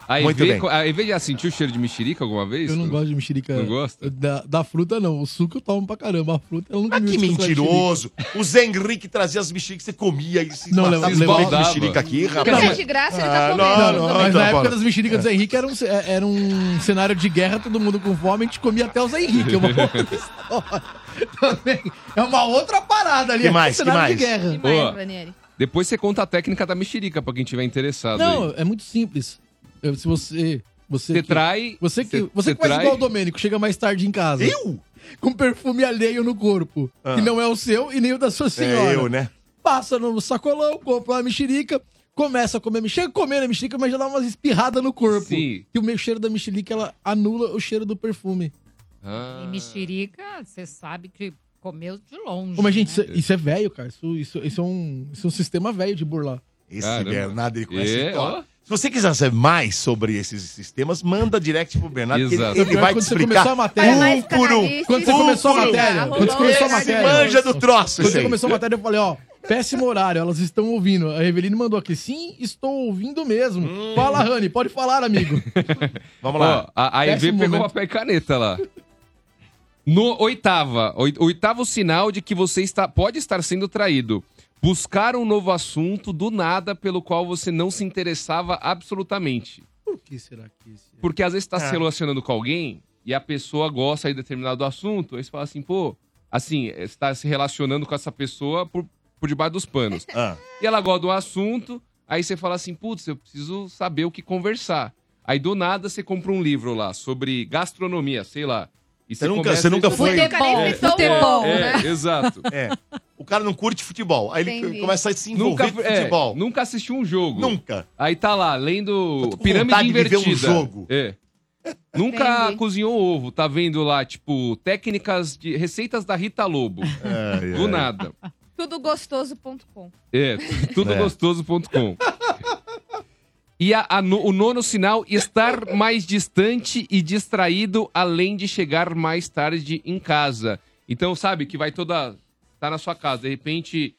[SPEAKER 8] Aí
[SPEAKER 6] Muito
[SPEAKER 8] vê,
[SPEAKER 6] bem.
[SPEAKER 8] co- aí vê, já sentiu o cheiro de mexerica alguma vez?
[SPEAKER 6] Eu não gosto de mexerica.
[SPEAKER 8] Não gosta?
[SPEAKER 6] Da, da fruta, não. O suco eu tomo pra caramba. A fruta, eu nunca vi
[SPEAKER 2] Que
[SPEAKER 6] isso com mexerica.
[SPEAKER 2] mentiroso. O Zé Henrique trazia as mexericas, você comia e se
[SPEAKER 6] Não,
[SPEAKER 2] matava,
[SPEAKER 6] leva-
[SPEAKER 2] esbalde
[SPEAKER 6] levava.
[SPEAKER 2] de mexerica aqui,
[SPEAKER 6] Porque
[SPEAKER 2] rapaz.
[SPEAKER 6] é
[SPEAKER 4] de graça, ele
[SPEAKER 2] Ah,
[SPEAKER 4] tá comendo.
[SPEAKER 2] Não,
[SPEAKER 6] Não,
[SPEAKER 2] não,
[SPEAKER 6] mas
[SPEAKER 2] então,
[SPEAKER 6] na época
[SPEAKER 2] bora.
[SPEAKER 6] das mexericas do Zé Henrique era um, ce- era um cenário de guerra, todo mundo com fome, a gente comia até o Zé Henrique. É uma outra história. Também. É uma outra parada ali.
[SPEAKER 8] Que
[SPEAKER 6] é um
[SPEAKER 8] mais, que
[SPEAKER 6] cenário
[SPEAKER 8] mais?
[SPEAKER 6] de guerra.
[SPEAKER 8] Que mais, Boa. Depois você conta a técnica da mexerica pra quem tiver interessado.
[SPEAKER 6] Não,
[SPEAKER 8] aí.
[SPEAKER 6] é muito simples. Eu- se você.
[SPEAKER 8] Você
[SPEAKER 6] Você que-
[SPEAKER 8] trai-
[SPEAKER 6] Você que,
[SPEAKER 8] você-
[SPEAKER 6] você
[SPEAKER 8] você
[SPEAKER 6] que faz
[SPEAKER 8] trai-
[SPEAKER 6] igual o Domênico, chega mais tarde em casa.
[SPEAKER 2] Eu?
[SPEAKER 6] Com perfume alheio no corpo.
[SPEAKER 2] Ah.
[SPEAKER 6] Que não é o seu e nem o da sua senhora.
[SPEAKER 2] eu, né?
[SPEAKER 6] Passa no sacolão, compra uma mexerica, começa a comer. Chega comendo a mexerica, mas já dá umas espirradas no corpo.
[SPEAKER 8] Sim.
[SPEAKER 6] E o meu cheiro da mexerica, ela anula o cheiro do perfume.
[SPEAKER 8] Ah.
[SPEAKER 7] E mexerica, você sabe que comeu de longe.
[SPEAKER 6] Ô, mas, gente, isso,
[SPEAKER 7] né?
[SPEAKER 6] isso é velho, cara. Isso, isso, isso é um, isso é um sistema velho de burlar.
[SPEAKER 2] Esse
[SPEAKER 6] Caramba.
[SPEAKER 2] Bernardo, ele conhece
[SPEAKER 6] É,
[SPEAKER 2] história.
[SPEAKER 6] ó.
[SPEAKER 2] Se você quiser saber mais sobre esses sistemas, manda direct pro Bernardo, que ele,
[SPEAKER 6] Exato.
[SPEAKER 2] ele
[SPEAKER 6] Pior
[SPEAKER 2] vai te
[SPEAKER 6] quando você
[SPEAKER 2] explicar
[SPEAKER 6] começou a matéria. Vai
[SPEAKER 2] um
[SPEAKER 6] mais
[SPEAKER 2] por um.
[SPEAKER 6] canalista, Quando você começou a
[SPEAKER 2] por um.
[SPEAKER 6] matéria, quando você começou a
[SPEAKER 2] Esse
[SPEAKER 6] matéria.
[SPEAKER 2] manja do troço,
[SPEAKER 6] Quando
[SPEAKER 2] esse
[SPEAKER 6] você
[SPEAKER 2] aí.
[SPEAKER 6] começou a matéria, eu falei, ó, péssimo horário, elas estão ouvindo. A Eveline mandou aqui, sim, estou ouvindo mesmo. Fala, Rani, pode falar, amigo.
[SPEAKER 2] Vamos
[SPEAKER 8] lá. a a EV
[SPEAKER 6] Péssimo
[SPEAKER 8] pegou
[SPEAKER 6] momento.
[SPEAKER 8] papel e caneta lá. No oitava, oi- oitavo sinal de que você está, pode estar sendo traído. Buscar um novo assunto do nada pelo qual você não se interessava absolutamente.
[SPEAKER 6] Por que será que isso?
[SPEAKER 8] Porque às vezes tá
[SPEAKER 2] É.
[SPEAKER 6] Ah.
[SPEAKER 8] se relacionando com alguém e a pessoa gosta de determinado assunto, aí você fala assim, pô, assim, eh, você tá se relacionando com essa pessoa por, por debaixo dos panos.
[SPEAKER 2] Ah.
[SPEAKER 8] E ela gosta do assunto, aí você fala assim, putz, eu preciso saber o que conversar. Aí do nada você compra um livro lá sobre gastronomia, sei lá. E
[SPEAKER 2] Você nunca- você nunca foi- Futebol,
[SPEAKER 8] É,
[SPEAKER 2] futebol,
[SPEAKER 8] é,
[SPEAKER 2] né?
[SPEAKER 8] é, Exato.
[SPEAKER 2] É. O cara não curte futebol. Aí ele
[SPEAKER 8] Entendi.
[SPEAKER 2] começa a se envolver
[SPEAKER 8] Nunca,
[SPEAKER 2] com
[SPEAKER 8] é,
[SPEAKER 2] futebol.
[SPEAKER 8] nunca assistiu um jogo.
[SPEAKER 2] Nunca.
[SPEAKER 8] Aí tá lá, lendo Pirâmide
[SPEAKER 2] vontade de ver
[SPEAKER 8] Invertida.
[SPEAKER 2] um jogo.
[SPEAKER 8] É. Nunca
[SPEAKER 2] Entendi.
[SPEAKER 8] cozinhou ovo, tá vendo lá, tipo, técnicas de. receitas da Rita Lobo.
[SPEAKER 2] Ai,
[SPEAKER 8] Do
[SPEAKER 2] ai.
[SPEAKER 8] nada.
[SPEAKER 4] Tudogostoso.com.
[SPEAKER 8] É, tudogostoso.com. E a- a no- o nono sinal, estar mais distante e distraído, além de chegar mais tarde em casa. Então, sabe, que vai toda. tá na sua casa, de repente.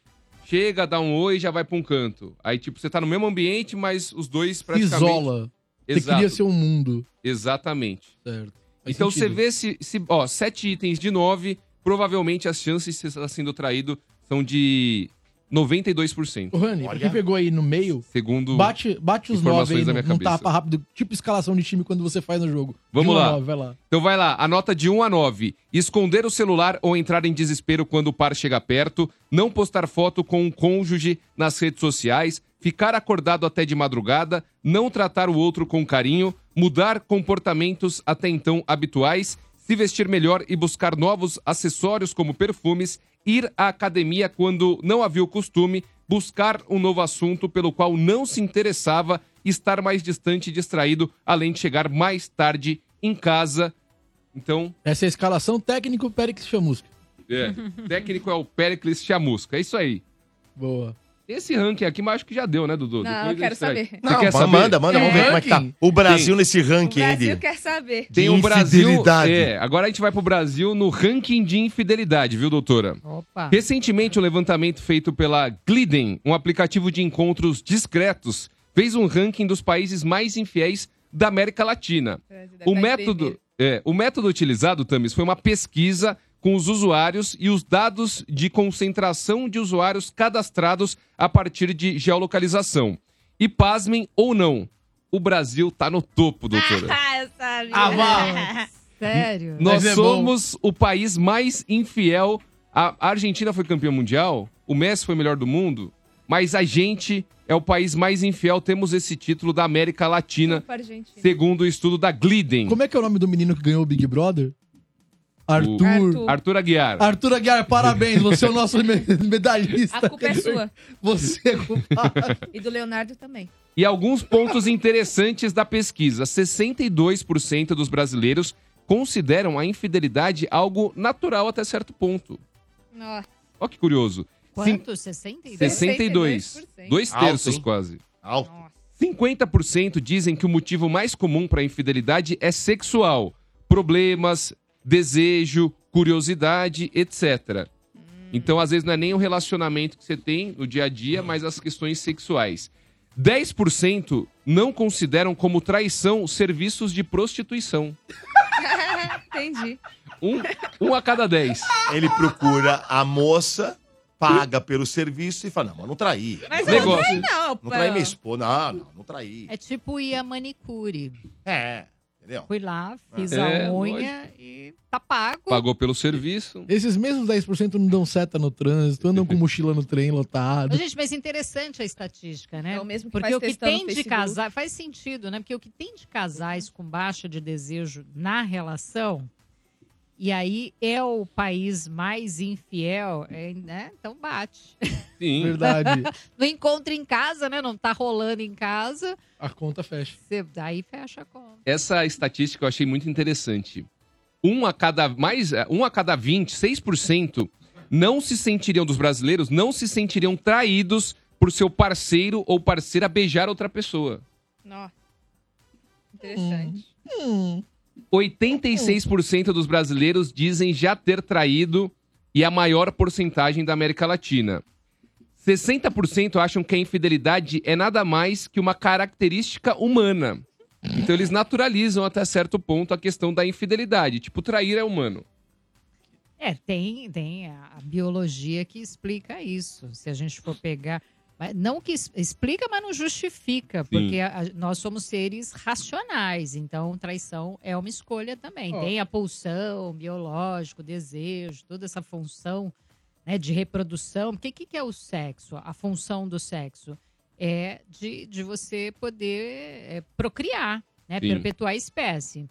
[SPEAKER 8] Chega, dá um oi e já vai pra um canto. Aí, tipo, você tá no mesmo ambiente, mas os dois praticamente.
[SPEAKER 6] Isola. Você
[SPEAKER 8] Exato.
[SPEAKER 6] queria ser um mundo.
[SPEAKER 8] Exatamente.
[SPEAKER 6] Certo. Faz
[SPEAKER 8] Então
[SPEAKER 6] sentido.
[SPEAKER 8] você vê se, se. Ó, sete itens de nove, provavelmente as chances de você estar sendo traído são de 92%.
[SPEAKER 6] Ô, Rani, pra quem pegou aí no meio,
[SPEAKER 8] Segundo.
[SPEAKER 6] bate, bate os nove aí
[SPEAKER 8] informações da
[SPEAKER 6] no,
[SPEAKER 8] minha
[SPEAKER 6] num
[SPEAKER 8] cabeça.
[SPEAKER 6] tapa rápido, tipo escalação de time quando você faz no jogo.
[SPEAKER 8] Vamos
[SPEAKER 6] De um a
[SPEAKER 8] lá.
[SPEAKER 6] nove, vai lá.
[SPEAKER 8] Então vai lá, a nota de 1 a 9. Esconder o celular ou entrar em desespero quando o par chega perto, não postar foto com o cônjuge nas redes sociais, ficar acordado até de madrugada, não tratar o outro com carinho, mudar comportamentos até então habituais, se vestir melhor e buscar novos acessórios como perfumes, ir à academia quando não havia o costume, buscar um novo assunto pelo qual não se interessava, estar mais distante e distraído, além de chegar mais tarde em casa. Então,
[SPEAKER 6] Essa é a escalação técnico Périx Chamusca.
[SPEAKER 8] é, técnico é o Pericles Chamusca. É isso aí.
[SPEAKER 6] Boa.
[SPEAKER 8] Esse ranking aqui, mas acho que já deu, né, Dudu?
[SPEAKER 4] Não, eu
[SPEAKER 8] a gente
[SPEAKER 4] quero
[SPEAKER 8] segue.
[SPEAKER 4] saber.
[SPEAKER 8] Você
[SPEAKER 2] Não,
[SPEAKER 8] quer
[SPEAKER 2] manda, manda, manda, vamos ver como é que tá. O Brasil
[SPEAKER 8] Tem-
[SPEAKER 2] nesse ranking aí de.
[SPEAKER 4] Brasil quer saber.
[SPEAKER 8] Tem um Brasil.
[SPEAKER 2] é infidelidade.
[SPEAKER 8] É, agora a gente vai pro Brasil no ranking de infidelidade, viu, doutora?
[SPEAKER 7] Opa.
[SPEAKER 8] Recentemente, um levantamento feito pela Glidden, um aplicativo de encontros discretos, fez um ranking dos países mais infiéis da América Latina. O método, é, o método utilizado, Tamis, foi uma pesquisa com os usuários e os dados de concentração de usuários cadastrados a partir de geolocalização. E pasmem ou não, o Brasil tá no topo, doutora.
[SPEAKER 4] Ah, eu sabia.
[SPEAKER 6] Ah, vá.
[SPEAKER 7] Sério?
[SPEAKER 8] Nós
[SPEAKER 6] é
[SPEAKER 8] somos o país mais infiel. A Argentina foi campeã mundial, o Messi foi o melhor do mundo, mas a gente é o país mais infiel. Temos esse título da América Latina,
[SPEAKER 4] Para Argentina.
[SPEAKER 8] segundo o estudo da Glidden.
[SPEAKER 6] Como é que é o nome do menino que ganhou o Big Brother? Arthur.
[SPEAKER 8] Arthur. Arthur Aguiar.
[SPEAKER 6] Arthur Aguiar, parabéns, você é o nosso me- medalhista.
[SPEAKER 4] A culpa é sua.
[SPEAKER 6] Você é culpado.
[SPEAKER 4] E do Leonardo também.
[SPEAKER 8] E alguns pontos interessantes da pesquisa: 62% dos brasileiros consideram a infidelidade algo natural até certo ponto.
[SPEAKER 4] Nossa.
[SPEAKER 8] Olha que curioso. Cin-
[SPEAKER 7] Quanto? 62?
[SPEAKER 8] 62. Dois
[SPEAKER 7] Alto,
[SPEAKER 8] terços
[SPEAKER 7] hein?
[SPEAKER 8] quase. Alto. 50% dizem que o motivo mais comum para a infidelidade é sexual. Problemas, desejo, curiosidade, etc. Então, às vezes, não é nem o relacionamento que você tem no dia a dia, mas as questões sexuais. 10% não consideram como traição serviços de prostituição.
[SPEAKER 4] Entendi.
[SPEAKER 8] Um, um a cada dez.
[SPEAKER 2] Ele procura a moça, paga pelo serviço e fala, não, mas não traí.
[SPEAKER 7] Mas
[SPEAKER 2] Não traí.
[SPEAKER 7] não trai, não,
[SPEAKER 2] Não traí
[SPEAKER 7] pô.
[SPEAKER 2] minha esposa, Ah, não, não, não traí.
[SPEAKER 7] É tipo ir a manicure.
[SPEAKER 2] É, entendeu?
[SPEAKER 7] Fui lá, fiz
[SPEAKER 8] É,
[SPEAKER 7] a unha e tá pago.
[SPEAKER 8] Pagou pelo serviço.
[SPEAKER 6] Esses mesmos 10% não dão seta no trânsito, andam com mochila no trem lotado.
[SPEAKER 7] Mas, gente, mas interessante a estatística, né?
[SPEAKER 4] É mesmo que
[SPEAKER 7] Porque
[SPEAKER 4] faz
[SPEAKER 7] o que
[SPEAKER 4] testando no
[SPEAKER 7] tem de
[SPEAKER 4] Facebook.
[SPEAKER 7] casais. Faz sentido, né? Porque o que tem de casais com baixa de desejo na relação. E aí é o país mais infiel, é, né? Então bate.
[SPEAKER 8] Sim.
[SPEAKER 6] Verdade.
[SPEAKER 7] Não encontra em casa, né? Não tá rolando em casa.
[SPEAKER 6] A conta fecha.
[SPEAKER 7] Você, daí fecha a conta.
[SPEAKER 8] Essa estatística eu achei muito interessante. Um a cada mais, eh, um a cada 20, 6% não se sentiriam dos brasileiros não se sentiriam traídos por seu parceiro ou parceira beijar outra pessoa.
[SPEAKER 4] Nossa. Interessante.
[SPEAKER 7] Hum.
[SPEAKER 8] 86% dos brasileiros dizem já ter traído e a maior porcentagem da América Latina. 60% acham que a infidelidade é nada mais que uma característica humana. Então eles naturalizam até certo ponto a questão da infidelidade. Tipo, trair é humano.
[SPEAKER 7] É, tem, tem a a biologia que explica isso. Se a gente for pegar. mas Não que es- explica, mas não justifica, porque a- a- nós somos seres racionais, então traição é uma escolha também.
[SPEAKER 1] Ó.
[SPEAKER 7] Tem a pulsão, biológico, desejo, toda essa função né, de reprodução. Porque o que, que é o sexo? A função do sexo é de, de você poder é, procriar, né,
[SPEAKER 6] Sim.
[SPEAKER 7] perpetuar a espécie.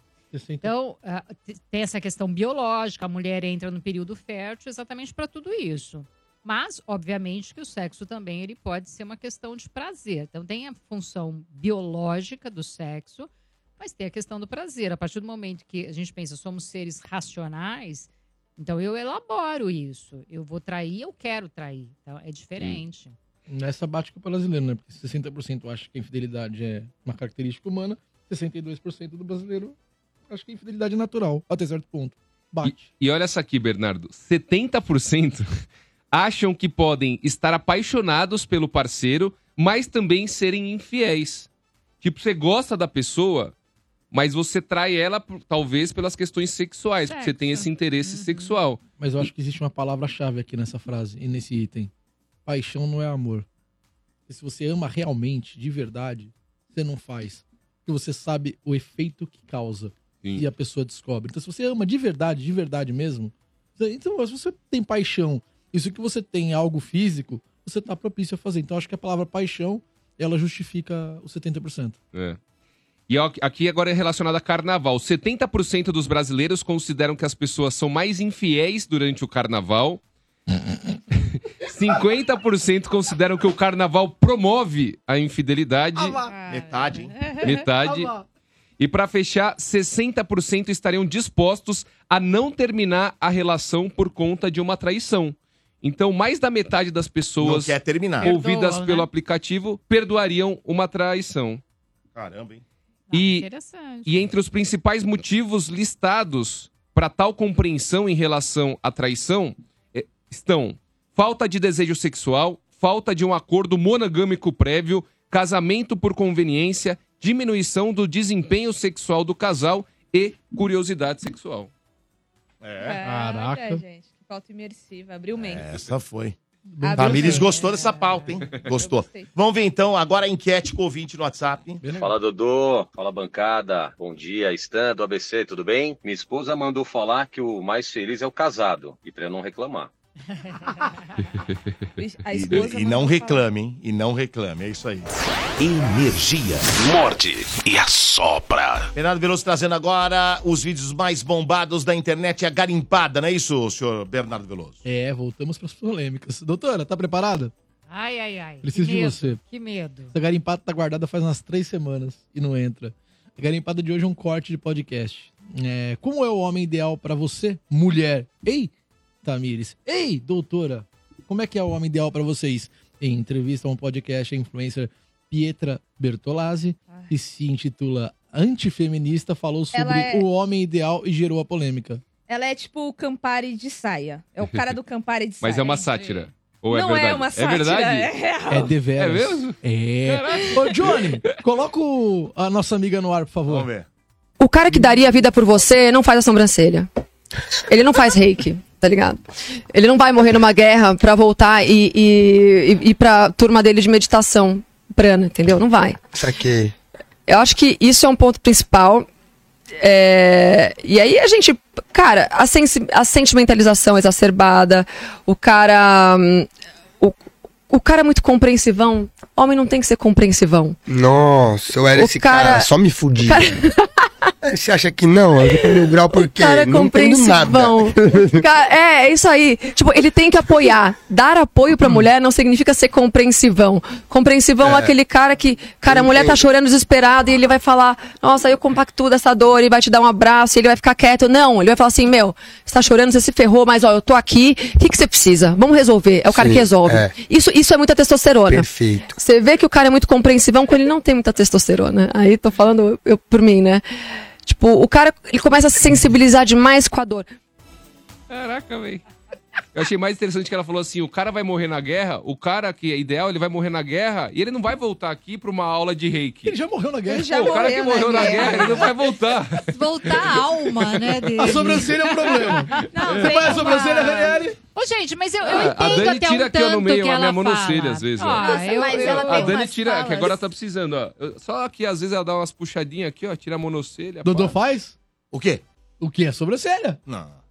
[SPEAKER 7] Então, ah, te- tem essa questão biológica, a mulher entra no período fértil exatamente para tudo isso. Mas, obviamente, que o sexo também ele pode ser uma questão de prazer. Então, tem a função biológica do sexo, mas tem a questão do prazer. A partir do momento que a gente pensa, somos seres racionais, então eu elaboro isso. Eu vou trair, eu quero trair. Então, é diferente.
[SPEAKER 6] Nessa bate com o brasileiro, né? Porque 60% acha que a infidelidade é uma característica humana, 62% do brasileiro acha que a infidelidade é natural, até certo ponto. Bate.
[SPEAKER 8] E olha essa aqui, Bernardo. 70% acham que podem estar apaixonados pelo parceiro, mas também serem infiéis. Tipo, você gosta da pessoa, mas você trai ela, por- talvez, pelas questões sexuais, porque você tem esse interesse sexual.
[SPEAKER 6] Mas eu acho que existe uma palavra-chave aqui nessa frase e nesse item. Paixão não é amor. E se você ama realmente, de verdade, você não faz. Porque você sabe o efeito que causa. E a pessoa descobre. Então, se você ama de verdade, de verdade mesmo, você- então, se você tem paixão, isso que você tem é algo físico, você tá propício a fazer. Então, eu acho que a palavra paixão, ela justifica os 70%.
[SPEAKER 8] É. E ó, aqui agora é relacionado a carnaval. 70% dos brasileiros consideram que as pessoas são mais infiéis durante o carnaval. 50% consideram que o carnaval promove a infidelidade.
[SPEAKER 2] Metade, hein?
[SPEAKER 11] Tá
[SPEAKER 8] Metade. E pra fechar, 60% estariam dispostos a não terminar a relação por conta de uma traição. Então, mais da metade das pessoas
[SPEAKER 2] Não quer terminar.
[SPEAKER 8] ouvidas
[SPEAKER 2] Perdoam, né?
[SPEAKER 8] pelo aplicativo perdoariam uma traição.
[SPEAKER 2] Caramba, hein?
[SPEAKER 4] Ah,
[SPEAKER 8] E,
[SPEAKER 7] Interessante.
[SPEAKER 8] e entre os principais motivos listados para tal compreensão em relação à traição eh, estão falta de desejo sexual, falta de um acordo monogâmico prévio, casamento por conveniência, diminuição do desempenho sexual do casal e curiosidade sexual.
[SPEAKER 2] É.
[SPEAKER 4] Caraca. gente, que pauta imersiva.
[SPEAKER 8] É,
[SPEAKER 4] Abriu mente.
[SPEAKER 2] Essa foi.
[SPEAKER 4] Ah,
[SPEAKER 2] Tamires
[SPEAKER 4] gostei.
[SPEAKER 2] gostou dessa pauta, hein? Gostou. Vamos ver então agora a enquete com o ouvinte no WhatsApp.
[SPEAKER 1] Fala Dodô, fala bancada, bom dia, Stan do ABC, tudo bem? Minha esposa mandou falar que o mais feliz é o casado, e pra eu não reclamar.
[SPEAKER 4] A esposa
[SPEAKER 2] E, e não
[SPEAKER 4] mandou
[SPEAKER 2] reclame, hein? E não reclame, é isso aí.
[SPEAKER 3] Energia. Morde e assopra.
[SPEAKER 2] Bernardo Veloso trazendo agora os vídeos mais bombados da internet, a garimpada, não é isso, senhor Bernardo Veloso?
[SPEAKER 6] É, voltamos para as polêmicas. Doutora, tá preparada?
[SPEAKER 7] Ai, ai, ai.
[SPEAKER 6] Preciso
[SPEAKER 7] que
[SPEAKER 6] de
[SPEAKER 7] medo,
[SPEAKER 6] você.
[SPEAKER 7] Que medo.
[SPEAKER 6] Essa garimpada tá guardada faz umas três semanas e não entra. A garimpada de hoje é um corte de podcast. É, como é o homem ideal pra você, mulher? Ei, Tamires. Ei, doutora. Como é que é o homem ideal pra vocês? Em entrevista a um podcast, a influencer Pietra Bertolazzi, que se intitula Antifeminista, falou
[SPEAKER 4] Ah. Ela
[SPEAKER 6] sobre
[SPEAKER 4] é-
[SPEAKER 6] o homem ideal e gerou a polêmica.
[SPEAKER 4] Ela é tipo o Campari de saia. É o cara do Campari de saia.
[SPEAKER 8] Mas é uma sátira. Ou é
[SPEAKER 4] Não é
[SPEAKER 8] verdade?
[SPEAKER 4] uma sátira,
[SPEAKER 8] É verdade?
[SPEAKER 4] é real.
[SPEAKER 6] É de veras.
[SPEAKER 8] É mesmo?
[SPEAKER 6] É.
[SPEAKER 8] Caraca.
[SPEAKER 6] Ô, Johnny, coloca o- a nossa amiga no ar, por favor. Vamos
[SPEAKER 2] ver.
[SPEAKER 21] O cara que daria a vida por você não faz a sobrancelha. Ele não faz reiki, tá ligado? Ele não vai morrer numa guerra pra voltar e, e, e ir pra turma dele de meditação prana, entendeu? Não vai.
[SPEAKER 24] Saquei.
[SPEAKER 21] Eu acho que isso é um ponto principal. É, E aí a gente, cara, a, sensi- a sentimentalização exacerbada, o cara. hum, O, o cara é muito compreensivão. Homem não tem que ser compreensivão.
[SPEAKER 24] Nossa, eu era
[SPEAKER 21] O
[SPEAKER 24] esse cara,
[SPEAKER 21] cara-
[SPEAKER 24] só me fudia. Aí Você acha que não? Eu tenho grau porque
[SPEAKER 21] cara é
[SPEAKER 24] não entendo nada.
[SPEAKER 21] compreensivão. Ca- É, é isso aí. Tipo, ele tem que apoiar. Dar apoio
[SPEAKER 24] Hum.
[SPEAKER 21] pra mulher não significa ser compreensivão. Compreensivão é, É. aquele cara que, cara, a mulher tá chorando desesperada e ele vai falar, nossa, eu compactuo dessa dor e vai te dar um abraço e ele vai ficar quieto. Não, ele vai falar assim, meu, você tá chorando, você se ferrou, mas ó, eu tô aqui, o que, que você precisa? Vamos resolver. É o cara
[SPEAKER 24] Sim,
[SPEAKER 21] que resolve.
[SPEAKER 24] é.
[SPEAKER 21] Isso, isso é muita testosterona.
[SPEAKER 24] Perfeito.
[SPEAKER 21] Você vê que o cara é muito compreensivão quando ele não tem muita testosterona. Aí tô falando eu, por mim, né? Tipo, o cara ele começa a se sensibilizar demais com a dor.
[SPEAKER 8] Caraca, velho. Eu achei mais interessante que ela falou assim: o cara vai morrer na guerra, o cara que é ideal, ele vai morrer na guerra e ele não vai voltar aqui pra uma aula de reiki.
[SPEAKER 6] Ele já morreu na guerra.
[SPEAKER 8] Pô, o cara que morreu na guerra, ele não vai voltar.
[SPEAKER 7] Voltar a alma, né, dele.
[SPEAKER 6] A sobrancelha é um problema.
[SPEAKER 7] Não,
[SPEAKER 6] Você
[SPEAKER 7] tem
[SPEAKER 6] faz a
[SPEAKER 7] uma-
[SPEAKER 6] sobrancelha, Ranieri?
[SPEAKER 7] Ô, gente, mas eu, eu
[SPEAKER 8] Ah, a
[SPEAKER 7] entendo
[SPEAKER 8] Dani
[SPEAKER 7] até
[SPEAKER 8] tira aqui
[SPEAKER 7] um
[SPEAKER 8] ó,
[SPEAKER 7] tanto
[SPEAKER 8] no meio
[SPEAKER 7] que
[SPEAKER 8] a
[SPEAKER 7] ela
[SPEAKER 8] minha
[SPEAKER 7] fala.
[SPEAKER 8] monocelha, às vezes. ó.
[SPEAKER 7] Ah, eu- eu-
[SPEAKER 8] a Dani tira, que agora tá precisando, ó. Eu- Só que às vezes ela dá umas puxadinhas aqui, ó, tira a monocelha.
[SPEAKER 6] Dodô
[SPEAKER 8] pá.
[SPEAKER 6] faz?
[SPEAKER 2] O quê?
[SPEAKER 6] O quê? A sobrancelha?
[SPEAKER 2] Não.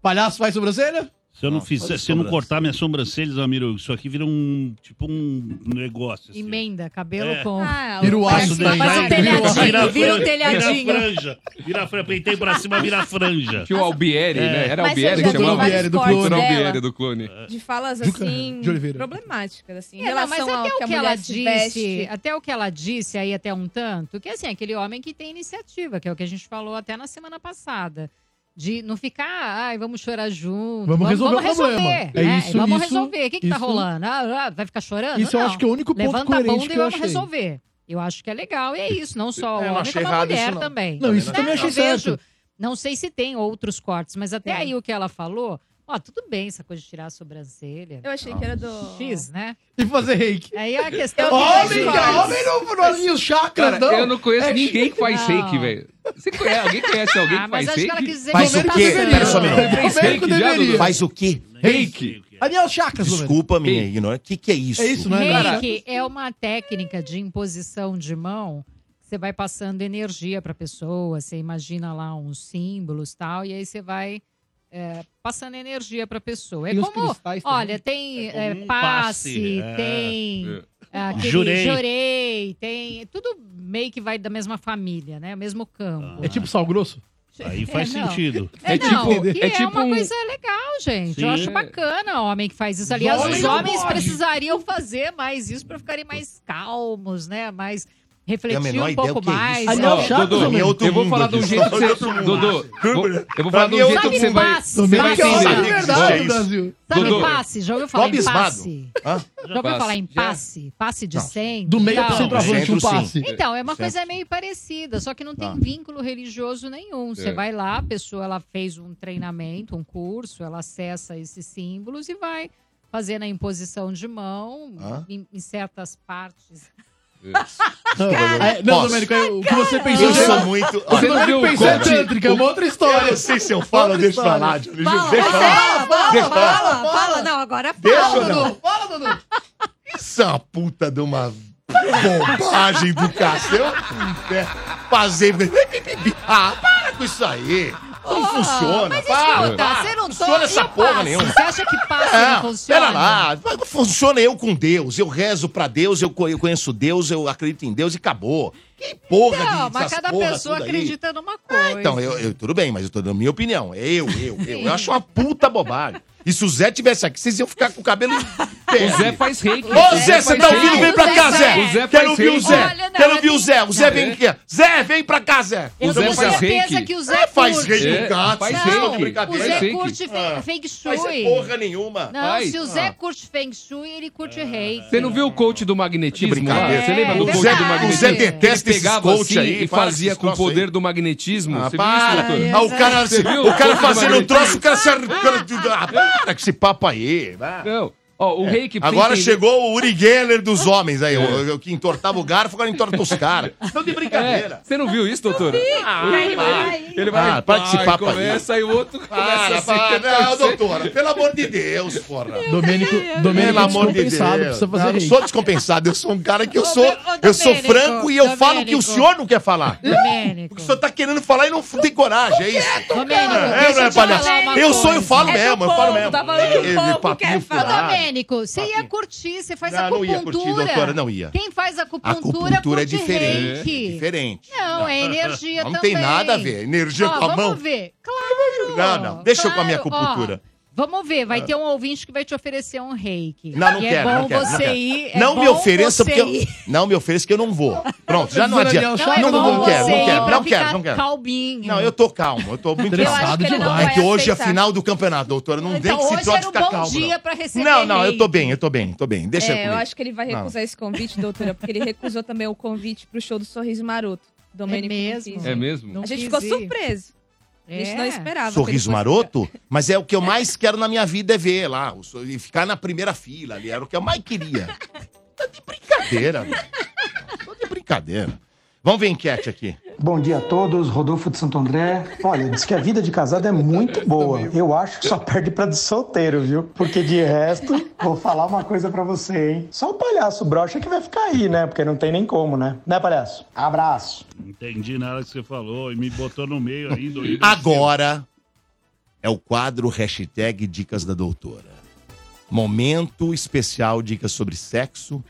[SPEAKER 6] Palhaço faz sobrancelha?
[SPEAKER 23] Se eu não,
[SPEAKER 8] Ah,
[SPEAKER 6] Não,
[SPEAKER 23] fizer,
[SPEAKER 6] olha
[SPEAKER 23] se eu não
[SPEAKER 6] sobrancelha.
[SPEAKER 23] cortar minhas sobrancelhas, Amiro, isso aqui vira um tipo um negócio.
[SPEAKER 7] Emenda, cabelo
[SPEAKER 23] É.
[SPEAKER 7] com...
[SPEAKER 4] Ah,
[SPEAKER 23] Vira o
[SPEAKER 7] faz-
[SPEAKER 23] aço daí.
[SPEAKER 7] Faz um telhadinho, vira, um
[SPEAKER 23] franja,
[SPEAKER 7] telhadinho.
[SPEAKER 23] Vira franja. Vira franja. Peitei pra cima, vira franja. É.
[SPEAKER 8] Que o Albieri, né? Era
[SPEAKER 4] Mas
[SPEAKER 8] Albieri
[SPEAKER 4] você
[SPEAKER 8] que
[SPEAKER 4] já viu
[SPEAKER 8] chamava?
[SPEAKER 4] vários cortes
[SPEAKER 8] Doutor
[SPEAKER 4] dela?
[SPEAKER 8] Albieri do clone.
[SPEAKER 6] É.
[SPEAKER 4] De falas
[SPEAKER 8] Juca
[SPEAKER 4] assim,
[SPEAKER 8] de Oliveira.
[SPEAKER 4] problemáticas, assim, em
[SPEAKER 7] É, não,
[SPEAKER 4] relação
[SPEAKER 7] mas até
[SPEAKER 4] ao que
[SPEAKER 7] o
[SPEAKER 4] a
[SPEAKER 7] que
[SPEAKER 4] mulher
[SPEAKER 7] ela
[SPEAKER 4] se veste.
[SPEAKER 7] disse, até o que ela disse aí até um tanto, que assim, aquele homem que tem iniciativa, que é o que a gente falou até na semana passada. De não ficar, ai, vamos chorar junto.
[SPEAKER 6] Vamos resolver o problema.
[SPEAKER 7] resolver,
[SPEAKER 6] É
[SPEAKER 7] né?
[SPEAKER 6] isso,
[SPEAKER 7] vamos
[SPEAKER 6] isso,
[SPEAKER 7] resolver. O que, que tá
[SPEAKER 6] isso.
[SPEAKER 7] rolando? Ah, ah, vai ficar chorando?
[SPEAKER 6] Isso eu
[SPEAKER 7] Não.
[SPEAKER 6] acho que é o único ponto
[SPEAKER 7] Levanta a
[SPEAKER 6] coerente
[SPEAKER 7] bunda
[SPEAKER 6] que
[SPEAKER 7] e
[SPEAKER 6] eu
[SPEAKER 7] vamos
[SPEAKER 6] achei.
[SPEAKER 7] resolver. Eu acho que é legal. E é isso, não só o
[SPEAKER 6] É, eu não
[SPEAKER 7] homem,
[SPEAKER 6] achei
[SPEAKER 7] como a
[SPEAKER 6] errado
[SPEAKER 7] mulher
[SPEAKER 6] isso, não.
[SPEAKER 7] também. Né?
[SPEAKER 6] Não, isso também achei
[SPEAKER 7] eu
[SPEAKER 6] certo.
[SPEAKER 7] vejo- Não sei se tem outros cortes, mas até aí o que ela falou, ó, tudo bem essa coisa de tirar a sobrancelha.
[SPEAKER 4] Eu achei que era do-
[SPEAKER 7] X, né?
[SPEAKER 6] E fazer reiki. É
[SPEAKER 7] Aí é a questão.
[SPEAKER 6] Homem, cara, homem não, não alinha os chakras,
[SPEAKER 8] Cara,
[SPEAKER 6] não.
[SPEAKER 8] eu não conheço
[SPEAKER 6] É
[SPEAKER 8] ninguém que faz
[SPEAKER 6] Não.
[SPEAKER 8] reiki, velho. Você conhece? Alguém conhece alguém
[SPEAKER 7] Ah,
[SPEAKER 8] que
[SPEAKER 7] mas
[SPEAKER 8] faz
[SPEAKER 7] acho que ela
[SPEAKER 8] reiki?
[SPEAKER 7] quis dizer
[SPEAKER 2] Faz o quê? Pera só um minuto.
[SPEAKER 8] Fez reiki já, Dudu?
[SPEAKER 2] Faz o quê?
[SPEAKER 8] Reiki.
[SPEAKER 6] Alinha os chakras,
[SPEAKER 2] Desculpa, minha ignorância. O que, que é isso?
[SPEAKER 6] É isso, não
[SPEAKER 7] Reiki é uma técnica de imposição de mão. que Você vai passando energia para a pessoa, você imagina lá uns símbolos tal, e aí você vai é, passando energia para a pessoa. É
[SPEAKER 6] E os
[SPEAKER 7] como,
[SPEAKER 6] cristais também?
[SPEAKER 7] olha, tem
[SPEAKER 6] É como
[SPEAKER 7] é,
[SPEAKER 6] um
[SPEAKER 7] passe,
[SPEAKER 6] passe, é.
[SPEAKER 7] tem
[SPEAKER 6] É.
[SPEAKER 7] aquele
[SPEAKER 6] Jurei.
[SPEAKER 7] jurei. tem tudo meio que vai da mesma família, né? O mesmo campo.
[SPEAKER 6] É tipo sal grosso?
[SPEAKER 23] Aí
[SPEAKER 7] É, não. É,
[SPEAKER 6] É
[SPEAKER 7] não,
[SPEAKER 6] tipo-
[SPEAKER 7] que
[SPEAKER 6] é
[SPEAKER 7] é,
[SPEAKER 6] tipo
[SPEAKER 7] uma
[SPEAKER 6] um-
[SPEAKER 7] coisa legal, gente.
[SPEAKER 6] Sim.
[SPEAKER 7] Eu acho bacana o homem que faz isso. Aliás,
[SPEAKER 6] Homem
[SPEAKER 7] os
[SPEAKER 6] não
[SPEAKER 7] homens
[SPEAKER 6] pode.
[SPEAKER 7] precisariam fazer mais isso para ficarem mais calmos, né? Mais
[SPEAKER 2] Tem a
[SPEAKER 7] refletir
[SPEAKER 2] menor
[SPEAKER 7] um
[SPEAKER 2] ideia
[SPEAKER 7] pouco
[SPEAKER 2] o que é
[SPEAKER 7] mais.
[SPEAKER 2] isso.
[SPEAKER 8] Ó, Dodô, eu vou falar de um jeito que você. Dodô, vou- eu vou falar
[SPEAKER 11] é
[SPEAKER 8] de um jeito que você vai.
[SPEAKER 7] passe,
[SPEAKER 8] Você vai
[SPEAKER 7] passe.
[SPEAKER 8] entender.
[SPEAKER 7] É verdade,
[SPEAKER 8] Ó,
[SPEAKER 7] Brasil. Sabe
[SPEAKER 8] Dodô,
[SPEAKER 7] passe? Já ouviu falar
[SPEAKER 8] Bob
[SPEAKER 7] em
[SPEAKER 8] Esmado.
[SPEAKER 7] passe? Já ouviu falar em passe? Passe de 100?
[SPEAKER 6] Do meio pro centroavante, Centro, um passe. sim.
[SPEAKER 7] Então, é uma
[SPEAKER 6] Centro.
[SPEAKER 7] coisa meio parecida, só que não tem
[SPEAKER 6] Tá.
[SPEAKER 7] vínculo religioso nenhum. Você
[SPEAKER 6] É.
[SPEAKER 7] vai lá, a pessoa ela fez um treinamento, um curso, ela acessa esses símbolos e vai fazendo a imposição de mão
[SPEAKER 2] Ah.
[SPEAKER 7] em, em certas partes
[SPEAKER 6] É, não,
[SPEAKER 2] Posso?
[SPEAKER 6] Domênico, é o que você pensou.
[SPEAKER 2] Eu sou
[SPEAKER 6] Você-
[SPEAKER 2] muito.
[SPEAKER 6] O que Domênico pensou é tântrica, é uma outra história.
[SPEAKER 2] Eu não sei se eu falo ou
[SPEAKER 6] Outra
[SPEAKER 2] deixo pra
[SPEAKER 6] história.
[SPEAKER 2] lá. Deixa eu
[SPEAKER 6] Fala,
[SPEAKER 2] deixa pra lá.
[SPEAKER 6] fala, fala,
[SPEAKER 2] Deixa pra lá.
[SPEAKER 6] fala.
[SPEAKER 4] Fala, fala, não, agora é fala.
[SPEAKER 2] Deixa eu não.
[SPEAKER 6] Fala, Dudu.
[SPEAKER 2] Isso é uma puta de uma bobagem do cacete. Eu né, fazer. Ah, para com isso aí. Não
[SPEAKER 7] Ah,
[SPEAKER 2] funciona.
[SPEAKER 7] mas
[SPEAKER 2] para,
[SPEAKER 7] escuta,
[SPEAKER 2] para.
[SPEAKER 7] você não
[SPEAKER 2] Não funciona
[SPEAKER 7] to-
[SPEAKER 2] essa
[SPEAKER 7] e o
[SPEAKER 2] porra
[SPEAKER 7] passe?
[SPEAKER 2] nenhuma. É.
[SPEAKER 7] Você acha que passe não funciona?
[SPEAKER 2] Pera lá, não funciona eu com Deus. Eu rezo pra Deus, eu co- eu conheço Deus, eu acredito em Deus e acabou. Que porra de
[SPEAKER 7] Não, Então, mas
[SPEAKER 2] essas
[SPEAKER 7] cada
[SPEAKER 2] porra
[SPEAKER 7] pessoa
[SPEAKER 2] tudo aí?
[SPEAKER 7] acredita numa coisa.
[SPEAKER 2] Então, eu, eu- tudo bem, mas eu tô dando minha opinião. Eu, eu, eu.
[SPEAKER 7] Sim.
[SPEAKER 2] Eu acho uma puta bobagem. E se o Zé tivesse aqui, vocês iam ficar com o cabelo. O
[SPEAKER 8] Zé faz reiki.
[SPEAKER 2] Ô, Zé,
[SPEAKER 8] O Zé
[SPEAKER 2] você
[SPEAKER 8] faz
[SPEAKER 2] tá
[SPEAKER 8] reiki.
[SPEAKER 2] ouvindo? Vem pra cá,
[SPEAKER 8] O Zé
[SPEAKER 2] Zé.
[SPEAKER 8] faz reiki.
[SPEAKER 2] Quero ouvir o Zé.
[SPEAKER 8] Olha, não,
[SPEAKER 2] Quero
[SPEAKER 8] eu
[SPEAKER 2] ouvir o
[SPEAKER 8] tenho-
[SPEAKER 2] Zé. O Zé
[SPEAKER 8] Não,
[SPEAKER 2] vem
[SPEAKER 8] é.
[SPEAKER 2] aqui. Zé, vem pra cá, Zé.
[SPEAKER 7] Eu tenho certeza que o Zé
[SPEAKER 2] É, faz
[SPEAKER 7] curte.
[SPEAKER 2] reiki.
[SPEAKER 7] É,
[SPEAKER 2] no gato.
[SPEAKER 7] faz
[SPEAKER 2] vocês estão
[SPEAKER 7] reiki.
[SPEAKER 2] brincadeira.
[SPEAKER 7] O Zé curte fe- feng shui.
[SPEAKER 2] Faz é porra Ah. nenhuma.
[SPEAKER 7] Não, se o Zé curte Feng Shui, ele curte reiki.
[SPEAKER 8] Você não viu o coach do magnetismo lá?
[SPEAKER 2] brincadeira.
[SPEAKER 8] Você lembra do
[SPEAKER 2] O
[SPEAKER 8] coach
[SPEAKER 2] Zé-
[SPEAKER 8] do
[SPEAKER 2] o
[SPEAKER 8] magnetismo?
[SPEAKER 2] Zé detesta
[SPEAKER 8] Ele
[SPEAKER 2] esses
[SPEAKER 8] pegava
[SPEAKER 2] coach
[SPEAKER 8] assim
[SPEAKER 2] aí,
[SPEAKER 8] e
[SPEAKER 2] para
[SPEAKER 8] fazia
[SPEAKER 2] esses
[SPEAKER 8] com o
[SPEAKER 2] troços
[SPEAKER 8] poder do magnetismo.
[SPEAKER 2] Ah,
[SPEAKER 8] Você viu isso,
[SPEAKER 2] para.
[SPEAKER 8] doutor?
[SPEAKER 2] Ah, o cara,
[SPEAKER 8] Você viu
[SPEAKER 2] o cara
[SPEAKER 8] coach do
[SPEAKER 2] fazendo um
[SPEAKER 8] magnetismo?
[SPEAKER 2] troço, o cara se arrancando. Ah, para com esse papo aí. vai.
[SPEAKER 8] Não. Ó, o
[SPEAKER 2] É.
[SPEAKER 8] reiki... pra
[SPEAKER 2] Agora
[SPEAKER 8] entender- É.
[SPEAKER 2] chegou o Uri Geller dos homens aí, o, o que entortava o garfo, agora entorta os caras. Não de brincadeira.
[SPEAKER 8] Você não viu isso, doutor?
[SPEAKER 2] Ah,
[SPEAKER 8] ele
[SPEAKER 2] para.
[SPEAKER 8] vai, ele vai
[SPEAKER 2] Ah, para de se
[SPEAKER 8] Ai,
[SPEAKER 2] papo aí.
[SPEAKER 8] começa aí o outro começa
[SPEAKER 2] Para,
[SPEAKER 8] a se
[SPEAKER 2] para.
[SPEAKER 8] torcer.
[SPEAKER 2] Não, doutora, pelo amor de Deus, porra.
[SPEAKER 6] Domênico, Domênico descompensado, precisa fazer
[SPEAKER 2] Não, eu não
[SPEAKER 6] reiki.
[SPEAKER 2] sou descompensado, eu sou um cara que eu sou,
[SPEAKER 6] Ô,
[SPEAKER 2] eu sou
[SPEAKER 6] Domênico,
[SPEAKER 2] franco e eu falo o que o
[SPEAKER 6] Domênico.
[SPEAKER 2] senhor não quer falar.
[SPEAKER 7] Domênico.
[SPEAKER 2] Porque o senhor tá querendo falar e não tem coragem, é isso?
[SPEAKER 7] Domênico,
[SPEAKER 2] É,
[SPEAKER 7] deixa
[SPEAKER 2] não é
[SPEAKER 7] eu te falar
[SPEAKER 2] palhaço.
[SPEAKER 7] uma
[SPEAKER 2] Eu sou, eu
[SPEAKER 7] coisa.
[SPEAKER 2] falo
[SPEAKER 7] É do
[SPEAKER 2] mesmo, eu falo
[SPEAKER 7] povo,
[SPEAKER 2] mesmo.
[SPEAKER 7] tá falando que o
[SPEAKER 2] Ele
[SPEAKER 7] povo
[SPEAKER 2] papinho
[SPEAKER 7] quer falar.
[SPEAKER 2] furado. Ah,
[SPEAKER 7] Domênico, você ia curtir, você faz
[SPEAKER 2] Não, não ia
[SPEAKER 7] acupuntura.
[SPEAKER 2] curtir, doutora, não ia.
[SPEAKER 7] Quem faz
[SPEAKER 2] A
[SPEAKER 7] acupuntura,
[SPEAKER 2] acupuntura é
[SPEAKER 7] curte
[SPEAKER 2] diferente.
[SPEAKER 7] reiki.
[SPEAKER 2] É diferente.
[SPEAKER 7] Não, é energia
[SPEAKER 2] Não
[SPEAKER 7] também.
[SPEAKER 2] tem nada a ver. Energia
[SPEAKER 7] Ó,
[SPEAKER 2] com a
[SPEAKER 7] vamos
[SPEAKER 2] mão.
[SPEAKER 7] ver. Claro.
[SPEAKER 2] Não, não. Deixa eu com a minha
[SPEAKER 7] Claro,
[SPEAKER 2] acupuntura.
[SPEAKER 7] ó, Vamos ver, vai
[SPEAKER 2] Ah.
[SPEAKER 7] ter um ouvinte que vai te oferecer um reiki.
[SPEAKER 2] Não, não
[SPEAKER 7] e
[SPEAKER 2] quero,
[SPEAKER 7] é bom
[SPEAKER 2] não quero.
[SPEAKER 7] você
[SPEAKER 2] não quero.
[SPEAKER 7] ir. é
[SPEAKER 2] não me
[SPEAKER 7] bom
[SPEAKER 2] ofereça,
[SPEAKER 7] você
[SPEAKER 2] porque eu,
[SPEAKER 7] ir.
[SPEAKER 2] não me ofereça que eu não vou. Pronto, já não
[SPEAKER 6] Não, é
[SPEAKER 2] adianta.
[SPEAKER 6] bom
[SPEAKER 2] Não, não,
[SPEAKER 6] você
[SPEAKER 2] quero, não
[SPEAKER 6] ir
[SPEAKER 2] quero,
[SPEAKER 6] pra
[SPEAKER 2] não quero,
[SPEAKER 6] ficar
[SPEAKER 2] não quero.
[SPEAKER 7] Calminho.
[SPEAKER 2] Não, eu tô calmo, eu tô muito
[SPEAKER 6] Eu acho que
[SPEAKER 2] cansado
[SPEAKER 6] ele não
[SPEAKER 2] demais. É
[SPEAKER 6] vai
[SPEAKER 2] que hoje é a
[SPEAKER 6] aceitar.
[SPEAKER 2] final do campeonato, doutora. Não tem
[SPEAKER 4] Então,
[SPEAKER 2] que se
[SPEAKER 4] hoje
[SPEAKER 2] pode
[SPEAKER 4] era um
[SPEAKER 2] ficar
[SPEAKER 4] bom
[SPEAKER 2] calmo.
[SPEAKER 4] dia
[SPEAKER 2] não.
[SPEAKER 4] pra receber
[SPEAKER 2] Não, não, eu
[SPEAKER 4] reiki.
[SPEAKER 2] tô bem, eu tô bem, tô bem. Deixa
[SPEAKER 4] é, eu
[SPEAKER 2] comigo.
[SPEAKER 4] acho que ele vai recusar esse convite, doutora, porque ele recusou também o convite pro show do Sorriso Maroto. Domênico mesmo?
[SPEAKER 8] É mesmo?
[SPEAKER 4] A gente ficou surpreso. A
[SPEAKER 7] É.
[SPEAKER 4] gente não esperava. que
[SPEAKER 2] Sorriso
[SPEAKER 4] ele fosse-
[SPEAKER 2] maroto, mas é o que eu mais quero na minha vida é ver lá, o sor- e ficar na primeira fila ali, era o que eu mais queria. Tá de brincadeira, velho. Tô de brincadeira. Vamos ver a enquete aqui.
[SPEAKER 9] Bom dia a todos, Rodolfo de Santo André. Olha, diz que a vida de casado é muito boa. Eu acho que só perde pra de solteiro, viu? Porque de resto, vou falar uma coisa pra você, hein? Só o palhaço brocha que vai ficar aí, né? Porque não tem nem como, né? Né, palhaço? Abraço.
[SPEAKER 23] Não entendi nada que você falou e me botou no meio ainda. o
[SPEAKER 2] Agora é o quadro hashtag Dicas da Doutora. Momento especial dicas sobre sexo,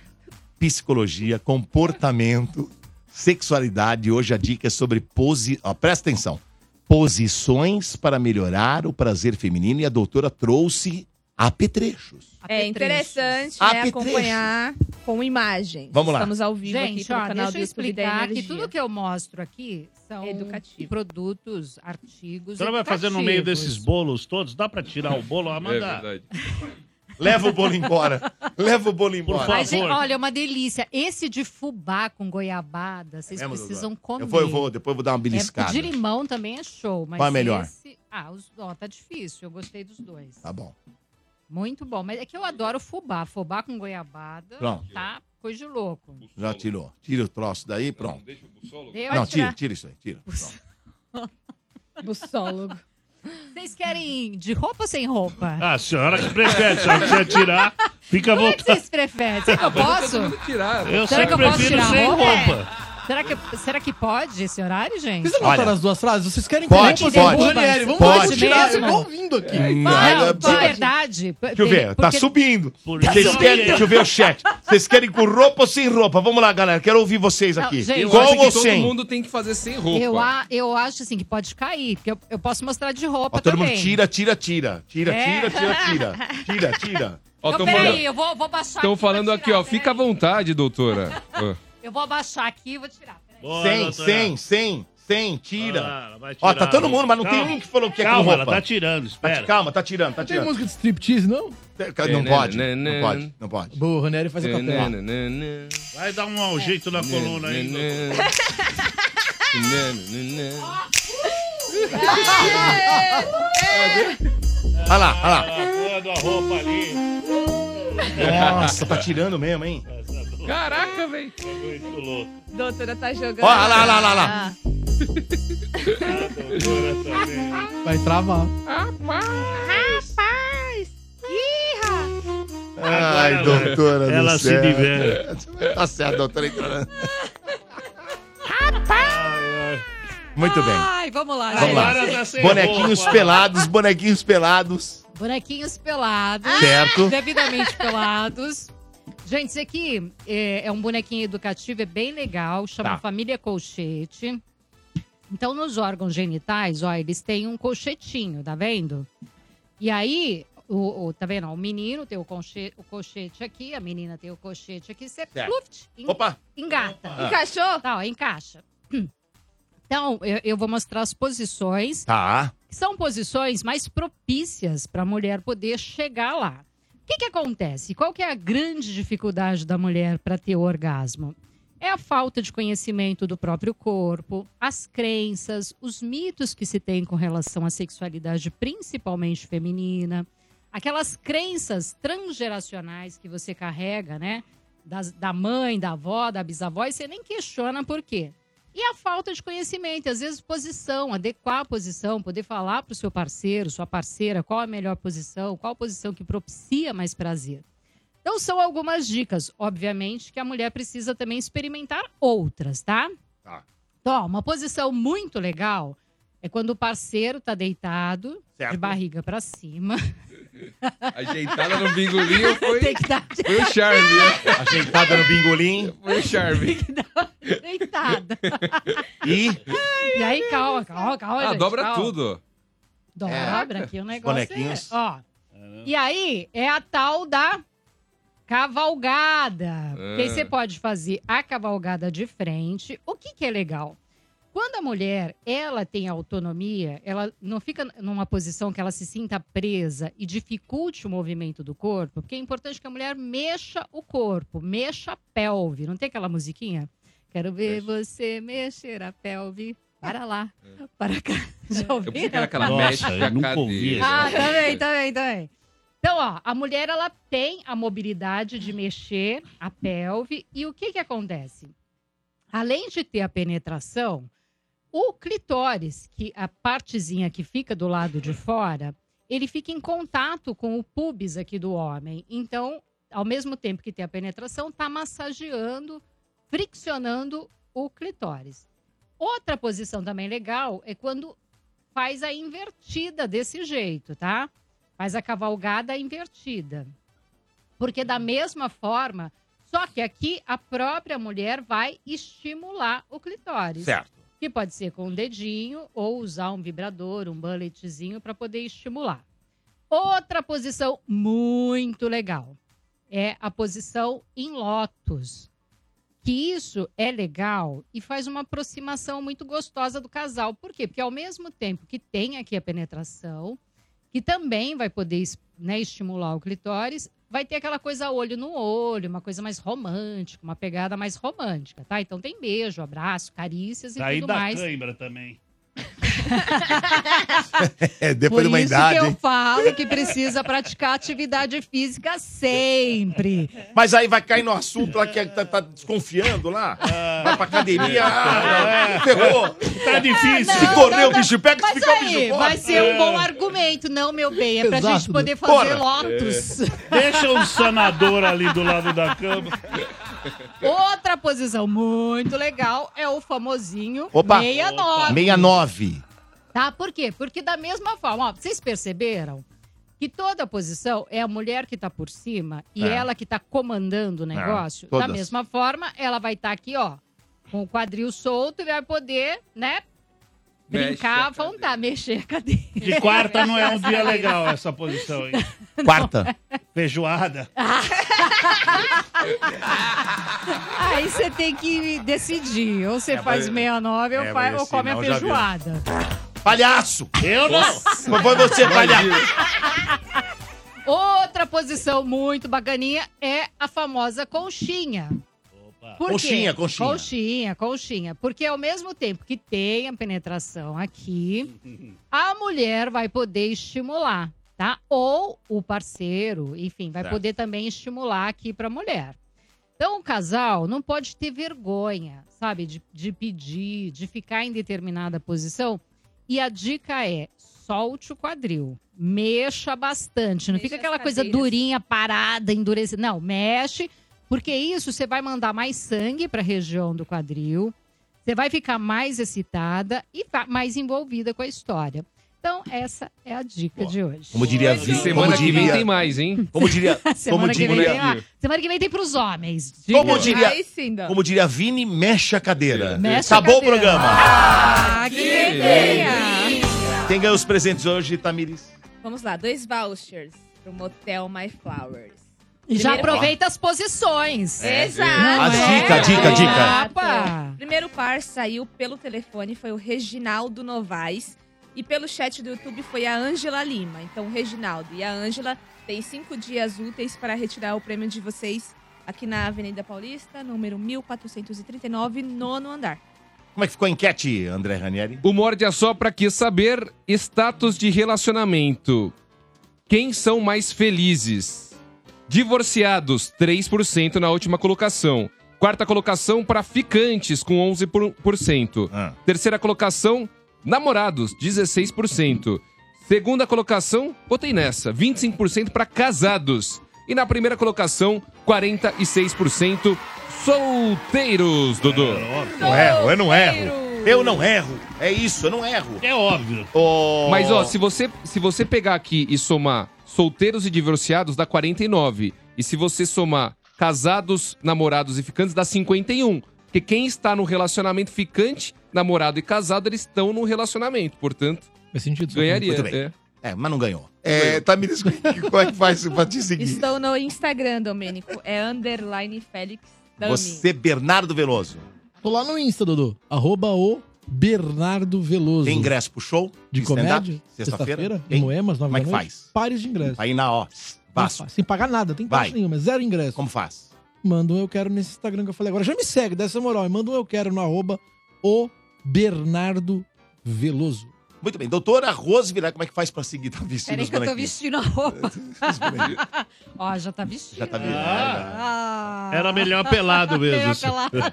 [SPEAKER 2] psicologia, comportamento, sexualidade. Hoje a dica é sobre posi... Ó, presta atenção. Posições para melhorar o prazer feminino e a doutora trouxe apetrechos.
[SPEAKER 4] É interessante né,
[SPEAKER 2] Apetrecho.
[SPEAKER 4] acompanhar com imagem.
[SPEAKER 2] Vamos lá.
[SPEAKER 4] Estamos ao vivo aqui
[SPEAKER 7] Gente,
[SPEAKER 4] pelo
[SPEAKER 7] ó,
[SPEAKER 4] canal
[SPEAKER 7] deixa
[SPEAKER 4] do YouTube
[SPEAKER 7] eu
[SPEAKER 4] da
[SPEAKER 7] explicar que
[SPEAKER 4] Energia.
[SPEAKER 7] tudo que eu mostro aqui são produtos, artigos.
[SPEAKER 23] Ela vai fazer no
[SPEAKER 7] tá
[SPEAKER 23] meio desses bolos todos? Dá pra tirar o bolo? Amanda?
[SPEAKER 8] É
[SPEAKER 2] Leva o bolo embora. Leva o bolo embora.
[SPEAKER 7] Mas, gente, olha, é uma delícia. Esse de fubá com goiabada, vocês
[SPEAKER 2] Lembra,
[SPEAKER 7] precisam
[SPEAKER 2] doutora?
[SPEAKER 7] comer.
[SPEAKER 2] Eu vou, eu vou, depois eu vou dar uma
[SPEAKER 7] É,
[SPEAKER 2] beliscada.
[SPEAKER 7] de limão também é show, mas
[SPEAKER 2] Qual é melhor?
[SPEAKER 7] esse- Ah, os... ó, tá difícil, eu gostei dos dois.
[SPEAKER 2] Tá bom.
[SPEAKER 7] Muito bom, mas é que eu adoro fubá. Fubá com goiabada,
[SPEAKER 2] Pronto.
[SPEAKER 7] tá? Coisa de louco.
[SPEAKER 2] Já tirou. Tira o troço daí, pronto.
[SPEAKER 7] Deu? Pode
[SPEAKER 2] Não, tira,
[SPEAKER 7] tirar.
[SPEAKER 2] tira isso aí, tira. Pronto.
[SPEAKER 4] Bussólogo.
[SPEAKER 7] Vocês querem de roupa ou sem roupa?
[SPEAKER 23] Ah, a senhora que prefere, se a senhora quiser tirar, fica à
[SPEAKER 7] Como é que
[SPEAKER 23] vontade.
[SPEAKER 7] vocês preferem? Será que Ah, eu posso?
[SPEAKER 23] Eu
[SPEAKER 7] Será
[SPEAKER 23] sempre
[SPEAKER 7] que eu posso
[SPEAKER 23] prefiro
[SPEAKER 7] tirar
[SPEAKER 23] sem
[SPEAKER 7] roupa?
[SPEAKER 23] roupa.
[SPEAKER 7] Será que, será que pode esse horário, gente?
[SPEAKER 6] Vocês não
[SPEAKER 7] Olha,
[SPEAKER 6] notaram as duas frases? Vocês querem
[SPEAKER 7] Pode,
[SPEAKER 6] interromper
[SPEAKER 7] pode,
[SPEAKER 6] o Ranieri? Vamos
[SPEAKER 7] pode.
[SPEAKER 6] lá, tirar. Eu
[SPEAKER 7] Mesmo?
[SPEAKER 6] tô ouvindo aqui.
[SPEAKER 8] Hum.
[SPEAKER 2] Não, é
[SPEAKER 7] de verdade.
[SPEAKER 2] Deixa eu ver, tá subindo.
[SPEAKER 23] Por
[SPEAKER 2] Vocês
[SPEAKER 23] isso-
[SPEAKER 2] querem, deixa eu ver o chat. Vocês querem com roupa ou sem roupa? Vamos lá, galera. Quero ouvir vocês
[SPEAKER 7] Não,
[SPEAKER 2] aqui.
[SPEAKER 7] gente, Eu
[SPEAKER 2] Qual com
[SPEAKER 8] acho que
[SPEAKER 2] ou
[SPEAKER 8] todo
[SPEAKER 2] sem?
[SPEAKER 8] mundo tem que fazer sem roupa.
[SPEAKER 7] Eu, a, eu acho assim que pode cair, porque eu, eu posso mostrar de roupa
[SPEAKER 2] Ó, todo
[SPEAKER 7] também.
[SPEAKER 2] mundo
[SPEAKER 8] É.
[SPEAKER 2] tira, tira, tira. Tira,
[SPEAKER 7] É.
[SPEAKER 2] tira, tira, tira. Tira, tira.
[SPEAKER 8] Ó,
[SPEAKER 7] Então,
[SPEAKER 8] tão
[SPEAKER 7] peraí,
[SPEAKER 8] falando-
[SPEAKER 7] eu vou, vou baixar
[SPEAKER 8] Estão
[SPEAKER 7] aqui.
[SPEAKER 8] falando aqui, ó. Fica à vontade, doutora. Ó.
[SPEAKER 7] Eu vou abaixar aqui e vou tirar. peraí.
[SPEAKER 2] Sem,
[SPEAKER 23] doutora.
[SPEAKER 2] sem, sem, sem, tira.
[SPEAKER 23] vai
[SPEAKER 2] Ó,
[SPEAKER 23] tirar.
[SPEAKER 2] tá todo mundo, mas não
[SPEAKER 23] Calma.
[SPEAKER 2] tem um que falou que é com
[SPEAKER 23] Calma,
[SPEAKER 2] roupa.
[SPEAKER 23] ela tá tirando, espera.
[SPEAKER 2] calma, tá tirando, tá
[SPEAKER 6] Não tem
[SPEAKER 2] tirando.
[SPEAKER 6] música de striptease, não?
[SPEAKER 2] Não pode,
[SPEAKER 8] Né, né,
[SPEAKER 2] não
[SPEAKER 8] né.
[SPEAKER 2] pode, não pode.
[SPEAKER 6] Boa, o Ranieri faz a capela.
[SPEAKER 8] Né, né, né,
[SPEAKER 23] Vai dar um jeito na coluna aí.
[SPEAKER 8] né, né, né.
[SPEAKER 2] Olha lá, olha lá.
[SPEAKER 23] Lavando a roupa ali.
[SPEAKER 2] Nossa, tá tirando tá mesmo, hein?
[SPEAKER 8] Caraca, velho.
[SPEAKER 5] Muito louco.
[SPEAKER 4] Doutora tá jogando.
[SPEAKER 5] Ó, lá, lá, lá, lá.
[SPEAKER 4] Ah.
[SPEAKER 8] né.
[SPEAKER 6] Vai travar.
[SPEAKER 7] Ah.
[SPEAKER 4] Rapaz! Rapaz! Ih,
[SPEAKER 5] Agora,
[SPEAKER 2] Ai,
[SPEAKER 8] né.
[SPEAKER 2] doutora do
[SPEAKER 5] ela se
[SPEAKER 2] céu.
[SPEAKER 5] diverte.
[SPEAKER 2] Tá certo, doutora. entrando. Muito bem.
[SPEAKER 7] Ai, vamos lá,
[SPEAKER 2] Vamos lá.
[SPEAKER 7] gente.
[SPEAKER 2] Bonequinhos pelados, bonequinhos pelados.
[SPEAKER 7] Bonequinhos pelados.
[SPEAKER 10] Ah!
[SPEAKER 2] Certo.
[SPEAKER 7] Devidamente pelados. Gente, esse aqui é, é um bonequinho educativo, é bem legal, chama
[SPEAKER 10] Tá.
[SPEAKER 7] Família Colchete. Então, nos órgãos genitais, ó, eles têm um colchetinho, tá vendo? E aí, o, o- tá vendo? ó, O menino tem o, conche- o colchete aqui, a menina tem o colchete aqui, você
[SPEAKER 10] Certo.
[SPEAKER 7] pluft, en-
[SPEAKER 10] Opa!
[SPEAKER 7] engata.
[SPEAKER 10] Opa.
[SPEAKER 4] Encaixou?
[SPEAKER 7] Tá, ó, encaixa. Então, eu, eu vou mostrar as posições
[SPEAKER 2] Tá.
[SPEAKER 7] são posições mais propícias para a mulher poder chegar lá. O que, que acontece? Qual que é a grande dificuldade da mulher para ter o orgasmo? É a falta de conhecimento do próprio corpo, as crenças, os mitos que se tem com relação à sexualidade, principalmente feminina, aquelas crenças transgeracionais que você carrega, né? Das- da mãe, da avó, da bisavó, e você nem questiona por quê. E a falta de conhecimento, às vezes posição, adequar a posição, poder falar para o seu parceiro, sua parceira, qual a melhor posição, qual a posição que propicia mais prazer. Então são algumas dicas, obviamente, que a mulher precisa também experimentar outras, tá?
[SPEAKER 2] Tá.
[SPEAKER 7] Então, ó, uma posição muito legal é quando o parceiro tá deitado, de barriga para cima.
[SPEAKER 8] Ajeitada no bingolinho foi.
[SPEAKER 7] Tem que dar
[SPEAKER 8] Foi o charme, né?
[SPEAKER 2] Ajeitada no bingolim.
[SPEAKER 8] Foi o charme.
[SPEAKER 7] deitada.
[SPEAKER 2] E
[SPEAKER 7] E aí, calma, calma, calma.
[SPEAKER 8] Ah,
[SPEAKER 7] gente,
[SPEAKER 8] dobra
[SPEAKER 7] calma.
[SPEAKER 8] tudo.
[SPEAKER 7] Dobra aqui o negócio. é-
[SPEAKER 8] bonequinhos.
[SPEAKER 7] ó. E aí é a tal da cavalgada. Porque aí
[SPEAKER 10] Ah.
[SPEAKER 7] você pode fazer a cavalgada de frente. O que, que é legal? Quando a mulher ela tem autonomia, ela não fica numa posição que ela se sinta presa e dificulte o movimento do corpo, porque é importante que a mulher mexa o corpo, mexa a pelve. Não tem aquela musiquinha? Quero ver você mexer a pelve. Para lá, para cá. Já ouviu?
[SPEAKER 8] pensei que era aquela
[SPEAKER 5] Nossa,
[SPEAKER 8] mexe
[SPEAKER 5] eu
[SPEAKER 8] com a
[SPEAKER 5] nunca ouvi
[SPEAKER 8] cadeira.
[SPEAKER 7] Ah, também, também, também. Então, ó, a mulher, ela tem a mobilidade de mexer a pelve. E o que que acontece? Além de ter a penetração, o clitóris, que a partezinha que fica do lado de fora, ele fica em contato com o pubis aqui do homem. Então, ao mesmo tempo que tem a penetração, tá massageando, friccionando o clitóris. Outra posição também legal é quando faz a invertida desse jeito, tá? Faz a cavalgada invertida. Porque da mesma forma, só que aqui a própria mulher vai estimular o clitóris.
[SPEAKER 10] Certo.
[SPEAKER 7] Que pode ser com o dedinho ou usar um vibrador, um bulletzinho para poder estimular. Outra posição muito legal é a posição em lotus. Que isso é legal e faz uma aproximação muito gostosa do casal. Por quê? Porque ao mesmo tempo que tem aqui a penetração, que também vai poder né, estimular o clitóris, vai ter aquela coisa olho no olho, uma coisa mais romântica, uma pegada mais romântica, tá? Então tem beijo, abraço, carícias e
[SPEAKER 5] Daí
[SPEAKER 7] tudo
[SPEAKER 5] Tá da
[SPEAKER 7] mais.
[SPEAKER 5] cãibra também.
[SPEAKER 2] É,
[SPEAKER 7] Por
[SPEAKER 2] depois de uma
[SPEAKER 7] isso
[SPEAKER 2] idade.
[SPEAKER 7] que eu
[SPEAKER 2] hein?
[SPEAKER 7] falo que precisa praticar atividade física sempre.
[SPEAKER 2] Mas aí vai cair no assunto lá que tá, tá desconfiando lá. Vai pra academia. Ah, ferrou.
[SPEAKER 5] É. Tá difícil.
[SPEAKER 2] Se correr o bicho pega, se
[SPEAKER 7] Mas
[SPEAKER 2] ficar o
[SPEAKER 7] aí,
[SPEAKER 2] bicho É. forte.
[SPEAKER 7] vai ser um bom argumento, não, meu bem. É pra
[SPEAKER 5] Exato,
[SPEAKER 7] gente
[SPEAKER 2] né?
[SPEAKER 7] poder
[SPEAKER 5] doutora.
[SPEAKER 7] fazer
[SPEAKER 2] É.
[SPEAKER 7] lotus.
[SPEAKER 5] Deixa um sanador ali do lado da cama.
[SPEAKER 7] Outra posição muito legal é o famosinho
[SPEAKER 2] Opa.
[SPEAKER 7] 69.
[SPEAKER 2] 69.
[SPEAKER 7] Tá? Por quê? Porque da mesma forma, ó, vocês perceberam que toda posição é a mulher que tá por cima e
[SPEAKER 10] É.
[SPEAKER 7] ela que tá comandando o
[SPEAKER 2] É,
[SPEAKER 7] negócio. da
[SPEAKER 10] todas.
[SPEAKER 7] mesma forma, ela vai estar aqui, ó, com o quadril solto e vai poder, né,
[SPEAKER 5] Mexe
[SPEAKER 7] brincar à vontade, mexer a cadeira.
[SPEAKER 5] De quarta não é um dia legal essa posição, hein?
[SPEAKER 2] Quarta?
[SPEAKER 5] Feijoada.
[SPEAKER 7] Aí você tem que decidir. Ou você
[SPEAKER 2] É,
[SPEAKER 7] faz
[SPEAKER 2] mas-
[SPEAKER 7] 69 ou,
[SPEAKER 2] é,
[SPEAKER 7] faz-
[SPEAKER 2] mas
[SPEAKER 7] ou
[SPEAKER 2] esse
[SPEAKER 7] come a
[SPEAKER 2] não já viu.
[SPEAKER 7] feijoada.
[SPEAKER 2] Palhaço!
[SPEAKER 5] Eu
[SPEAKER 7] Então,
[SPEAKER 5] não!
[SPEAKER 2] Mas foi você, palhaço!
[SPEAKER 7] Outra posição muito bacaninha é a famosa conchinha. Por quê?
[SPEAKER 2] Conchinha, conchinha.
[SPEAKER 7] Conchinha, conchinha. Porque ao mesmo tempo que tem a penetração aqui, a mulher vai poder estimular, tá? Ou o parceiro, enfim, vai
[SPEAKER 10] Certo.
[SPEAKER 7] poder também estimular aqui pra mulher. Então, o casal não pode ter vergonha, sabe, de, de pedir, de ficar em determinada posição. E a dica é: solte o quadril, mexa bastante, não
[SPEAKER 4] Mexa
[SPEAKER 7] fica
[SPEAKER 4] as
[SPEAKER 7] aquela coisa
[SPEAKER 4] cadeiras.
[SPEAKER 7] durinha, parada, endurecida. Não, mexe, porque isso você vai mandar mais sangue para a região do quadril, você vai ficar mais excitada e fa- mais envolvida com a história. Então, essa é a dica de hoje.
[SPEAKER 2] Como diria
[SPEAKER 7] Olha.
[SPEAKER 2] Vi.
[SPEAKER 8] Semana
[SPEAKER 2] como
[SPEAKER 8] que vem
[SPEAKER 2] diria-
[SPEAKER 8] tem mais, hein?
[SPEAKER 2] Como diria.
[SPEAKER 7] Semana
[SPEAKER 2] como
[SPEAKER 7] que vem tem,
[SPEAKER 2] diria.
[SPEAKER 7] ó, semana que vem tem pros homens. Diga.
[SPEAKER 2] Como diria-
[SPEAKER 4] Aí sim, dá.
[SPEAKER 2] Como diria Vini, mexe a cadeira.
[SPEAKER 7] Mexe a
[SPEAKER 2] Acabou
[SPEAKER 7] cadeira.
[SPEAKER 2] o programa.
[SPEAKER 4] Ah, que delícia!
[SPEAKER 2] Quem ganhou os presentes hoje, Tamiris?
[SPEAKER 4] Vamos lá, dois vouchers pro motel My Flowers.
[SPEAKER 7] E já
[SPEAKER 4] Primeiro-
[SPEAKER 7] aproveita as posições.
[SPEAKER 5] É,
[SPEAKER 4] Exato.
[SPEAKER 7] Não
[SPEAKER 2] As
[SPEAKER 7] é?
[SPEAKER 2] dica, dica, dica.
[SPEAKER 7] Opa.
[SPEAKER 4] Primeiro par saiu pelo telefone, foi o Reginaldo Novaes. E pelo chat do YouTube foi a Ângela Lima. Então, o Reginaldo e a Ângela têm cinco dias úteis para retirar o prêmio de vocês aqui na Avenida Paulista, número 1439, nono andar.
[SPEAKER 2] Como é que ficou a enquete, André Ranieri?
[SPEAKER 8] O Morde a Sopra quis saber status de relacionamento. Quem são mais felizes? Divorciados, 3% na última colocação. Quarta colocação para ficantes, com 11%.
[SPEAKER 2] Ah.
[SPEAKER 8] Terceira colocação, namorados, 16%. Segunda colocação, botei nessa, 25% para casados. E na primeira colocação, 46% solteiros, Dudu.
[SPEAKER 2] Não erro, É, eu não erro. Eu não erro. É isso, eu não erro.
[SPEAKER 5] É óbvio.
[SPEAKER 8] Mas, ó, se você, se você pegar aqui e somar solteiros e divorciados, dá 49. E se você somar casados, namorados e ficantes, dá 51. Porque quem está no relacionamento ficante, namorado e casado, eles estão no relacionamento. Portanto,
[SPEAKER 6] Faz sentido.
[SPEAKER 8] ganharia.
[SPEAKER 2] Uhum, Muito bem.
[SPEAKER 8] É.
[SPEAKER 2] mas não ganhou.
[SPEAKER 8] É,
[SPEAKER 2] tá me como é que faz pra te seguir?
[SPEAKER 4] Estou no Instagram, Domênico. É underline Félix
[SPEAKER 7] é
[SPEAKER 4] Dami.
[SPEAKER 2] Você, Bernardo Veloso.
[SPEAKER 6] Tô lá no Insta, Dudu. Arroba o Bernardo Veloso.
[SPEAKER 2] Tem ingresso pro show?
[SPEAKER 6] De
[SPEAKER 2] stand-up?
[SPEAKER 6] comédia?
[SPEAKER 2] Sexta-feira?
[SPEAKER 6] Em
[SPEAKER 2] Hein?
[SPEAKER 6] Moemas, nove
[SPEAKER 2] Como é que
[SPEAKER 6] da noite.
[SPEAKER 2] faz? Tá
[SPEAKER 6] Pares de ingresso.
[SPEAKER 2] Aí na ó. Baço.
[SPEAKER 6] Sem pagar nada, tem
[SPEAKER 2] Vai.
[SPEAKER 6] taxa nenhuma, é zero ingresso.
[SPEAKER 2] Como faz?
[SPEAKER 6] Manda um eu quero nesse Instagram que eu falei agora. Já me segue, dá essa moral. E manda um eu quero no arroba o Bernardo Veloso.
[SPEAKER 2] Muito bem. Doutora Rose Vilar, como é que faz pra seguir? Tá vestindo
[SPEAKER 7] Peraí
[SPEAKER 2] os
[SPEAKER 7] que eu tô
[SPEAKER 2] bonequinhos.
[SPEAKER 7] vestindo a roupa. Ó, já tá vestindo.
[SPEAKER 2] Já tá virando.
[SPEAKER 7] Ah.
[SPEAKER 5] Era melhor pelado mesmo. assim.
[SPEAKER 7] Melhor pelado.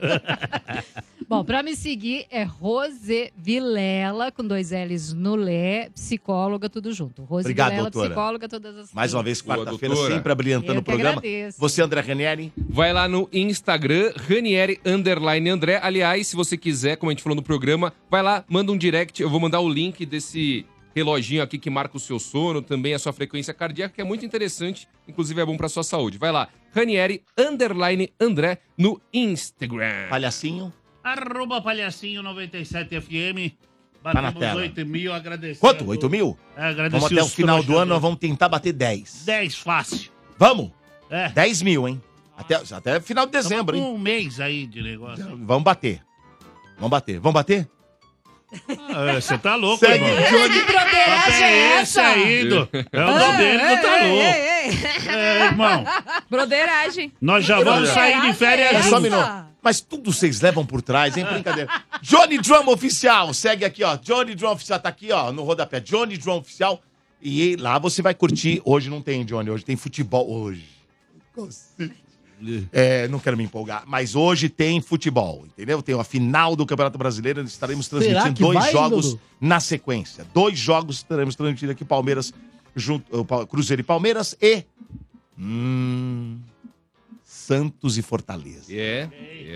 [SPEAKER 7] Bom, pra me seguir é Rose Vilela, com dois L's no Lé, psicóloga, tudo junto. Rose
[SPEAKER 2] Obrigado,
[SPEAKER 7] Vilela,
[SPEAKER 2] doutora.
[SPEAKER 7] psicóloga, todas as
[SPEAKER 2] Mais uma vez,
[SPEAKER 8] Boa,
[SPEAKER 2] quarta-feira,
[SPEAKER 8] doutora.
[SPEAKER 2] sempre abrilhantando
[SPEAKER 7] Eu
[SPEAKER 2] o
[SPEAKER 7] que
[SPEAKER 2] programa.
[SPEAKER 7] agradeço.
[SPEAKER 2] Você, André Ranieri?
[SPEAKER 8] Vai lá no Instagram, Ranieri Underline André. Aliás, se você quiser, como a gente falou no programa, vai lá, manda um direct. Eu vou mandar o link desse reloginho aqui que marca o seu sono, também a sua frequência cardíaca, que é muito interessante. Inclusive, é bom pra sua saúde. Vai lá, Ranieri Underline André no Instagram.
[SPEAKER 2] Palhacinho.
[SPEAKER 5] Arroba Palhacinho 97FM.
[SPEAKER 2] Tá na
[SPEAKER 5] Batemos
[SPEAKER 2] tela.
[SPEAKER 5] 8 mil, agradecer.
[SPEAKER 2] Quanto?
[SPEAKER 5] a
[SPEAKER 2] 8 mil?
[SPEAKER 5] É, agradecer
[SPEAKER 2] Vamos até o
[SPEAKER 5] os
[SPEAKER 2] final do
[SPEAKER 5] trouxas
[SPEAKER 2] ano, nós vamos tentar bater 10.
[SPEAKER 5] 10 fácil.
[SPEAKER 2] Vamos?
[SPEAKER 5] É.
[SPEAKER 2] 10 mil, hein? Até, até final de
[SPEAKER 5] Tamo
[SPEAKER 2] dezembro,
[SPEAKER 5] com
[SPEAKER 2] hein?
[SPEAKER 5] Um mês aí de negócio.
[SPEAKER 2] Vamos bater. Vamos bater. Vamos bater?
[SPEAKER 5] Você tá louco,
[SPEAKER 2] Segue
[SPEAKER 5] irmão.
[SPEAKER 2] de onde-
[SPEAKER 7] broderagem é
[SPEAKER 5] esse
[SPEAKER 7] essa?
[SPEAKER 5] aí, do, é o
[SPEAKER 7] Ei,
[SPEAKER 5] Domênico tá
[SPEAKER 7] ei,
[SPEAKER 5] louco.
[SPEAKER 7] ei, ei.
[SPEAKER 5] É, irmão.
[SPEAKER 4] Broderagem.
[SPEAKER 5] Nós já vamos sair de férias
[SPEAKER 2] Olha É só,
[SPEAKER 5] juntos.
[SPEAKER 2] menino. Mas tudo vocês levam por trás, hein? Brincadeira. Johnny Drum Oficial. Segue aqui, ó. Johnny Drum Oficial tá aqui, ó, no rodapé. Johnny Drum Oficial. E lá você vai curtir. Hoje não tem, Johnny. Hoje tem futebol. Hoje. É, não quero me empolgar, mas hoje tem futebol, entendeu? Tem a final do Campeonato Brasileiro, estaremos transmitindo
[SPEAKER 6] que
[SPEAKER 2] dois
[SPEAKER 6] vai,
[SPEAKER 2] jogos
[SPEAKER 6] Dudu?
[SPEAKER 2] na sequência. Dois jogos estaremos transmitindo aqui, Palmeiras, junto, uh, Pa- Cruzeiro e Palmeiras e. Hum, Santos e Fortaleza.
[SPEAKER 8] É,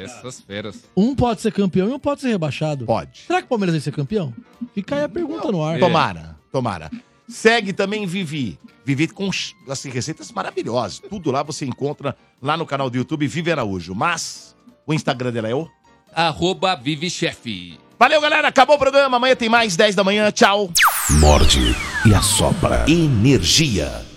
[SPEAKER 8] essas feras.
[SPEAKER 6] Um pode ser campeão e um pode ser rebaixado.
[SPEAKER 2] Pode.
[SPEAKER 6] Será que o Palmeiras vai ser campeão? Fica aí a pergunta no ar.
[SPEAKER 2] Tomara, tomara. Segue também Vivi. Vivi com assim, receitas maravilhosas. Tudo lá você encontra lá no canal do YouTube Vivi Araújo. Mas o Instagram dela é o.
[SPEAKER 8] Arroba Vive Chefe.
[SPEAKER 2] Valeu, galera. Acabou o programa. Amanhã tem mais 10 da manhã. Tchau.
[SPEAKER 3] Morde e assopra. Energia.